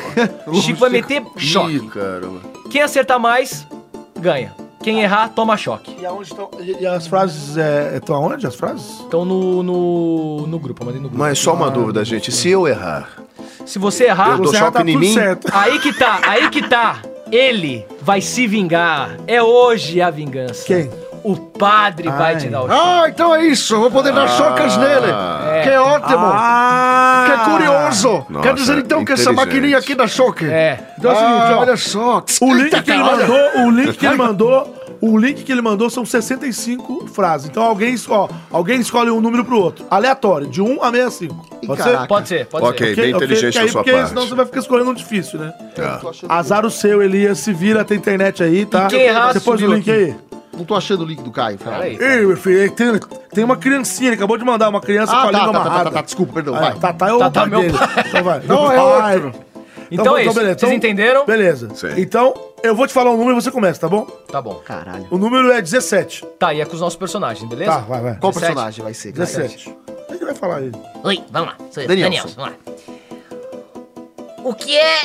Speaker 7: Chico, vai meter choque.
Speaker 5: Ih, caramba.
Speaker 7: Quem acertar mais, ganha. Quem errar, toma choque.
Speaker 4: E, aonde estão, e, e as frases é, estão aonde? As frases?
Speaker 7: Estão no, no, no grupo, eu mandei no grupo.
Speaker 5: Mas só uma dúvida, gente. Se eu errar,
Speaker 7: Se você errar,
Speaker 5: Eu dou
Speaker 7: você
Speaker 5: choque
Speaker 7: errar,
Speaker 5: em mim?
Speaker 7: Aí que tá, aí que tá. Ele vai se vingar. É hoje a vingança. Quem? O padre vai te dar o choque.
Speaker 15: Ah, então é isso. Eu vou poder dar
Speaker 7: Ah.
Speaker 15: chocas nele.
Speaker 7: É.
Speaker 15: Que é ótimo.
Speaker 5: Ah!
Speaker 15: que é curioso.
Speaker 4: Nossa,
Speaker 15: Quer dizer então que essa
Speaker 4: inteligente.
Speaker 15: maquininha aqui dá choque?
Speaker 7: É.
Speaker 15: Então é o seguinte,
Speaker 4: Ah,
Speaker 15: olha só.
Speaker 4: O link que ele mandou, o link que ele mandou O link que ele mandou são 65 frases. Então alguém, esco- ó, alguém escolhe um número pro outro. Aleatório, de 1 a 65. Pode
Speaker 5: caraca.
Speaker 4: ser?
Speaker 5: Pode ser, pode Ok, ser. bem inteligente
Speaker 4: porque
Speaker 5: da
Speaker 4: aí-
Speaker 5: sua
Speaker 4: porque
Speaker 5: parte.
Speaker 4: senão você vai ficar escolhendo um difícil, né?
Speaker 3: É.
Speaker 5: Tá.
Speaker 4: Azar o seu, Elias. Se vira, tem internet aí, tá?
Speaker 3: E quem errar,
Speaker 4: Você pôs o
Speaker 3: subiu
Speaker 4: link
Speaker 3: aqui.
Speaker 4: aí.
Speaker 3: Não tô achando o link do Caio, cara.
Speaker 4: Ei, meu filho, tem, tem uma criancinha, ele acabou de mandar uma criança
Speaker 3: Ah,
Speaker 4: com a
Speaker 3: tá, tá,
Speaker 4: língua
Speaker 3: tá,
Speaker 4: amarrada.
Speaker 3: tá, tá, desculpa, perdão,
Speaker 4: Ah,
Speaker 3: vai.
Speaker 4: Tá, tá, é o
Speaker 3: Tá, tá,
Speaker 4: pai
Speaker 3: meu
Speaker 4: dele.
Speaker 3: pai.
Speaker 4: Então vai.
Speaker 3: Não, é
Speaker 4: Pai.
Speaker 3: outro.
Speaker 7: Então é isso, vocês entenderam?
Speaker 4: Beleza. Então, eu vou te falar um número e você começa, tá bom?
Speaker 7: Tá bom.
Speaker 3: Caralho.
Speaker 4: O número é 17.
Speaker 7: Tá, e é com os nossos personagens, beleza?
Speaker 4: Tá, vai, vai. Qual personagem
Speaker 3: vai ser?
Speaker 4: 17. O que vai falar aí?
Speaker 17: Oi, vamos lá. Sou eu,
Speaker 4: Danielson.
Speaker 17: Danielson, vamos lá. O que é.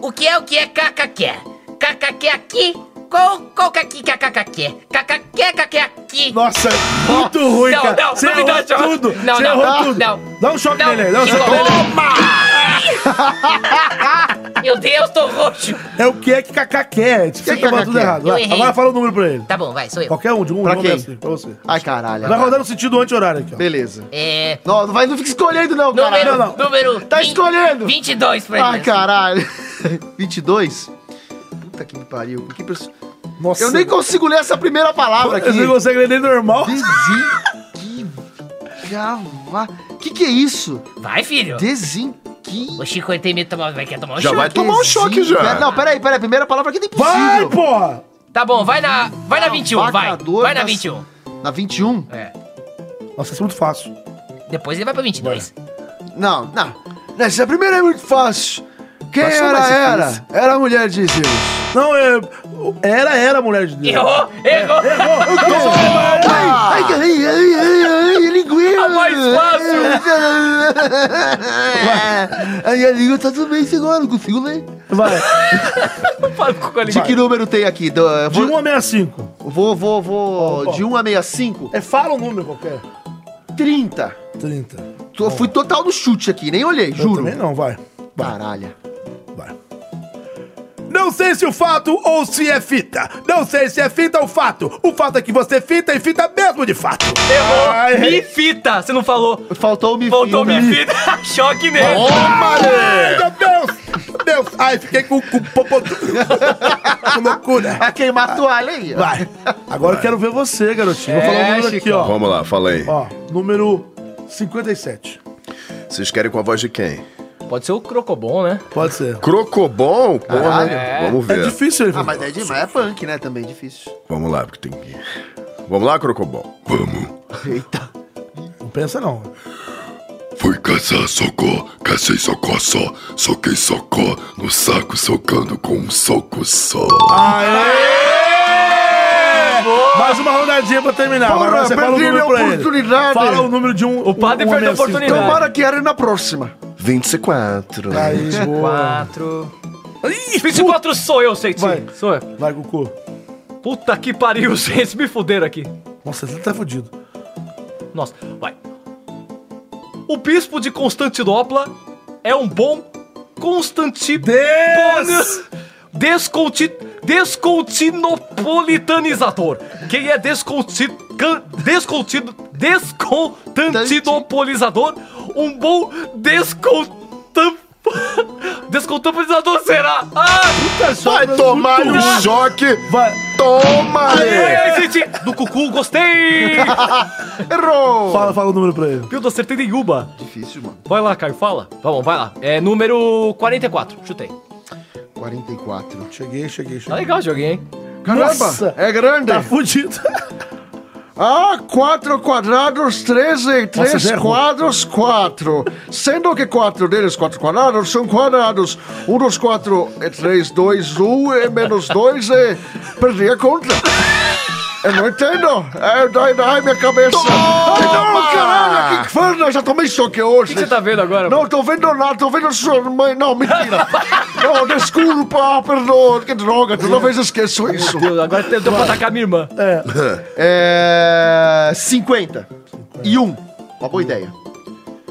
Speaker 17: O que é o que é cacaque? Cacaque aqui? Qual, qual é caqui cacaque? Cacaque cacaque aqui?
Speaker 4: Nossa, é muito ruim,
Speaker 17: não,
Speaker 4: cara.
Speaker 17: Não, <laughs>
Speaker 4: Você
Speaker 17: não, me
Speaker 4: errou
Speaker 17: dá choque.
Speaker 4: tudo.
Speaker 17: Não,
Speaker 4: Você
Speaker 17: não,
Speaker 4: errou
Speaker 17: não,
Speaker 4: tudo.
Speaker 17: não.
Speaker 4: Dá um choque
Speaker 17: Não,
Speaker 4: nele aí, dá um
Speaker 17: que
Speaker 4: choque
Speaker 17: bom.
Speaker 4: nele aí.
Speaker 17: Meu Deus, tô roxo.
Speaker 4: É o que é que Kaká quer. Você
Speaker 17: Que é
Speaker 4: tá
Speaker 17: Kaká
Speaker 4: tudo
Speaker 17: quer?
Speaker 4: errado.
Speaker 17: Eu
Speaker 4: Vai.
Speaker 17: errei.
Speaker 4: Agora fala o número pra ele.
Speaker 17: Tá bom, vai, sou eu.
Speaker 4: Qualquer um, de um,
Speaker 17: Pra
Speaker 4: um
Speaker 17: quem?
Speaker 4: assim, pra você.
Speaker 3: Ai, caralho.
Speaker 4: Vai rodar no sentido anti-horário aqui, ó.
Speaker 3: Beleza.
Speaker 17: É.
Speaker 3: Não, não vai, não fica escolhendo, não,
Speaker 17: Número-
Speaker 3: caralho. Não, não.
Speaker 17: número
Speaker 3: Tá
Speaker 17: vin-
Speaker 3: escolhendo.
Speaker 17: 22 pra
Speaker 15: Ah,
Speaker 3: Ai,
Speaker 17: ele.
Speaker 3: Ah, caralho. <laughs> 22? Puta que me pariu. Que perso...
Speaker 4: Nossa.
Speaker 3: Eu nem consigo ler essa primeira palavra aqui.
Speaker 4: Você não consegue ler nem normal.
Speaker 3: Gava. Que que é isso?
Speaker 17: Vai, filho.
Speaker 3: Desin...
Speaker 17: O Chico ele tem medo de tomar. Vai querer tomar um
Speaker 3: Já
Speaker 17: choque.
Speaker 3: vai tomar um choque já. Não, peraí, peraí. Primeira palavra aqui é impossível.
Speaker 4: Vai, porra!
Speaker 17: Tá bom, vai na. Vai na 21, vai.
Speaker 3: Abacador
Speaker 17: Vai na
Speaker 3: das-
Speaker 17: 21.
Speaker 3: Na 21?
Speaker 17: É.
Speaker 4: Nossa, isso é muito fácil.
Speaker 17: Depois ele vai pra 22.
Speaker 3: Não, não. Essa primeira é muito fácil. Quem
Speaker 4: Passou
Speaker 3: era,
Speaker 4: mais
Speaker 3: era?
Speaker 4: difícil.
Speaker 3: Era a mulher de Zeus.
Speaker 4: Não, é... Era, era a mulher de Deus.
Speaker 3: Errou,
Speaker 17: errou.
Speaker 4: Errou. Eu tô...
Speaker 3: Ai, ai, ai, ai, ai, ai,
Speaker 4: É
Speaker 3: linguinha. A mais <laughs> fácil. A minha língua tá tudo bem agora, não consigo ler.
Speaker 4: Vai.
Speaker 3: De que número tem aqui? Do, eu vou,
Speaker 4: De 1 a 65.
Speaker 3: Vou, vou, vou.
Speaker 4: Ó, ó.
Speaker 3: De 1 a 65?
Speaker 4: É, fala um número qualquer.
Speaker 3: 30.
Speaker 4: 30.
Speaker 3: Tô, fui total no chute aqui, nem olhei, juro.
Speaker 4: também não, vai.
Speaker 3: Caralho.
Speaker 4: Não sei se o fato ou se é fita. Não sei se é fita ou fato. O fato é que você fita e fita mesmo de fato.
Speaker 7: Errou.
Speaker 4: Ai, é.
Speaker 7: me fita, você não falou.
Speaker 3: Faltou o me
Speaker 7: Faltou me fita. <laughs> choque nele.
Speaker 4: Ai, meu Deus! Meu Deus! Ai, fiquei com o cu popotudo. <laughs> Que loucura.
Speaker 3: Vai queimar a toalha aí.
Speaker 4: Vai. Agora eu quero ver você, garotinho. Vou
Speaker 5: É,
Speaker 4: falar um número aqui, ó.
Speaker 5: Vamos lá, fala aí.
Speaker 4: Ó, número 57.
Speaker 5: Vocês querem com a voz de quem?
Speaker 7: Pode ser o Crocobon, né?
Speaker 4: Pode ser.
Speaker 5: Crocobon?
Speaker 7: Ah,
Speaker 5: Porra,
Speaker 3: Caralho.
Speaker 7: é.
Speaker 5: vamos ver.
Speaker 4: É. difícil ele
Speaker 3: Ah, mas é demais, é punk, né?
Speaker 7: <laughs>
Speaker 3: Também difícil.
Speaker 5: Vamos lá, porque tem que... Vamos lá, Crocobon.
Speaker 3: Eita.
Speaker 4: Não pensa não.
Speaker 21: Fui caçar socó, cacei socó só, soquei socó no saco socando com um soco só.
Speaker 4: Mais uma rodadinha pra terminar.
Speaker 15: Porra,
Speaker 4: Agora você fala o
Speaker 15: perdi
Speaker 4: número
Speaker 15: minha
Speaker 4: pra ele.
Speaker 15: oportunidade.
Speaker 4: Fala o número de um. O
Speaker 7: padre perdeu a oportunidade.
Speaker 3: Então
Speaker 15: Tomara que era na próxima.
Speaker 5: 24.
Speaker 4: Aí, boa.
Speaker 7: 4. 24 sou eu, Seitinho. Vai. Sou eu.
Speaker 4: Vai, Goku.
Speaker 7: Puta que pariu, <laughs> vocês me fuderam aqui.
Speaker 4: Nossa, você tá fudido.
Speaker 7: Nossa, vai. O bispo de Constantinopla é um bom Constantibônio. Desconti... Descontinopolitanizador. Quem é desconti... can- Descontino... Descontantinopolizador? Um bom descontam... Descontampolizador será? Ah!
Speaker 5: Vai tomar um choque.
Speaker 4: Vai.
Speaker 5: Toma!
Speaker 7: Ai, ai, gente, do cucu, gostei!
Speaker 3: Errou!
Speaker 4: Fala, fala o número pra ele.
Speaker 7: Meu Deus, acertei nenhuma.
Speaker 3: Difícil, mano.
Speaker 7: Vai lá, Caio, fala. Vamos, vai lá. É número 44, chutei.
Speaker 3: 44.
Speaker 4: Cheguei, cheguei,
Speaker 7: Tá
Speaker 4: cheguei.
Speaker 7: legal o joguinho, hein?
Speaker 15: Caramba, é grande.
Speaker 4: Tá fudido.
Speaker 15: Ah, 4 quadrados, 13,
Speaker 4: Nossa, já
Speaker 15: 3
Speaker 4: errou.
Speaker 15: quadros, 4. Sendo que quatro deles, quatro quadrados, são quadrados. Um dos quatro é 3, 2, 1, é menos 2, é... Perdi a conta. Eu não entendo. É, dói, dói minha cabeça. Ai, não, caralho, que inferno, eu já tomei choque hoje. O que você
Speaker 7: tá vendo agora?
Speaker 15: Não, tô vendo nada, tô vendo sua mãe. Não,
Speaker 7: <laughs>
Speaker 15: mentira. não, desculpa, perdoa, que droga, toda vez eu esqueço isso.
Speaker 7: Meu Deus, agora tentou pra atacar minha irmã.
Speaker 4: É.
Speaker 5: <laughs>
Speaker 3: É. 50. E um. Uma boa ideia.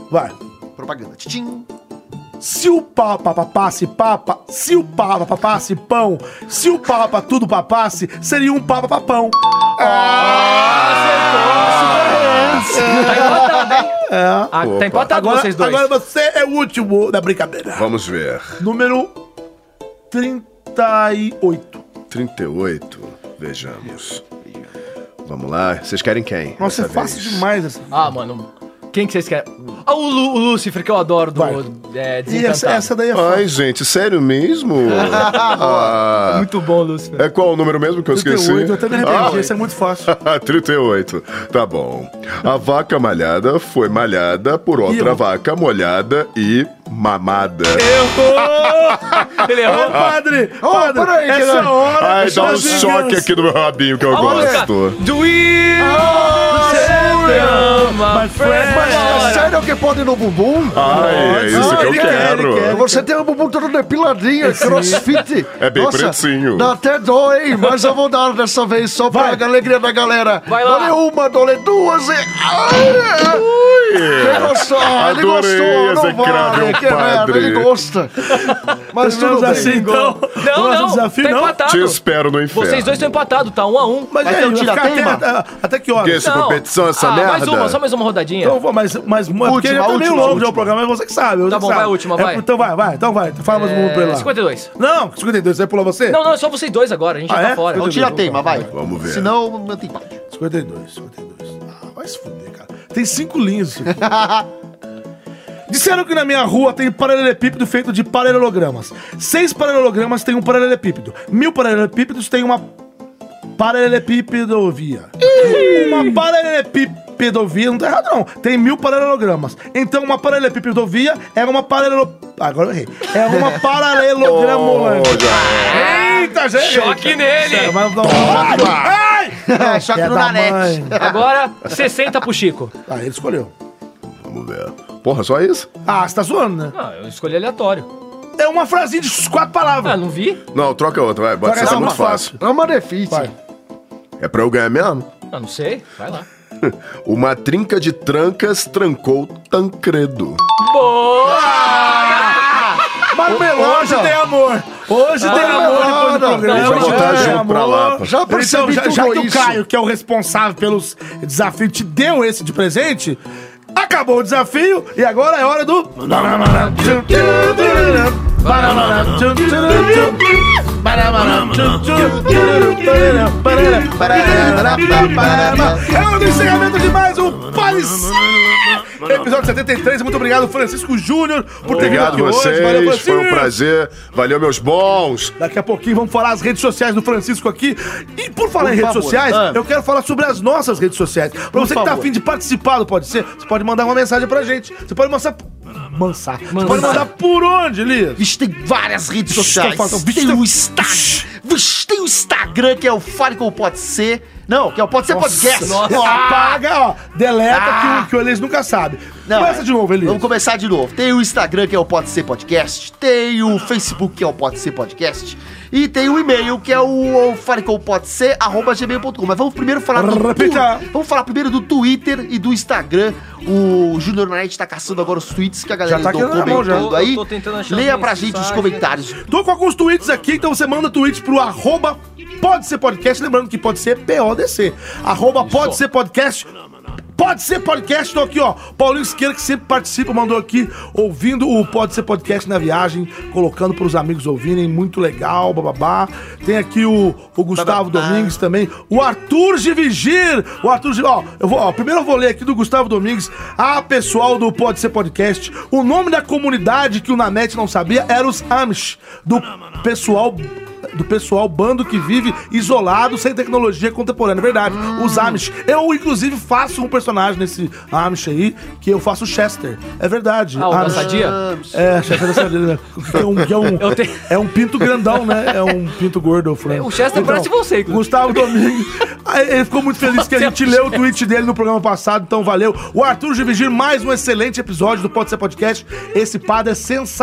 Speaker 4: Vai.
Speaker 3: Propaganda. Tchim.
Speaker 4: Se o papa papasse papa, se o papa papasse pão, se o papa tudo papasse, seria um papa papão.
Speaker 7: Tá empatado, hein?
Speaker 4: É.
Speaker 7: Ah, tá empatado
Speaker 4: agora,
Speaker 7: vocês dois.
Speaker 4: Agora você é o último da brincadeira.
Speaker 5: Vamos ver.
Speaker 4: Número 38.
Speaker 5: 38. Vejamos. Vamos lá. Vocês querem quem?
Speaker 4: Nossa, é
Speaker 5: dessa
Speaker 4: fácil demais essa.
Speaker 22: Ah, mano. Quem que vocês querem? Ah, o, Lu- o Lucifer, que eu adoro, do é,
Speaker 5: vez?
Speaker 22: Desencantado.
Speaker 5: Ai, gente, sério
Speaker 4: <laughs>
Speaker 5: mesmo?
Speaker 22: Boa.
Speaker 5: Muito
Speaker 22: bom, Lúcifer.
Speaker 5: É qual o número mesmo que eu esqueci?
Speaker 4: 38, eu até me arrependi,
Speaker 5: Ah,
Speaker 4: isso é muito <laughs> fácil.
Speaker 5: 38. Tá bom. A vaca malhada foi malhada por outra
Speaker 4: Ih, eu-
Speaker 5: vaca molhada e mamada.
Speaker 4: Ele errou. Ô, padre! Ô,
Speaker 15: Tá,
Speaker 4: padre!
Speaker 5: peraí,
Speaker 4: essa
Speaker 5: que-
Speaker 4: hora...
Speaker 5: Ai,
Speaker 4: das
Speaker 5: dá um
Speaker 4: brasileiras-
Speaker 5: choque aqui no meu rabinho que eu gosto.
Speaker 22: Do we
Speaker 15: my friend. Mas é sério que pode no bumbum?
Speaker 5: Ai, é isso que eu quero.
Speaker 15: Você tem o bumbum todo depiladinho, é
Speaker 5: Sim.
Speaker 15: crossfit.
Speaker 5: É bem pretinho.
Speaker 15: Dá até dó, hein? Mas eu vou dar dessa vez só pra alegria da galera. Vai lá. Dole uma, dole duas e... Ai, Ele gostou, ele
Speaker 5: Adorei
Speaker 15: gostou,
Speaker 5: esse
Speaker 15: não vale,
Speaker 5: cravo,
Speaker 15: que merda,
Speaker 5: padre.
Speaker 15: ele gosta. Mas tudo
Speaker 4: Terminamos
Speaker 15: bem.
Speaker 4: assim, então.
Speaker 22: Não,
Speaker 4: Nosso
Speaker 22: não,
Speaker 4: desafio,
Speaker 22: tá
Speaker 4: não?
Speaker 22: empatado.
Speaker 5: Te espero no inferno.
Speaker 22: Vocês dois estão empatados, tá? Um a um.
Speaker 4: Mas e aí, vai ficar até, até, até que horas?
Speaker 5: Que isso, competição, essa
Speaker 22: ah, Mais
Speaker 5: merda?
Speaker 22: uma, só mais uma rodadinha.
Speaker 4: Então vou, mas, mas porque já tá
Speaker 22: última,
Speaker 4: meio longo
Speaker 22: última.
Speaker 4: já o programa, mas você que sabe. você
Speaker 22: Tá
Speaker 4: que
Speaker 22: bom,
Speaker 4: sabe.
Speaker 22: vai a última,
Speaker 4: É,
Speaker 22: vai. É,
Speaker 4: então vai, vai, então vai. Fala mais uma pra ele lá.
Speaker 22: 52.
Speaker 4: Não, 52, vai pular você?
Speaker 22: Não, não, é só vocês dois agora, a gente já
Speaker 4: Ah,
Speaker 22: tá
Speaker 4: é?
Speaker 22: fora.
Speaker 4: Então tá. tira a teima, vai.
Speaker 5: Vamos ver.
Speaker 3: Senão, não tem empate.
Speaker 4: 52, 52. Ah, vai se fuder, cara. Tem cinco linhas isso
Speaker 22: <laughs>
Speaker 4: aqui. Disseram que na minha rua tem paralelepípedo feito de paralelogramas. Seis paralelogramas tem um paralelepípedo. Mil paralelepípedos tem uma paralelepipedovia. uma paralelepipedovia, não tá errado não. Tem mil paralelogramas. Então uma paralelepipedovia é uma paralelo... Ah, Agora eu errei. É
Speaker 22: <laughs>
Speaker 4: uma paralelogramolândia. Eita, gente!
Speaker 22: Choque nele!
Speaker 4: Sério, mas não- Ai!
Speaker 3: É,
Speaker 4: choque no Nanete.
Speaker 22: Agora, 60 pro Chico.
Speaker 4: Ah, ele escolheu.
Speaker 5: Vamos ver. Porra, só isso?
Speaker 4: Ah, você tá zoando, né?
Speaker 22: Não, eu escolhi aleatório.
Speaker 4: É uma frasinha de quatro palavras.
Speaker 22: Ah, não vi?
Speaker 5: Não, troca outra, vai. Bota
Speaker 4: Troca
Speaker 5: essa
Speaker 4: essa,
Speaker 5: é muito
Speaker 4: uma
Speaker 5: fácil.
Speaker 15: É uma difícil.
Speaker 5: É pra eu ganhar mesmo? <laughs>
Speaker 22: Ah, não sei. Vai lá.
Speaker 5: Uma trinca de trancas trancou Tancredo.
Speaker 4: Marmelada. Hoje tem amor. Hoje tem amor depois do programa. Tá,
Speaker 5: Deixa eu
Speaker 4: Hoje
Speaker 5: botar
Speaker 4: tem
Speaker 5: junto pra lá, pô.
Speaker 4: Já
Speaker 15: Então,
Speaker 4: percebi
Speaker 15: já-
Speaker 4: tudo
Speaker 15: já que o
Speaker 4: isso. Caio, que é o responsável pelos desafios, te deu esse de presente... Acabou o desafio e agora é hora do... É o do encerramento de mais um Paris. Episódio 73. Muito obrigado, Francisco Júnior, por ter vindo
Speaker 5: Obrigado
Speaker 4: aqui
Speaker 5: vocês,
Speaker 4: hoje. Valeu, Francisco.
Speaker 5: foi um prazer. Valeu, meus bons.
Speaker 4: Daqui a pouquinho vamos falar as redes sociais do Francisco aqui. E por falar
Speaker 5: Por
Speaker 4: em redes
Speaker 5: favor.
Speaker 4: sociais,
Speaker 5: Ah.
Speaker 4: eu quero falar sobre as nossas redes sociais. Pra você que tá
Speaker 5: favor.
Speaker 4: afim de participar do Pode Ser, você pode mandar uma mensagem pra gente. Você pode mandar... Mansar. Você pode mandar por onde, Lias?
Speaker 3: Vixe, tem várias redes
Speaker 4: Vixe,
Speaker 3: sociais.
Speaker 4: tá faltando- vixe,
Speaker 3: tem
Speaker 4: tá-
Speaker 3: o Instagram. Vixe, tem o Instagram, que é o Fale Como Pode Ser. Não, que é o Pode Ser Podcast. Ah!
Speaker 4: Nossa. Apaga, ó. Deleta que, o- que o Elias nunca sabe. Começa de novo, Elias.
Speaker 3: Vamos começar de novo. Tem o Instagram, que é o Pode Ser Podcast. Tem o Facebook, que é o Pode Ser Podcast. E tem o e-mail, que é o, o falecompodeser.gmail.com. Mas vamos primeiro falar do...
Speaker 4: Repita.
Speaker 3: tu- Vamos falar primeiro do Twitter e do Instagram. O Junior Nanete tá caçando agora os tweets que a galera
Speaker 4: Já tá
Speaker 3: andou
Speaker 4: querendo na mão, já. Eu tô-
Speaker 3: aí.
Speaker 4: eu tô tentando achar
Speaker 3: Leia
Speaker 4: as
Speaker 3: pra gente os
Speaker 4: mensagens.
Speaker 3: comentários.
Speaker 4: Tô com alguns tweets aqui, então você manda tweets pro arroba pode ser podcast, lembrando que pode ser PODC. Arroba pode ser podcast. Pode ser podcast, tô aqui, ó. Paulinho Siqueira, que sempre participa, mandou aqui, ouvindo o Pode Ser Podcast na viagem, colocando pros amigos ouvirem, muito legal, bababá. Tem aqui o, o Gustavo Domingues também, o Arthur de Vigir, o Arthur de, ó, eu vou, ó, primeiro eu vou ler aqui do Gustavo Domingues, ah, pessoal do Pode Ser Podcast, o nome da comunidade que o Nanete não sabia era os Amish, do pessoal do pessoal bando que vive isolado sem tecnologia contemporânea, é verdade. Os Amish. Eu, inclusive, faço um personagem nesse Amish aí, que eu faço o Chester. É verdade.
Speaker 22: Ah, o da
Speaker 4: Amish.
Speaker 22: Sadia?
Speaker 4: É, Chester da Sadia. né? Que é, um, que é, um,
Speaker 22: Eu tenho-
Speaker 4: é um pinto grandão, né? É um pinto gordo, Fran.
Speaker 22: É, O Chester parece você, inclusive.
Speaker 4: Gustavo Domingues. Aí Ele ficou muito feliz que a gente leu o tweet dele no programa passado, então valeu. O Arthur de Vigir, mais um excelente episódio do Pode Ser Podcast. Esse padre é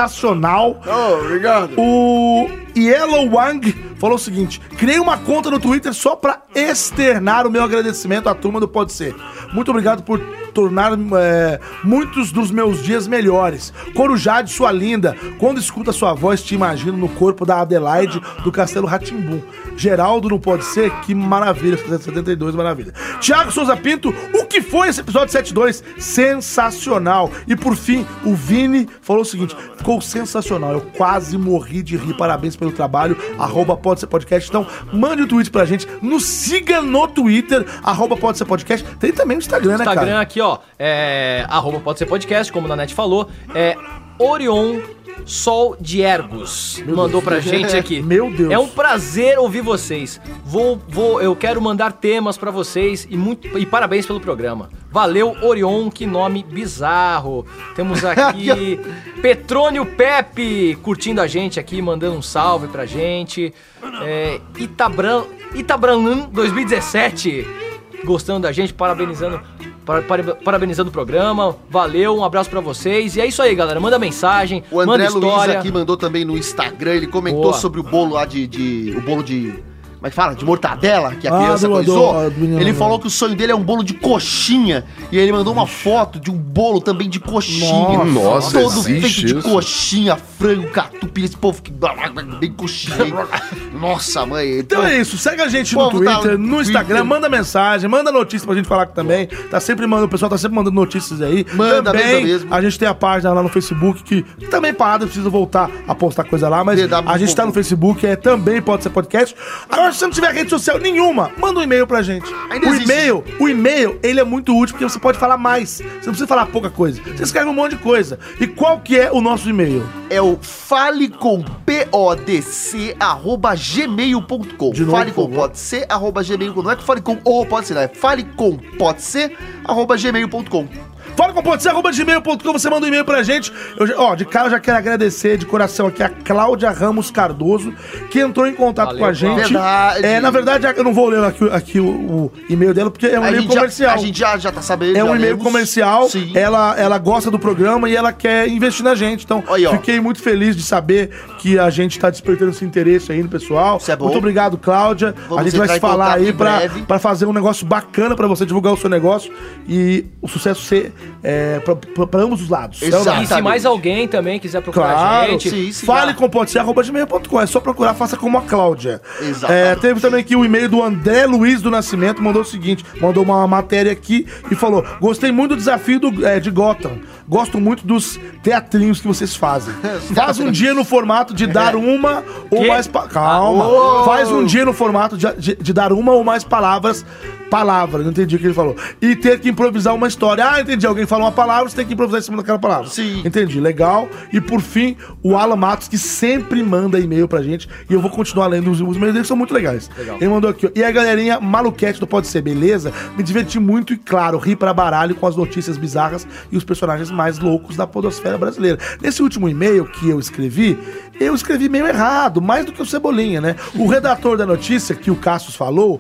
Speaker 4: sensacional.
Speaker 15: obrigado.
Speaker 4: O Yellow Wang falou o seguinte: criei uma conta no Twitter só pra externar o meu agradecimento à turma do Pode Ser. Muito obrigado por tornar é, muitos dos meus dias melhores. Corujade, sua linda. Quando escuta sua voz, te imagino no corpo da Adelaide do Castelo Ratimbum. Geraldo não pode ser? Que maravilha. 372, maravilha. Tiago Souza Pinto, o que foi esse episódio 72? Sensacional. E por fim, o Vini falou o seguinte: ficou sensacional. Eu quase morri de rir. Parabéns pelo trabalho. Arroba pode ser podcast. Então, mande o um tweet pra gente. Nos siga no Twitter, arroba pode ser podcast. Tem também o Instagram, né, cara?
Speaker 22: Instagram aqui, ó, é arroba pode ser podcast, como a Nanete falou, é Orion Sol de Ergos mandou pra
Speaker 4: <laughs> Deus.
Speaker 22: gente aqui.
Speaker 4: Meu Deus.
Speaker 22: É um prazer ouvir vocês. Vou, vou, eu quero mandar temas pra vocês e muito e parabéns pelo programa. Valeu Orion, que nome bizarro.
Speaker 3: <laughs>
Speaker 22: Temos aqui Petrônio Pepe curtindo a gente aqui, mandando um salve pra gente. É, Itabran, Itabranlan 2017 gostando da gente, parabenizando, para- para- parabenizando o programa. Valeu, um abraço pra vocês. E é isso aí, galera. Manda mensagem,
Speaker 3: O André
Speaker 22: manda
Speaker 3: Luiz
Speaker 22: história.
Speaker 3: aqui mandou também no Instagram, ele comentou
Speaker 22: Boa.
Speaker 3: sobre o bolo lá de, de- O bolo de. Como é que fala? De mortadela que a
Speaker 4: Ah,
Speaker 3: criança
Speaker 4: do-
Speaker 3: coisou.
Speaker 4: do- do menino,
Speaker 3: ele
Speaker 4: né?
Speaker 3: falou que o sonho dele é um bolo de coxinha. E ele mandou uma foto de um bolo também de coxinha.
Speaker 5: Nossa,
Speaker 3: Todo
Speaker 5: existe
Speaker 3: feito de
Speaker 5: isso?
Speaker 3: coxinha, frango, catupiry, esse povo que. Bem coxinha,
Speaker 4: <laughs>
Speaker 3: hein? Nossa, mãe.
Speaker 4: Então é isso, segue a gente no
Speaker 3: Povo tá
Speaker 4: Twitter, no Instagram,
Speaker 3: Twitter.
Speaker 4: manda mensagem, manda notícia pra gente falar aqui também. Tá sempre mandando, o pessoal tá sempre mandando notícias aí.
Speaker 3: Manda,
Speaker 4: também,
Speaker 3: manda mesmo.
Speaker 4: A gente tem a página lá no Facebook que também parada, precisa voltar a postar coisa lá, mas a gente tá no Facebook, é também pode ser podcast. Agora se você não tiver rede social nenhuma, manda um e-mail pra gente. o e-mail, o e-mail, ele é muito útil porque você pode falar mais. Você não precisa falar pouca coisa. Você escreve um monte de coisa. E qual que é o nosso e-mail?
Speaker 3: É o falecompodc.gmail.com.
Speaker 4: novo, por favor.
Speaker 3: Falecompodc.gmail.com. Não é que fale com ou pode ser, não. É falecompodc.gmail.com.
Speaker 4: Fala com pode ser, arroba gmail.com, você manda um e-mail pra gente. Eu já- ó, de cara eu já quero agradecer de coração aqui a Cláudia Ramos Cardoso, que entrou em contato
Speaker 3: Valeu,
Speaker 4: com a gente.
Speaker 3: Cláudia. Verdade.
Speaker 4: É, na verdade, eu não vou ler aqui, aqui o, o e-mail dela, porque é um
Speaker 3: A
Speaker 4: e-mail
Speaker 3: gente já-
Speaker 4: comercial.
Speaker 3: a gente já, já tá sabendo.
Speaker 4: É
Speaker 3: já
Speaker 4: um e-mail
Speaker 3: lemos.
Speaker 4: comercial, ela, ela gosta do programa e ela quer investir na gente. Então, fiquei muito feliz de saber que a gente tá despertando esse interesse aí no pessoal.
Speaker 3: é bom.
Speaker 4: Muito obrigado, Cláudia.
Speaker 3: Vamos
Speaker 4: a gente vai
Speaker 3: entrar
Speaker 4: se
Speaker 3: em contato
Speaker 4: falar aí
Speaker 3: em
Speaker 4: pra,
Speaker 3: breve.
Speaker 4: pra fazer um negócio bacana pra você divulgar o seu negócio e o sucesso ser é, pra, pra- pra ambos os lados. Então,
Speaker 22: E se mais alguém também quiser procurar a
Speaker 4: Claro,
Speaker 22: gente,
Speaker 4: fale com pode ser arroba gmail.com. É só procurar, faça como a Cláudia.
Speaker 3: Exato.
Speaker 4: É, teve também aqui o e-mail do André Luiz do Nascimento, mandou o seguinte: mandou uma matéria aqui e falou: Gostei muito do desafio do, é, de Gotham. Gosto muito dos teatrinhos que vocês fazem. Faz um dia no formato de dar uma ou
Speaker 13: Quê?
Speaker 4: mais. pa- Calma.
Speaker 13: Ah, oh.
Speaker 4: Faz um dia no formato de, de- de dar uma ou mais palavras. Palavra, não entendi o que ele falou. E ter que improvisar uma história. Ah, entendi. Alguém fala uma palavra, você tem que improvisar em cima daquela palavra. Sim. Entendi, legal. E por fim, o Alan Matos, que sempre manda e-mail pra gente. E eu vou continuar lendo os, os e-mails dele, que são muito legais.
Speaker 13: Legal.
Speaker 4: Ele mandou aqui, ó. E aí, galerinha, maluquete do Pode Ser, beleza? Me diverti muito e, claro, ri pra baralho com as notícias bizarras e os personagens mais loucos da podosfera brasileira. Nesse último e-mail que eu escrevi, eu escrevi meio errado, mais do que o Cebolinha, né? O redator da notícia, que o Cassius falou...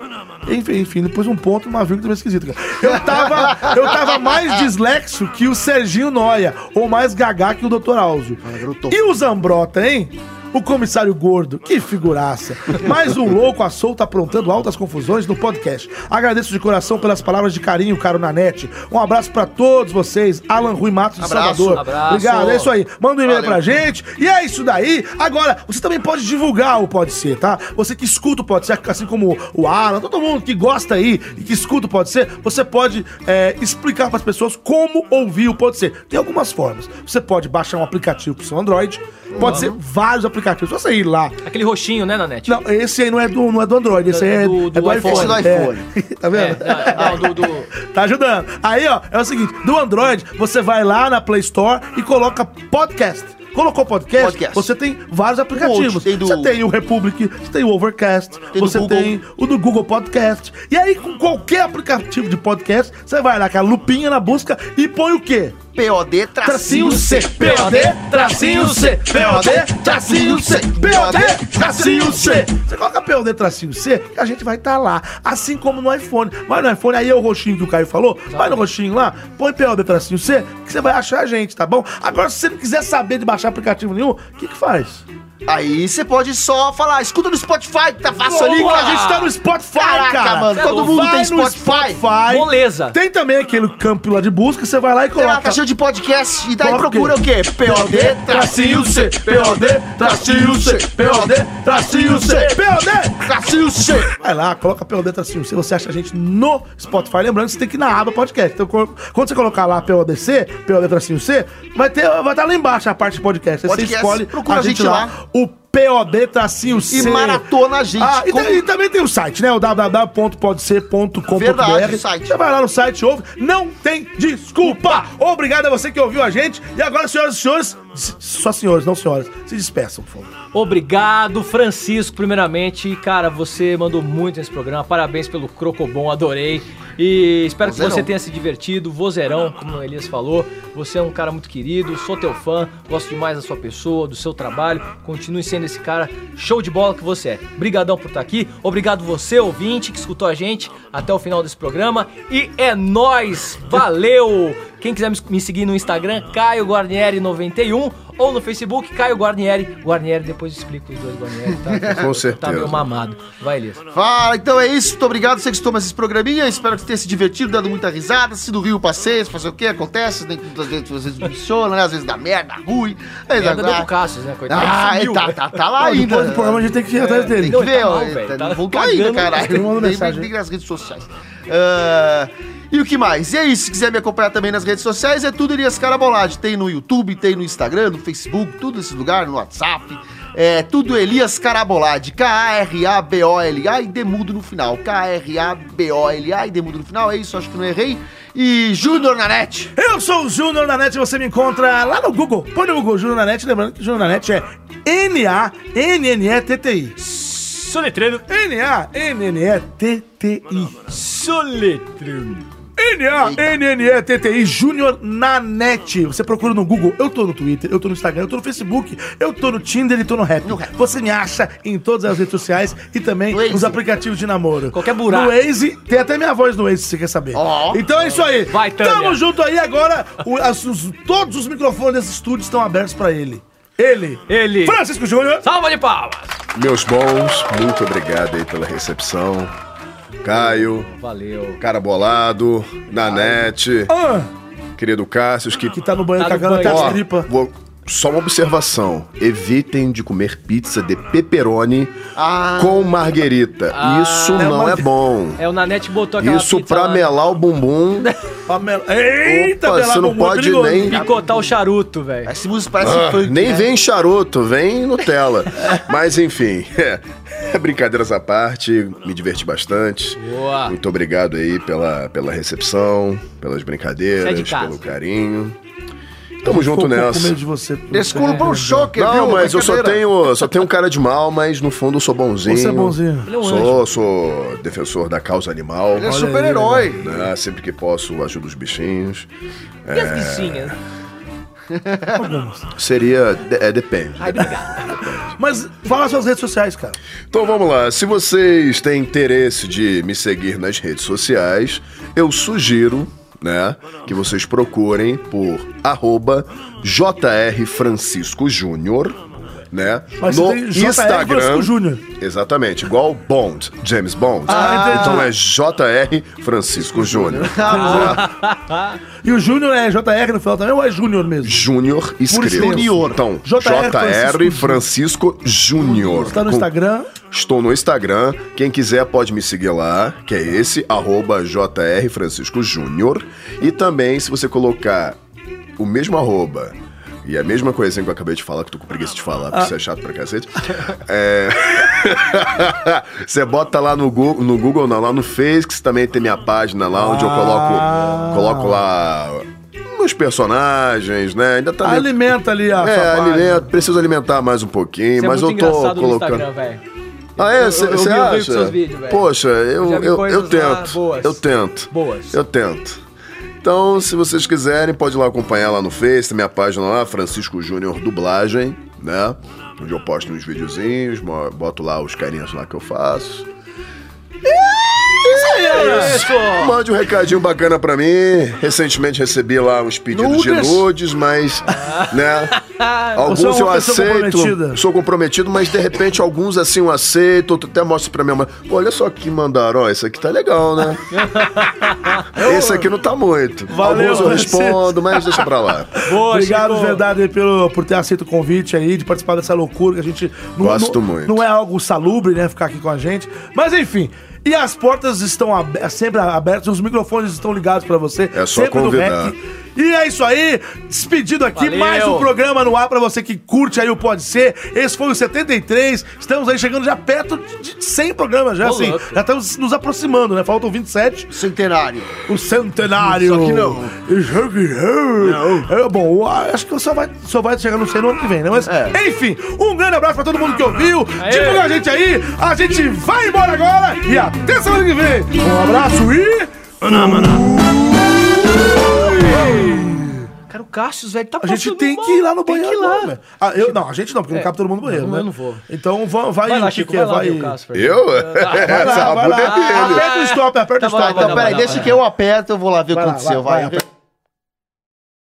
Speaker 4: Enfim, enfim, depois um ponto, uma vírgula meio esquisita. cara. Eu tava, eu tava mais dislexo que o Serginho Noia, ou mais gagá que o Dr. Alzio.
Speaker 13: Ah,
Speaker 4: E o Zambrota, hein? O comissário gordo, que figuraça. Mais um louco à solta aprontando altas confusões no podcast. Agradeço de coração pelas palavras de carinho, caro Nanete. Um abraço pra todos vocês. Alan Rui Matos de
Speaker 13: Abraço,
Speaker 4: Salvador.
Speaker 13: abraço.
Speaker 4: Obrigado, é isso aí. Manda um e-mail
Speaker 13: Valeu.
Speaker 4: pra gente. E é isso daí. Agora, você também pode divulgar o Pode Ser, tá? Você que escuta o Pode Ser, assim como o Alan, todo mundo que gosta aí e que escuta o Pode Ser, você pode é, explicar pras pessoas como ouvir o Pode Ser. Tem algumas formas. Você pode baixar um aplicativo pro seu Android. Pode ser vários aplicativos. Se você ir lá
Speaker 22: aquele roxinho, né, Nanete?
Speaker 4: É. não, esse aí não é do, não é do Android, esse aí é do, é do iPhone.
Speaker 22: Esse do iPhone.
Speaker 4: É. <laughs> tá vendo? <laughs> Tá ajudando. Aí, ó, é o seguinte: do Android, você vai lá na Play Store e coloca podcast. Colocou podcast, você tem vários aplicativos.
Speaker 3: monte, tem do-
Speaker 4: Você tem o Republic, você tem o Overcast,
Speaker 3: Tem do
Speaker 4: você
Speaker 3: Google.
Speaker 4: tem o do Google Podcast. E aí, com qualquer aplicativo de podcast, você vai lá com a lupinha na busca e põe o quê?
Speaker 3: POD tracinho
Speaker 4: tracinho C.
Speaker 3: C.
Speaker 4: POD tracinho C. POD tracinho C. POD tracinho C. Você coloca POD tracinho C, que a gente vai estar lá. Assim como no iPhone. Vai no iPhone, aí é o roxinho que o Caio falou. Vai no roxinho lá, põe POD tracinho C, que você vai achar a gente, tá bom? Agora, se você não quiser saber de baixar aplicativo nenhum, o que que faz?
Speaker 3: Aí você pode só falar, escuta no Spotify, que tá fácil ali,
Speaker 4: Boa!
Speaker 3: cara.
Speaker 4: A gente tá no Spotify,
Speaker 3: Caraca,
Speaker 4: cara.
Speaker 3: mano, todo mundo
Speaker 4: vai
Speaker 3: tem
Speaker 4: no
Speaker 3: Spotify.
Speaker 4: Spotify.
Speaker 3: Moleza.
Speaker 4: Tem também aquele campo lá de busca, você vai lá e
Speaker 3: Sei
Speaker 4: coloca.
Speaker 3: lá, tá cheio de podcast, e daí
Speaker 4: Coloca
Speaker 3: procura o quê? POD, tracinho C, POD, tracinho C, POD, tracinho C,
Speaker 4: POD,
Speaker 3: tracinho C.
Speaker 4: Vai lá, coloca POD tracinho C, você acha a gente no Spotify. Lembrando que você tem que ir na aba podcast. Então, co- quando você colocar lá PODC, POD tracinho C, vai, ter, vai estar lá embaixo a parte de podcast. Aí
Speaker 3: Podcast,
Speaker 4: você escolhe
Speaker 3: procura
Speaker 4: a gente lá. O POD tracinho C.
Speaker 3: maratona a gente.
Speaker 4: Ah, e,
Speaker 3: Com-
Speaker 4: tem- e também tem o site, né? O www.podc.com.br.
Speaker 3: Verdade, o site.
Speaker 4: Você vai lá no site, ouve. Não tem desculpa! Obrigado a você que ouviu a gente. E agora, senhoras e senhores, s- só senhores, não senhoras, se despeçam, por favor.
Speaker 22: Obrigado, Francisco, primeiramente. Cara, você mandou muito nesse programa. Parabéns pelo Crocobom, adorei. E espero que
Speaker 7: Vozeirão.
Speaker 22: você tenha se divertido. Vozeirão, como o Elias falou. Você é um cara muito querido, sou teu fã, gosto demais da sua pessoa, do seu trabalho. Continue sendo esse cara show de bola que você é. Obrigadão por estar aqui. Obrigado você, ouvinte, que escutou a gente até o final desse programa. E é nóis! Valeu! Quem quiser me- me seguir no Instagram, Caio Guarnieri91 ou no Facebook, Caio Guarnieri. Guarnieri, depois eu explico os dois Guarnieri, tá?
Speaker 5: <laughs> Com certeza.
Speaker 22: Tá meio mamado. Vai, Elias.
Speaker 3: Fala, então é isso. Muito obrigado você que estou nesse programinha. Espero que você tenha se divertido, dado muita risada. Se do Rio passeios, fazer o que acontece. Nem tudo às vezes, às vezes funciona, né? Às vezes dá merda, ruim. Às vezes
Speaker 22: Merda
Speaker 3: dá-
Speaker 22: deu pro Cassius, né, coitado?
Speaker 3: Ah,
Speaker 22: Ele
Speaker 3: ele
Speaker 22: sumiu.
Speaker 3: tá, tá, tá lá
Speaker 22: Não,
Speaker 3: ainda.
Speaker 22: depois do programa
Speaker 4: a gente tem que ir atrás dele.
Speaker 3: É, Tem
Speaker 4: Não,
Speaker 3: que
Speaker 4: ele
Speaker 3: ver,
Speaker 4: tá
Speaker 3: ó.
Speaker 4: mal,
Speaker 3: ele
Speaker 4: velho.
Speaker 3: tá-
Speaker 4: Tá
Speaker 3: Não voltou ainda,
Speaker 4: cagando,
Speaker 3: caralho.
Speaker 4: ele manda
Speaker 3: Tem-
Speaker 4: mensagem.
Speaker 3: Tem nas redes sociais. Ah, e o que mais? E é isso. Se quiser me acompanhar também nas redes sociais, é tudo Elias Carabolade. Tem no YouTube, tem no Instagram, no Facebook, tudo esse lugar, no WhatsApp. É tudo Elias Carabolade. K-A-R-A-B-O-L-A e demudo no final. K-A-R-A-B-O-L-A e demudo no final. É isso, acho que não errei. E Júnior na net.
Speaker 4: Eu sou o Júnior na net, você me encontra lá no Google. Põe no Google Júnior na net, lembrando que Júnior na net é N-A-N-N-E-T-T-I.
Speaker 16: Soletrando.
Speaker 4: N-A-N-N-E-T-T-I.
Speaker 16: Soletrando.
Speaker 4: N-A-N-N-E-T-T-I, Júnior na net. Você procura no Google, eu tô no Twitter, eu tô no Instagram, eu tô no Facebook, eu tô no Tinder e tô no rap. Você me acha em todas as redes sociais e também nos aplicativos de namoro. Qualquer
Speaker 22: buraco.
Speaker 4: No Waze, tem até minha voz no Waze, se você quer saber. Então é isso aí. Vai,
Speaker 22: Tânia.
Speaker 4: Tamo junto aí agora. o- as- os- todos os microfones desse estúdio estão abertos pra ele. Ele.
Speaker 22: Ele.
Speaker 4: Francisco Júnior.
Speaker 22: Salva de palmas.
Speaker 5: Meus bons, muito obrigado aí pela recepção. Caio.
Speaker 22: Valeu.
Speaker 5: Cara bolado, Nanete. Querido Cássio, que.
Speaker 4: Que tá no banho
Speaker 5: Tá no
Speaker 4: cagando até
Speaker 5: banho.
Speaker 4: as tripas.
Speaker 5: Vou- Só uma observação. Evitem de comer pizza de pepperoni
Speaker 4: Ah.
Speaker 5: com marguerita. Isso
Speaker 22: Ah,
Speaker 5: não
Speaker 22: uma-
Speaker 5: é
Speaker 4: <laughs>
Speaker 5: bom.
Speaker 22: É, o Nanete botou aquela
Speaker 5: Isso
Speaker 22: pizza
Speaker 5: pra
Speaker 22: lá.
Speaker 5: melar o bumbum.
Speaker 4: Eita,
Speaker 5: Opa,
Speaker 4: Bela
Speaker 5: você não
Speaker 4: Bumbum, é
Speaker 5: pode
Speaker 4: perigoso.
Speaker 5: nem.
Speaker 22: Picotar o charuto, velho.
Speaker 3: Esse músico
Speaker 5: Ah,
Speaker 7: né?
Speaker 5: nem vem charuto, vem Nutella. Mas enfim, é, <laughs> brincadeiras à parte, me diverti bastante.
Speaker 22: Boa.
Speaker 5: Muito obrigado aí pela, pela recepção, pelas
Speaker 22: Sai de
Speaker 5: brincadeiras,
Speaker 22: casa.
Speaker 5: pelo carinho. Tamo junto
Speaker 4: Ficou com-
Speaker 5: nessa.
Speaker 4: Com medo de você. é
Speaker 3: Desculpa o choque,
Speaker 5: Não,
Speaker 3: viu?
Speaker 5: mas eu só
Speaker 3: Brincadeira.
Speaker 5: tenho, só tenho um cara de mal, mas no fundo eu sou bonzinho.
Speaker 4: Você é bonzinho. Ele é um
Speaker 5: sou, sou defensor da causa animal.
Speaker 3: Ele é Olha super-herói. aí,
Speaker 5: Né, Sempre que posso, ajudo os bichinhos.
Speaker 22: E as
Speaker 5: É, <laughs>
Speaker 22: bichinhas?
Speaker 5: Seria. de- é, depende.
Speaker 22: Ai, obrigado.
Speaker 4: Mas fala suas redes sociais, cara.
Speaker 5: Então vamos lá, se vocês têm interesse de me seguir nas redes sociais, eu sugiro, né, que vocês procurem por arroba jrfranciscojúnior, né,
Speaker 4: Mas
Speaker 5: no
Speaker 4: você tem JR
Speaker 5: Instagram.
Speaker 4: Francisco Júnior.
Speaker 5: Exatamente, igual Bond, James Bond.
Speaker 4: Ah, entendi. Ah,
Speaker 5: então é JR Francisco Júnior.
Speaker 4: Tá
Speaker 22: <laughs>
Speaker 4: E o Júnior é JR no final também ou é Júnior mesmo?
Speaker 5: Júnior escrito.
Speaker 4: Júnior.
Speaker 5: Então,
Speaker 4: JR
Speaker 5: JR Francisco Júnior.
Speaker 4: Está no
Speaker 5: Com-
Speaker 4: Instagram.
Speaker 5: Estou no Instagram. Quem quiser pode me seguir lá, que é esse, arroba JR Francisco Júnior. E também, se você colocar o mesmo arroba e a mesma coisinha que eu acabei de falar, que eu tô com preguiça de falar, porque
Speaker 4: Ah.
Speaker 5: isso é chato pra cacete. é... <laughs> você bota lá no Google, no Google, não, lá no Face, também tem minha página lá, onde eu coloco, coloco lá meus personagens, né? Ainda tá meio-
Speaker 4: Alimenta ali a sua
Speaker 5: é,
Speaker 4: página.
Speaker 5: alimento, preciso alimentar mais um pouquinho,
Speaker 22: Você é
Speaker 5: mas eu
Speaker 22: muito
Speaker 5: tô
Speaker 22: engraçado no
Speaker 5: colocando.
Speaker 22: Instagram, velho.
Speaker 5: Ah,
Speaker 22: Eu-
Speaker 5: é?
Speaker 22: eu-
Speaker 5: Você
Speaker 22: eu vi- eu vejo
Speaker 5: acha?
Speaker 22: seus vídeos, velho.
Speaker 5: Poxa, eu,
Speaker 22: Já vi
Speaker 5: eu, eu
Speaker 22: coisas lá
Speaker 5: tento.
Speaker 22: boas.
Speaker 5: Eu tento.
Speaker 22: Boas.
Speaker 5: Eu tento. Então, se vocês quiserem, pode ir lá acompanhar lá no Face, tem minha página lá, Francisco Júnior Dublagem, né? Onde eu posto uns videozinhos, mo- boto lá os carinhas lá que eu faço.
Speaker 4: Isso aí,
Speaker 5: É isso. Mande um recadinho bacana pra mim. Recentemente recebi lá uns pedidos
Speaker 4: Nudes?
Speaker 5: de nudes, mas,
Speaker 22: <laughs>
Speaker 5: né, alguns
Speaker 4: Você é uma
Speaker 5: eu
Speaker 4: pessoa
Speaker 5: aceito.
Speaker 4: comprometida.
Speaker 5: Sou comprometido, mas de repente alguns assim eu aceito, outro até mostro pra minha mãe. Pô, olha só que mandaram, ó, esse aqui tá legal,
Speaker 4: <laughs>
Speaker 5: né? Esse aqui não tá muito.
Speaker 4: Valeu,
Speaker 5: alguns eu
Speaker 4: Francisco.
Speaker 5: respondo, mas deixa pra lá.
Speaker 4: Obrigado, de verdade, aí, pelo, por ter aceito o convite aí, de participar dessa loucura que a gente não,
Speaker 5: Gosto
Speaker 4: não-
Speaker 5: muito.
Speaker 4: não é algo salubre, né? Ficar aqui com a gente. Mas enfim. E as portas estão abe- sempre abertas, os microfones estão ligados pra você.
Speaker 5: É só
Speaker 4: sempre no
Speaker 5: convidar.
Speaker 4: REC. E é isso aí, despedido aqui,
Speaker 5: Valeu.
Speaker 4: mais um programa no ar pra você que curte aí o Pode Ser. Esse foi o 73, estamos aí chegando já perto de de 100 programas, já
Speaker 3: Ô,
Speaker 4: assim,
Speaker 3: louco.
Speaker 4: já estamos nos aproximando, né? Faltam 27.
Speaker 3: Centenário.
Speaker 4: O centenário.
Speaker 3: Só que não.
Speaker 4: Só que não. É, bom, eu acho que só vai, só vai chegar no 100 no ano que vem, né? Mas, enfim, um grande abraço pra todo mundo que ouviu. Divulga a gente aí, a gente vai embora agora e até semana que vem. Um abraço e...
Speaker 22: Cara, o Cassius, velho, tá
Speaker 4: A gente
Speaker 22: passando
Speaker 4: tem
Speaker 22: mal.
Speaker 4: que ir lá no banheiro.
Speaker 22: Tem que ir lá.
Speaker 4: agora, velho. Ah, eu, não, a gente não, porque não
Speaker 22: É.
Speaker 4: cabe todo mundo no banheiro,
Speaker 22: Não,
Speaker 4: né?
Speaker 22: eu não vou.
Speaker 4: Então va- vai,
Speaker 22: Vai lá,
Speaker 4: o que
Speaker 22: Chico,
Speaker 4: que
Speaker 22: vai
Speaker 4: é,
Speaker 22: lá ver o Cássio pra gente.
Speaker 5: Eu?
Speaker 4: Vai lá,
Speaker 5: Essa
Speaker 4: Ah, vai
Speaker 5: bunda
Speaker 4: lá.
Speaker 5: é dele.
Speaker 4: Aperta o stop, aperta o
Speaker 3: Tá bom,
Speaker 4: stop.
Speaker 3: então peraí, deixa que eu aperto, eu vou lá ver o que aconteceu. Vai.
Speaker 4: aperta.